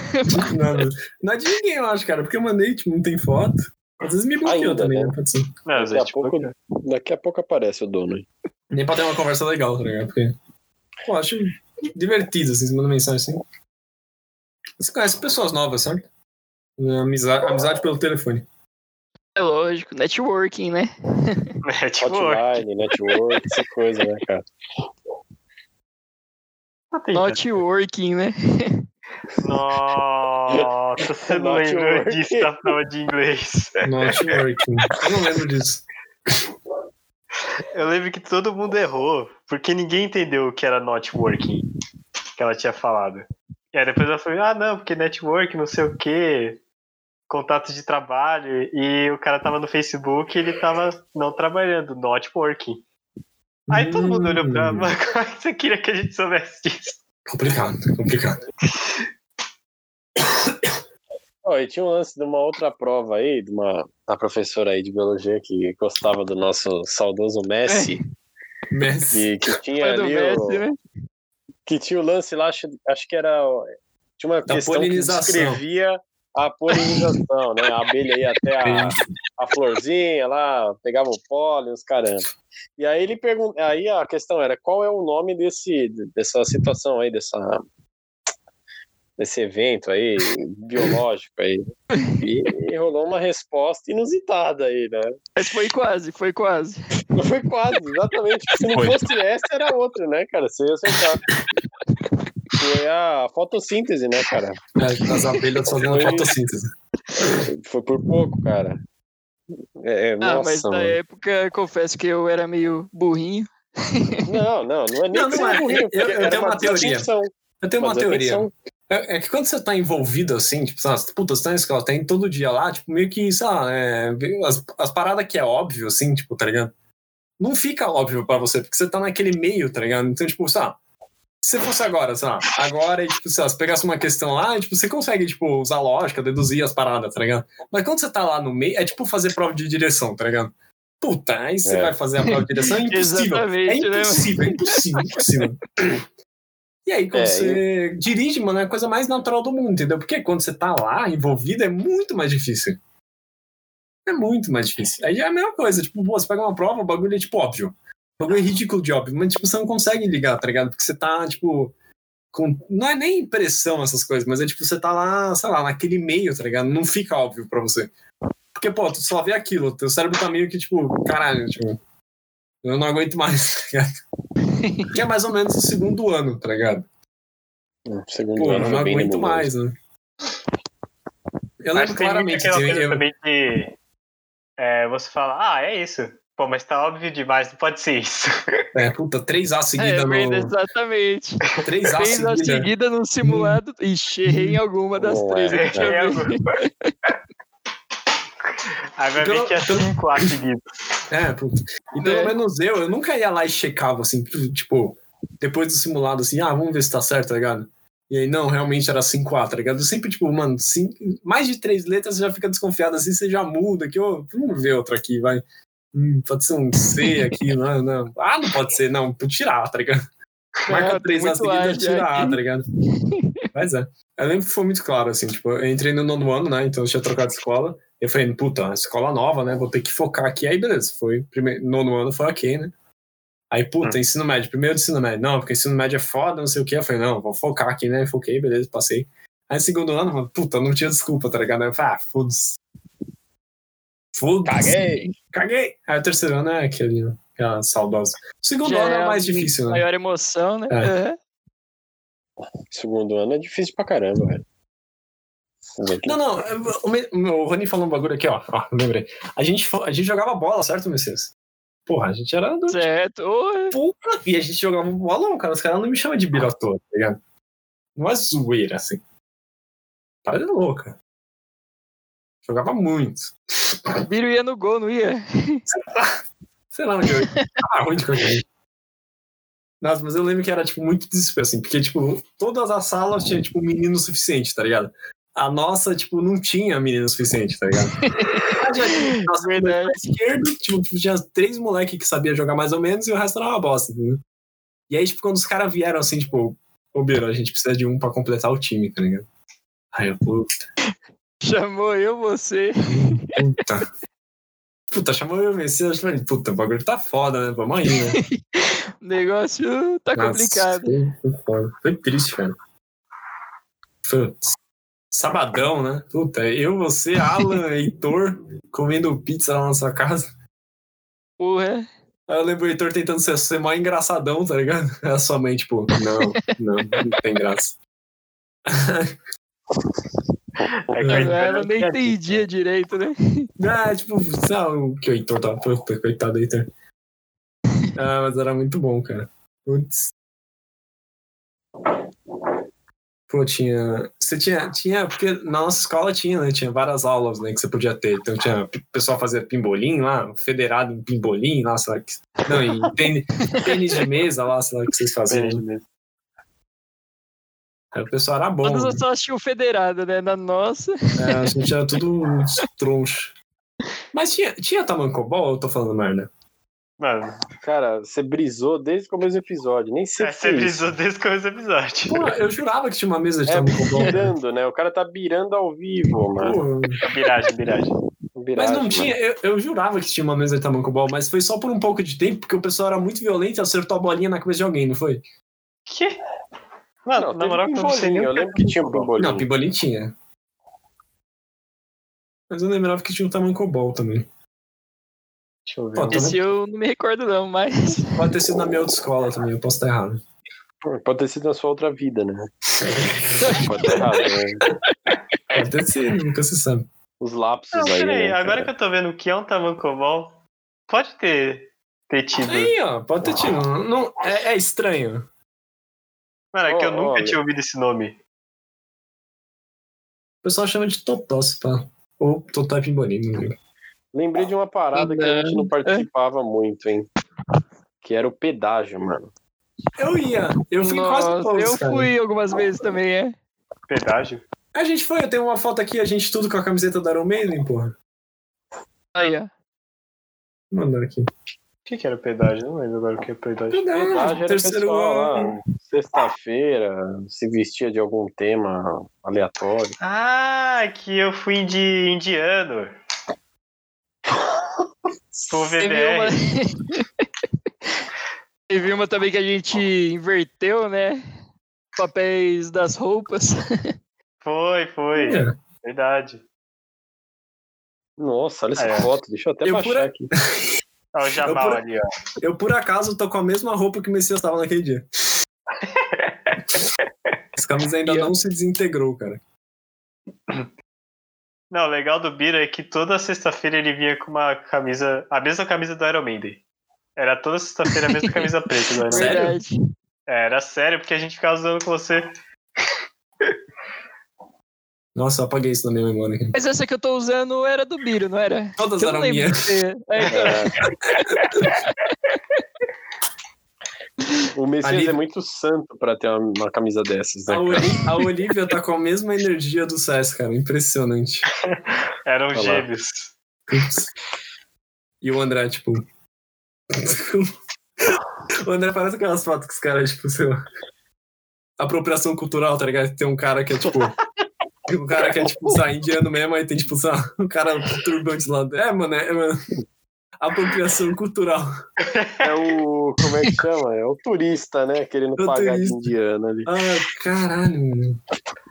S2: Não, não é de ninguém, eu acho, cara, porque eu mandei, tipo, não tem foto. Às vezes me bloqueou
S4: Ainda,
S2: também,
S4: né?
S2: né? pode ser.
S3: Não, às
S4: Daqui a,
S3: vezes, tipo,
S4: pouco, né? daqui a pouco aparece o dono. aí.
S2: Nem pra ter uma conversa legal, tá ligado? Porque, pô, acho divertido, assim, você manda mensagem assim. Você conhece pessoas novas, sabe? Amizade, amizade pelo telefone.
S5: É lógico, networking, né?
S3: é tipo,
S4: Hotline, network, essa coisa, né, cara?
S3: tá tentando.
S5: Notworking, né?
S3: Nossa, você não
S4: Not
S3: lembrou
S4: working.
S3: disso da prova de inglês.
S2: Not working. Eu não lembro disso.
S3: Eu lembro que todo mundo errou, porque ninguém entendeu o que era not working que ela tinha falado. E aí depois ela falou, ah não, porque network, não sei o que, contato de trabalho, e o cara tava no Facebook e ele tava não trabalhando, not working. Aí todo mundo olhou pra ela,
S2: mim.
S3: "Mas como é que você queria que a gente soubesse
S2: Hum,
S3: disso?
S2: Complicado, complicado.
S4: Ó, e tinha um lance de uma outra prova aí, de uma, uma professora aí de biologia que gostava do nosso saudoso Messi,
S2: Messi.
S4: que, que tinha
S5: É. Foi do
S4: É ali o-
S5: Messi, né?
S4: que tinha o lance lá, acho, acho que era. ó, Tinha uma
S2: Da
S4: questão que
S2: polinização.
S4: descrevia a polinização, né? A abelha ia até a, a florzinha lá, pegava o pólen, os caramba. E aí ele pergunta. Aí a questão era qual é o nome desse, dessa situação aí, dessa. Desse evento aí, biológico aí. E, e rolou uma resposta inusitada aí, né?
S5: Mas foi quase, foi quase.
S4: Foi quase, exatamente. Se não
S3: Foi.
S4: fosse essa, era outra, né, cara? Você ia acertar. Foi a fotossíntese, né, cara?
S2: É, as abelhas fazendo
S4: Foi-
S2: fotossíntese.
S4: Foi por pouco, cara. É, é,
S5: Ah,
S4: nossa,
S5: mas na
S4: mano.
S5: época, confesso que eu era meio burrinho.
S4: Não, não, não é nem
S2: Não,
S4: que
S2: não
S4: seja
S2: é.
S4: ruim,
S2: Eu-
S4: porque
S2: eu
S4: era
S2: tenho uma teoria.
S4: decepção,
S2: Eu tenho uma
S4: uma
S2: teoria.
S4: decepção.
S2: É, é que quando você tá envolvido assim, tipo, sabe, as putas tá na escola, tem todo dia lá, tipo, meio que, sei lá, é, as, as paradas que é óbvio, assim, tipo, tá ligado? Não fica óbvio pra você, porque você tá naquele meio, tá ligado? Então, tipo, sabe, se você fosse agora, sabe, agora, e, tipo, sei lá, se pegasse uma questão lá, e, tipo, você consegue, tipo, usar lógica, deduzir as paradas, tá ligado? Mas quando você tá lá no meio, é tipo fazer prova de direção, tá ligado? Puta, aí você
S4: É.
S2: vai fazer a prova de direção, é impossível. É
S5: Exatamente, né?
S2: impossível, é impossível, é impossível. E aí, quando
S4: É,
S2: você dirige, mano, é a coisa mais natural do mundo, entendeu? Porque quando você tá lá, envolvido, é muito mais difícil. É muito mais difícil. Aí já é a mesma coisa, tipo, pô, você pega uma prova, o bagulho é tipo óbvio. O bagulho é ridículo de óbvio, mas tipo, você não consegue ligar, tá ligado? Porque você tá, tipo. Com... Não é nem impressão essas coisas, mas é tipo, você tá lá, sei lá, naquele meio, tá ligado? Não fica óbvio pra você. Porque, pô, tu só vê aquilo, teu cérebro tá meio que, tipo, caralho, tipo. Eu não aguento mais, tá ligado? Que é mais ou menos o segundo ano, tá ligado?
S4: no Segundo
S2: Pô, eu
S4: ano
S2: não
S4: foi bem
S2: aguento
S4: nebuloso.
S2: mais, né? Eu lembro
S3: Mas tem muito
S2: claramente.
S3: aquela
S2: de-
S3: coisa
S2: eu-
S3: também de é, você fala, ah, é isso. Pô, mas tá óbvio demais, não pode ser isso.
S2: É, puta, 3A
S5: É,
S2: seguida
S5: merda,
S2: no.
S5: exatamente.
S2: 3A
S5: Fez
S2: seguida.
S5: a seguida Hum. num simulado. Ixi, errei em alguma das
S4: Não
S5: três.
S4: é,
S5: aqui, deixa eu
S3: É,
S5: ver.
S3: Aí vai ver
S2: Pelo-
S3: que é
S2: pelo-
S3: 5 lá seguido.
S2: É, puta. E pelo
S5: É.
S2: menos eu, eu nunca ia lá e checava, assim, tipo, depois do simulado, assim, ah, vamos ver se tá certo, tá ligado? E aí, não, realmente era 5A, tá ligado? Eu sempre, tipo, mano, cinco, mais de três letras você já fica desconfiado, assim, você já muda, que, ô, vamos ver outra aqui, vai. Hum, pode ser um C aqui, não, não. Ah, não pode ser, não, vou tirar, tá ligado?
S5: Ah,
S2: Marca
S5: tem
S2: três na
S5: muito A
S2: seguida,
S5: já
S2: tira A,
S5: aqui.
S2: tá ligado? Mas é. Eu lembro que foi muito claro, assim, tipo, eu entrei no nono ano, né? Então eu tinha trocado de escola. Eu falei, puta, escola nova, né? Vou ter que focar aqui. Aí, beleza, foi. Primeiro, nono ano foi ok, né? Aí, puta, ensino médio, primeiro de ensino médio. Não, porque ensino médio é foda, não sei o quê. Eu falei, não, vou focar aqui, né? Foquei, beleza, passei. Aí, segundo ano, eu falei, puta, não tinha desculpa, tá ligado? Aí eu falei, ah, foda-se. Foda-se.
S4: Caguei!
S2: Caguei! Aí o terceiro ano é aquele, né? aquela saudosa. O segundo
S5: Já
S2: ano é
S5: é
S2: o mais
S5: um-
S2: difícil, né?
S5: Maior emoção, né?
S2: É.
S5: Uhum.
S4: Segundo ano é difícil pra caramba, velho. Vamos ver aqui.
S2: Não, não, o, me- o Rony falou um bagulho aqui, ó. ó lembrei. A gente, fo- a gente jogava bola, certo, Messias? Porra, a gente era do.
S5: Certo. Ô,
S2: Porra, e a gente jogava um bolão, cara. Os caras não me chamam de birotô, tá ligado? Não é zoeira, assim. Parada louca. Jogava muito.
S5: o Biro ia no gol, não ia?
S2: Sei lá onde eu ia. Ah, ruim de qualquer jeito. Nossa, mas eu lembro que era, tipo, muito desespero, assim, porque, tipo, todas as salas tinham, tipo, menino suficiente, tá ligado? A nossa, tipo, não tinha menino suficiente, tá ligado? A já tinha, nossa,
S5: Verdade.
S2: na esquerda, tipo, tinha três moleques que sabia jogar mais ou menos e o resto era uma bosta, entendeu? E aí, tipo, quando os caras vieram, assim, tipo, ô, Biro, a gente precisa de um pra completar o time, tá ligado? Aí eu, puta,
S5: Chamou eu, você.
S2: puta. Puta, chamou eu, Messias, eu falei, puta, o bagulho tá foda, né? Vamos aí, né?
S5: O negócio tá
S2: Nossa,
S5: complicado.
S2: Foi, foi foda. Foi triste, cara. Putz. Sabadão, né? Puta, eu, você, Alan, Heitor, comendo pizza lá na sua casa.
S5: Porra.
S2: Aí eu lembro o Heitor tentando ser, ser mó engraçadão, tá ligado? Aí a sua mãe, tipo, não, não, não tem graça.
S3: Aí,
S5: Agora eu
S3: coitado,
S5: nem
S3: é-
S5: entendia direito, né?
S2: Ah, tipo, sabe o que o Heitor tava. Puta, coitado do Heitor. Ah, mas era muito bom, cara. Putz. Pô, tinha. Você tinha. Tinha. Porque na nossa escola tinha, né? Tinha várias aulas, né? Que você podia ter. Então tinha. O pessoal fazia pimbolim lá, federado em pimbolim lá, sei lá. Que, não, e tênis, tênis de mesa lá, sei lá, que vocês faziam. né? Aí o pessoal era bom.
S5: Todas
S2: né?
S5: as só tinham federado, né? Na nossa.
S2: É, a gente era tudo uns tronchos. Mas tinha, tinha tamancobol ou eu tô falando merda?
S3: Mano,
S4: Cara, você brisou desde o começo do episódio. Nem sei o
S3: é,
S4: que
S3: você
S4: é isso.
S3: precisou desse começo do episódio.
S2: Pô, eu jurava que tinha uma mesa de
S4: É
S2: tamancobol.
S4: birando, né? O cara tá birando ao vivo, mano.
S2: Pô,
S3: Viragem, viragem.
S2: Mas
S4: Biragem,
S2: não tinha, eu, eu jurava que tinha uma mesa de tamancobol, mas foi só por um pouco de tempo, porque o pessoal era muito violento e acertou a bolinha na cabeça de alguém, não foi?
S3: Que?
S4: Mano,
S3: Mano,
S4: Não,
S3: na moral, que eu não sei nem.
S4: Ah, eu
S3: o que-
S4: lembro que tinha um pimbolinho.
S2: Não, pimbolim tinha. Mas eu lembrava que tinha um tamancobol também.
S4: Deixa eu ver.
S2: Pô, tá-
S5: Esse eu não me recordo, não, mas.
S2: Pode ter sido na minha outra escola também, eu posso estar errado.
S4: Pode ter sido na sua outra vida, né? Pode ter errado, né?
S2: Pode ter sido, nunca se sabe.
S4: Os lapsos
S3: Não,
S4: aí.
S3: peraí,
S4: né,
S3: agora
S4: cara?
S3: que eu tô vendo o que é um tamancobol, pode ter, ter tido.
S2: Aí, ó, pode ter tido. Não, não- é, é estranho.
S3: Mano, é que eu
S4: Ó,
S3: nunca
S4: olha.
S3: tinha ouvido esse nome.
S2: O pessoal chama de totó, se pá. Ou totó e pimbolim, não lembro.
S4: Lembrei de uma parada que a gente não participava muito, hein? Que era o pedágio, mano.
S2: Eu ia, eu fui em quase
S5: Nossa,
S2: todos,
S5: eu
S2: cara.
S5: fui algumas vezes também, é.
S3: Pedágio?
S2: A gente foi, eu tenho uma foto aqui, a gente tudo com a camiseta do Iron Maiden, porra.
S5: Aí, ó.
S2: Vou mandar aqui.
S3: O que, que era pedágio? Não lembro agora o que é pedágio.
S4: Pedágio
S5: né,
S4: era o
S2: Ah, terceiro
S4: pessoal
S2: ano.
S4: lá, sexta-feira, se vestia de algum tema aleatório.
S3: Ah, que eu fui de indiano. Com o
S5: Teve
S3: VDR.
S5: uma... Teve uma também que a gente inverteu, né? Papéis das roupas.
S3: Foi, foi.
S2: É.
S3: Verdade.
S4: Nossa, olha essa
S3: É.
S4: foto, deixa eu até
S2: Eu
S4: baixar
S2: por-
S4: aqui.
S3: Olha o Jamal
S2: por-
S3: ali, ó.
S2: Eu, por acaso, tô com a mesma roupa que o Messias tava naquele dia. Essa camisa ainda
S5: E eu-
S2: não se desintegrou, cara.
S3: Não, o legal do Bira é que toda sexta-feira ele vinha com uma camisa, a mesma camisa do Iron Maiden. Era toda sexta-feira a mesma camisa preta do
S4: né?
S3: Iron Maiden.
S2: Sério?
S5: Verdade.
S3: É, Era sério, porque a gente ficava zoando com você.
S2: Nossa, eu apaguei isso na minha memória aqui.
S5: Mas essa que eu tô usando era do Biro, não era?
S2: Todas
S5: Eu não
S2: eram
S5: lembro
S2: minhas.
S5: de ter. É, então,
S4: O Messias
S2: Ali-
S4: é muito santo pra ter uma, uma camisa dessas, né?
S2: A, Oli- a Olivia tá com a mesma energia do César, cara. Impressionante.
S3: Eram
S4: lá.
S3: gêmeos.
S2: Putz. E o André, tipo. o André parece aquelas fotos que os caras, tipo, sei lá. Apropriação cultural, tá ligado? Tem um cara que é tipo. tem um cara que é tipo, sei lá, indiano mesmo, aí tem tipo, sei lá, um cara com turbante lá. É, mano, é, mano. Apropriação cultural.
S4: É o. Como é que chama? É o turista, né? Querendo
S2: É o
S4: pagar de
S2: turista.
S4: indiano ali.
S2: Ah, caralho, mano.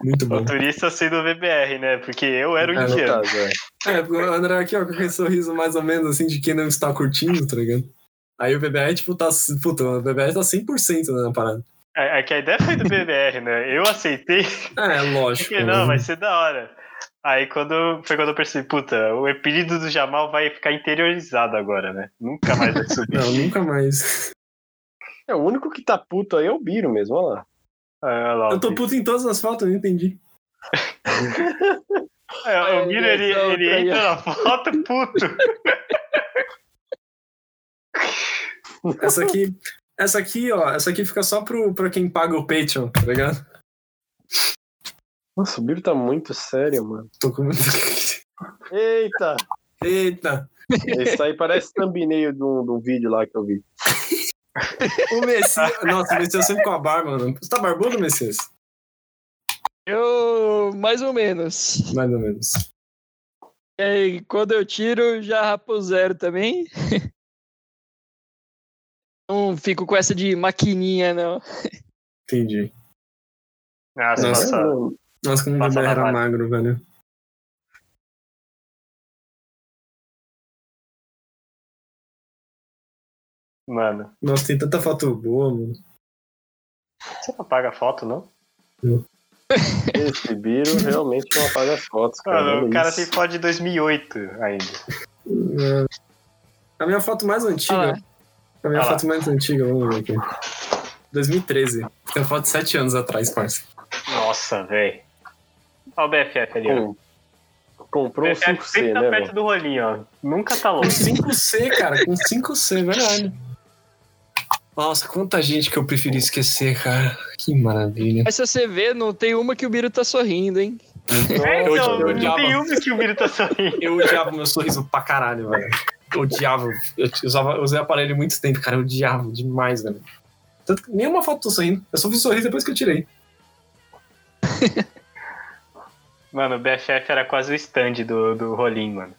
S2: Muito
S3: O
S2: bom.
S3: turista sendo o VBR, né? Porque eu era o
S2: É,
S3: indiano.
S4: No caso, é.
S2: É, porque o André aqui, ó, com aquele sorriso mais ou menos assim de quem não está curtindo, tá ligado? Aí o BBR, tipo, tá. Puta, o BBR tá 100% na parada.
S3: É, é que a ideia foi do VBR, né? Eu aceitei,
S2: É, lógico.
S3: porque não,
S4: Uhum.
S2: né?
S3: vai ser da hora. Aí quando foi quando eu percebi, puta, o apelido do Jamal vai ficar interiorizado agora, né? Nunca mais vai subir.
S2: Não, nunca mais.
S4: É, o único que tá puto aí é o Biro mesmo, olha lá.
S3: Olha lá,
S2: Eu tô puto em todas as fotos, eu não entendi.
S3: É, o Miro,
S5: Ai,
S3: ele,
S5: Deus,
S3: ele
S5: outra aí,
S3: entra na foto, puto.
S2: Essa aqui, Essa aqui, ó, essa aqui fica só pro, pra quem paga o Patreon, tá ligado?
S4: Nossa, o Biro tá muito sério, mano.
S2: Tô com muito.
S4: Eita!
S2: Eita!
S4: Isso aí parece thumbnail de um, de um vídeo lá que eu vi.
S2: O Messias. Ah, Nossa, o Messias sempre com a barba, mano. Você tá barbudo, Messias?
S5: Eu, mais ou menos.
S2: Mais ou menos.
S5: E aí, quando eu tiro, já rapo zero também. Não fico com essa de maquininha, não.
S2: Entendi.
S3: Ah, se
S2: Nossa.
S4: é
S3: passar.
S2: Nossa, como o
S3: Passa
S2: Weber
S3: na
S2: era
S3: barba.
S2: magro, velho.
S3: Mano,
S2: Nossa, tem tanta foto boa, mano.
S3: você não apaga a foto, não?
S4: Esse Biro realmente não apaga as fotos, cara.
S3: Mano, o
S4: Olha
S3: cara
S4: isso.
S3: tem foto de 2008 ainda.
S2: A minha foto mais
S5: Olha
S2: antiga.
S5: lá.
S2: A minha
S3: Ah lá.
S2: foto mais antiga, vamos ver aqui. 2013. Tem foto de 7 anos atrás, parça.
S3: Nossa, velho. Olha o BFF ali, ó.
S4: Com- Comprou um
S3: O BFF
S4: 5C,
S3: sempre tá
S4: né,
S3: perto
S4: mano?
S3: do rolinho, ó. Nunca tá
S2: Com
S3: longe.
S2: 5C, cara. Com 5C, verdade. Nossa, quanta gente que eu preferi esquecer, cara. Que maravilha.
S5: Mas se você vê, não tem uma que o Biro tá sorrindo, hein?
S3: É,
S2: Eu odiava- eu
S3: então, não tem
S2: odiava-
S3: uma que o Biro tá sorrindo.
S2: Eu odiava meu sorriso pra caralho, velho. Eu odiava. Eu t- usava, eu usei aparelho muito tempo, cara. Eu odiava demais, velho. Tanto que nenhuma foto tô sorrindo. Eu só fiz sorriso depois que eu tirei.
S3: Mano, o BFF era quase o stand do, do rolinho, mano.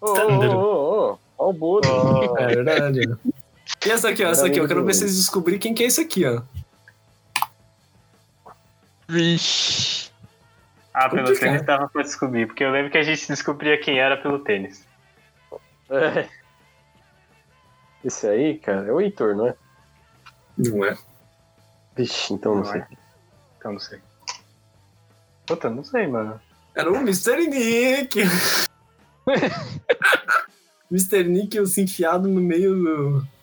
S4: Ô, ô, ô, ô, ó o Bodo.
S2: É verdade. E essa aqui, ó. Essa aqui, ó. Eu quero ver vocês descobrirem quem que é esse aqui, ó.
S5: Vixe.
S3: Ah, pelo
S2: Complicado.
S3: tênis tava pra descobrir, porque eu lembro que a gente descobria quem era pelo tênis.
S4: É. Esse aí, cara, é o Heitor, não é?
S2: Não é.
S4: Vixe, então não
S3: Não
S4: sei.
S3: é. Então não sei. Puta, não sei, mano.
S2: Era o Mr. Nick. Mr. Nick, eu se enfiado no meio do.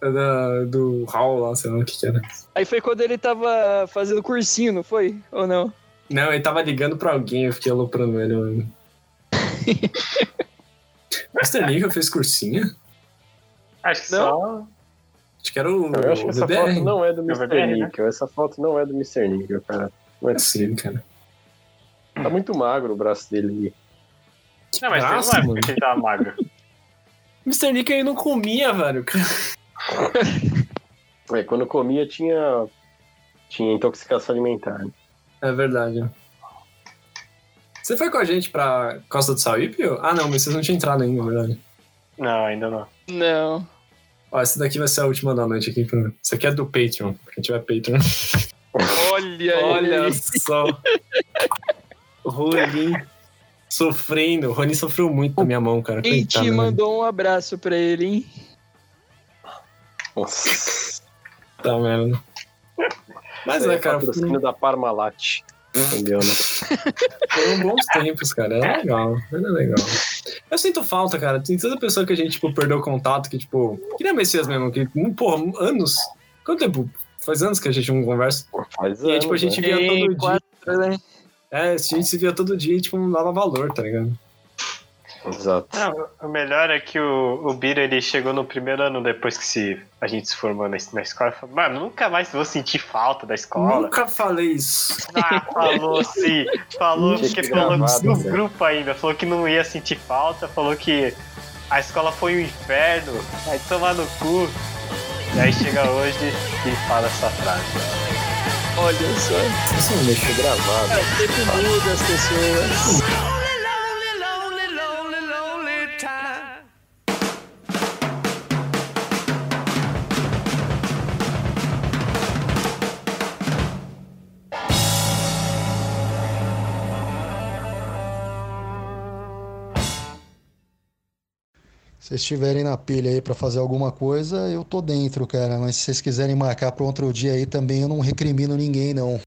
S2: Da, do hall lá, sei lá o que que era.
S5: Aí foi quando ele tava fazendo cursinho, não foi? Ou não?
S2: Não, ele tava ligando pra alguém, eu fiquei aloprando ele. Mano. Mr. Nick fez cursinho?
S3: Acho que só.
S2: Acho que era o.
S4: Não, eu acho que
S2: o
S4: essa
S2: DDR.
S4: foto não é do
S3: É o
S4: Mr.
S3: VBR, né?
S4: Nickel. Essa foto não é do Mr. Nickel, cara.
S2: é possível, cara.
S4: Tá muito magro o braço dele
S3: Não, mas
S2: braço,
S3: tem uma
S2: mano.
S3: época que ele tava magro.
S2: Mr. Nick aí não comia, velho.
S4: ali. É, quando eu comia tinha, tinha intoxicação alimentar.
S2: É verdade. Você foi com a gente pra Costa do Sauípe? Ah, não, mas vocês não tinham entrado ainda, na verdade.
S3: Não, ainda não.
S5: Não.
S2: Ó, essa daqui vai ser a última da noite aqui. Pra... Isso aqui é do Patreon, pra quem tiver Patreon.
S5: Olha,
S2: Olha
S5: ele.
S2: só. Rolim sofrendo. O Rony sofreu muito na minha mão, cara.
S5: Quem
S2: Coitado,
S5: te
S2: né?
S5: mandou um abraço pra ele, hein?
S4: Nossa.
S2: Tá merda. Mas é, cara, Hum.
S4: Patrocínio da Parmalat. Entendeu, né?
S2: foram bons tempos, cara. Era legal, era legal. Eu sinto falta, cara. Tem tanta pessoa que a gente, tipo, perdeu contato, que, tipo, que nem a Messias mesmo, que, hum, porra, anos. Quanto tempo? Faz anos que a gente não conversa.
S4: Faz
S2: E aí, tipo, a
S4: anos,
S2: gente
S4: né?
S2: via todo
S5: Tem
S2: dia.
S5: quatro, né?
S2: É, a gente se via todo dia e, tipo, não dava valor, tá ligado?
S4: né? Exato.
S3: Ah, o melhor é que o, o Biro ele chegou no primeiro ano depois que se, a gente se formou na, na escola e falou: Mano, nunca mais vou sentir falta da escola.
S2: Nunca falei isso.
S3: Ah, falou sim. Falou
S4: Tinha
S3: porque
S4: que
S3: falou
S4: gravar,
S3: no
S4: né?
S3: grupo ainda. Falou que não ia sentir falta, falou que a escola foi um inferno, vai tomar no cu. E aí chega hoje e fala essa frase.
S5: Olha só.
S2: Isso não deixa
S4: Gravado.
S5: É, Sempre muda as pessoas.
S1: Se vocês estiverem na pilha aí pra fazer alguma coisa, eu tô dentro, cara. Mas se vocês quiserem marcar pra outro dia aí também, eu não recrimino ninguém, não.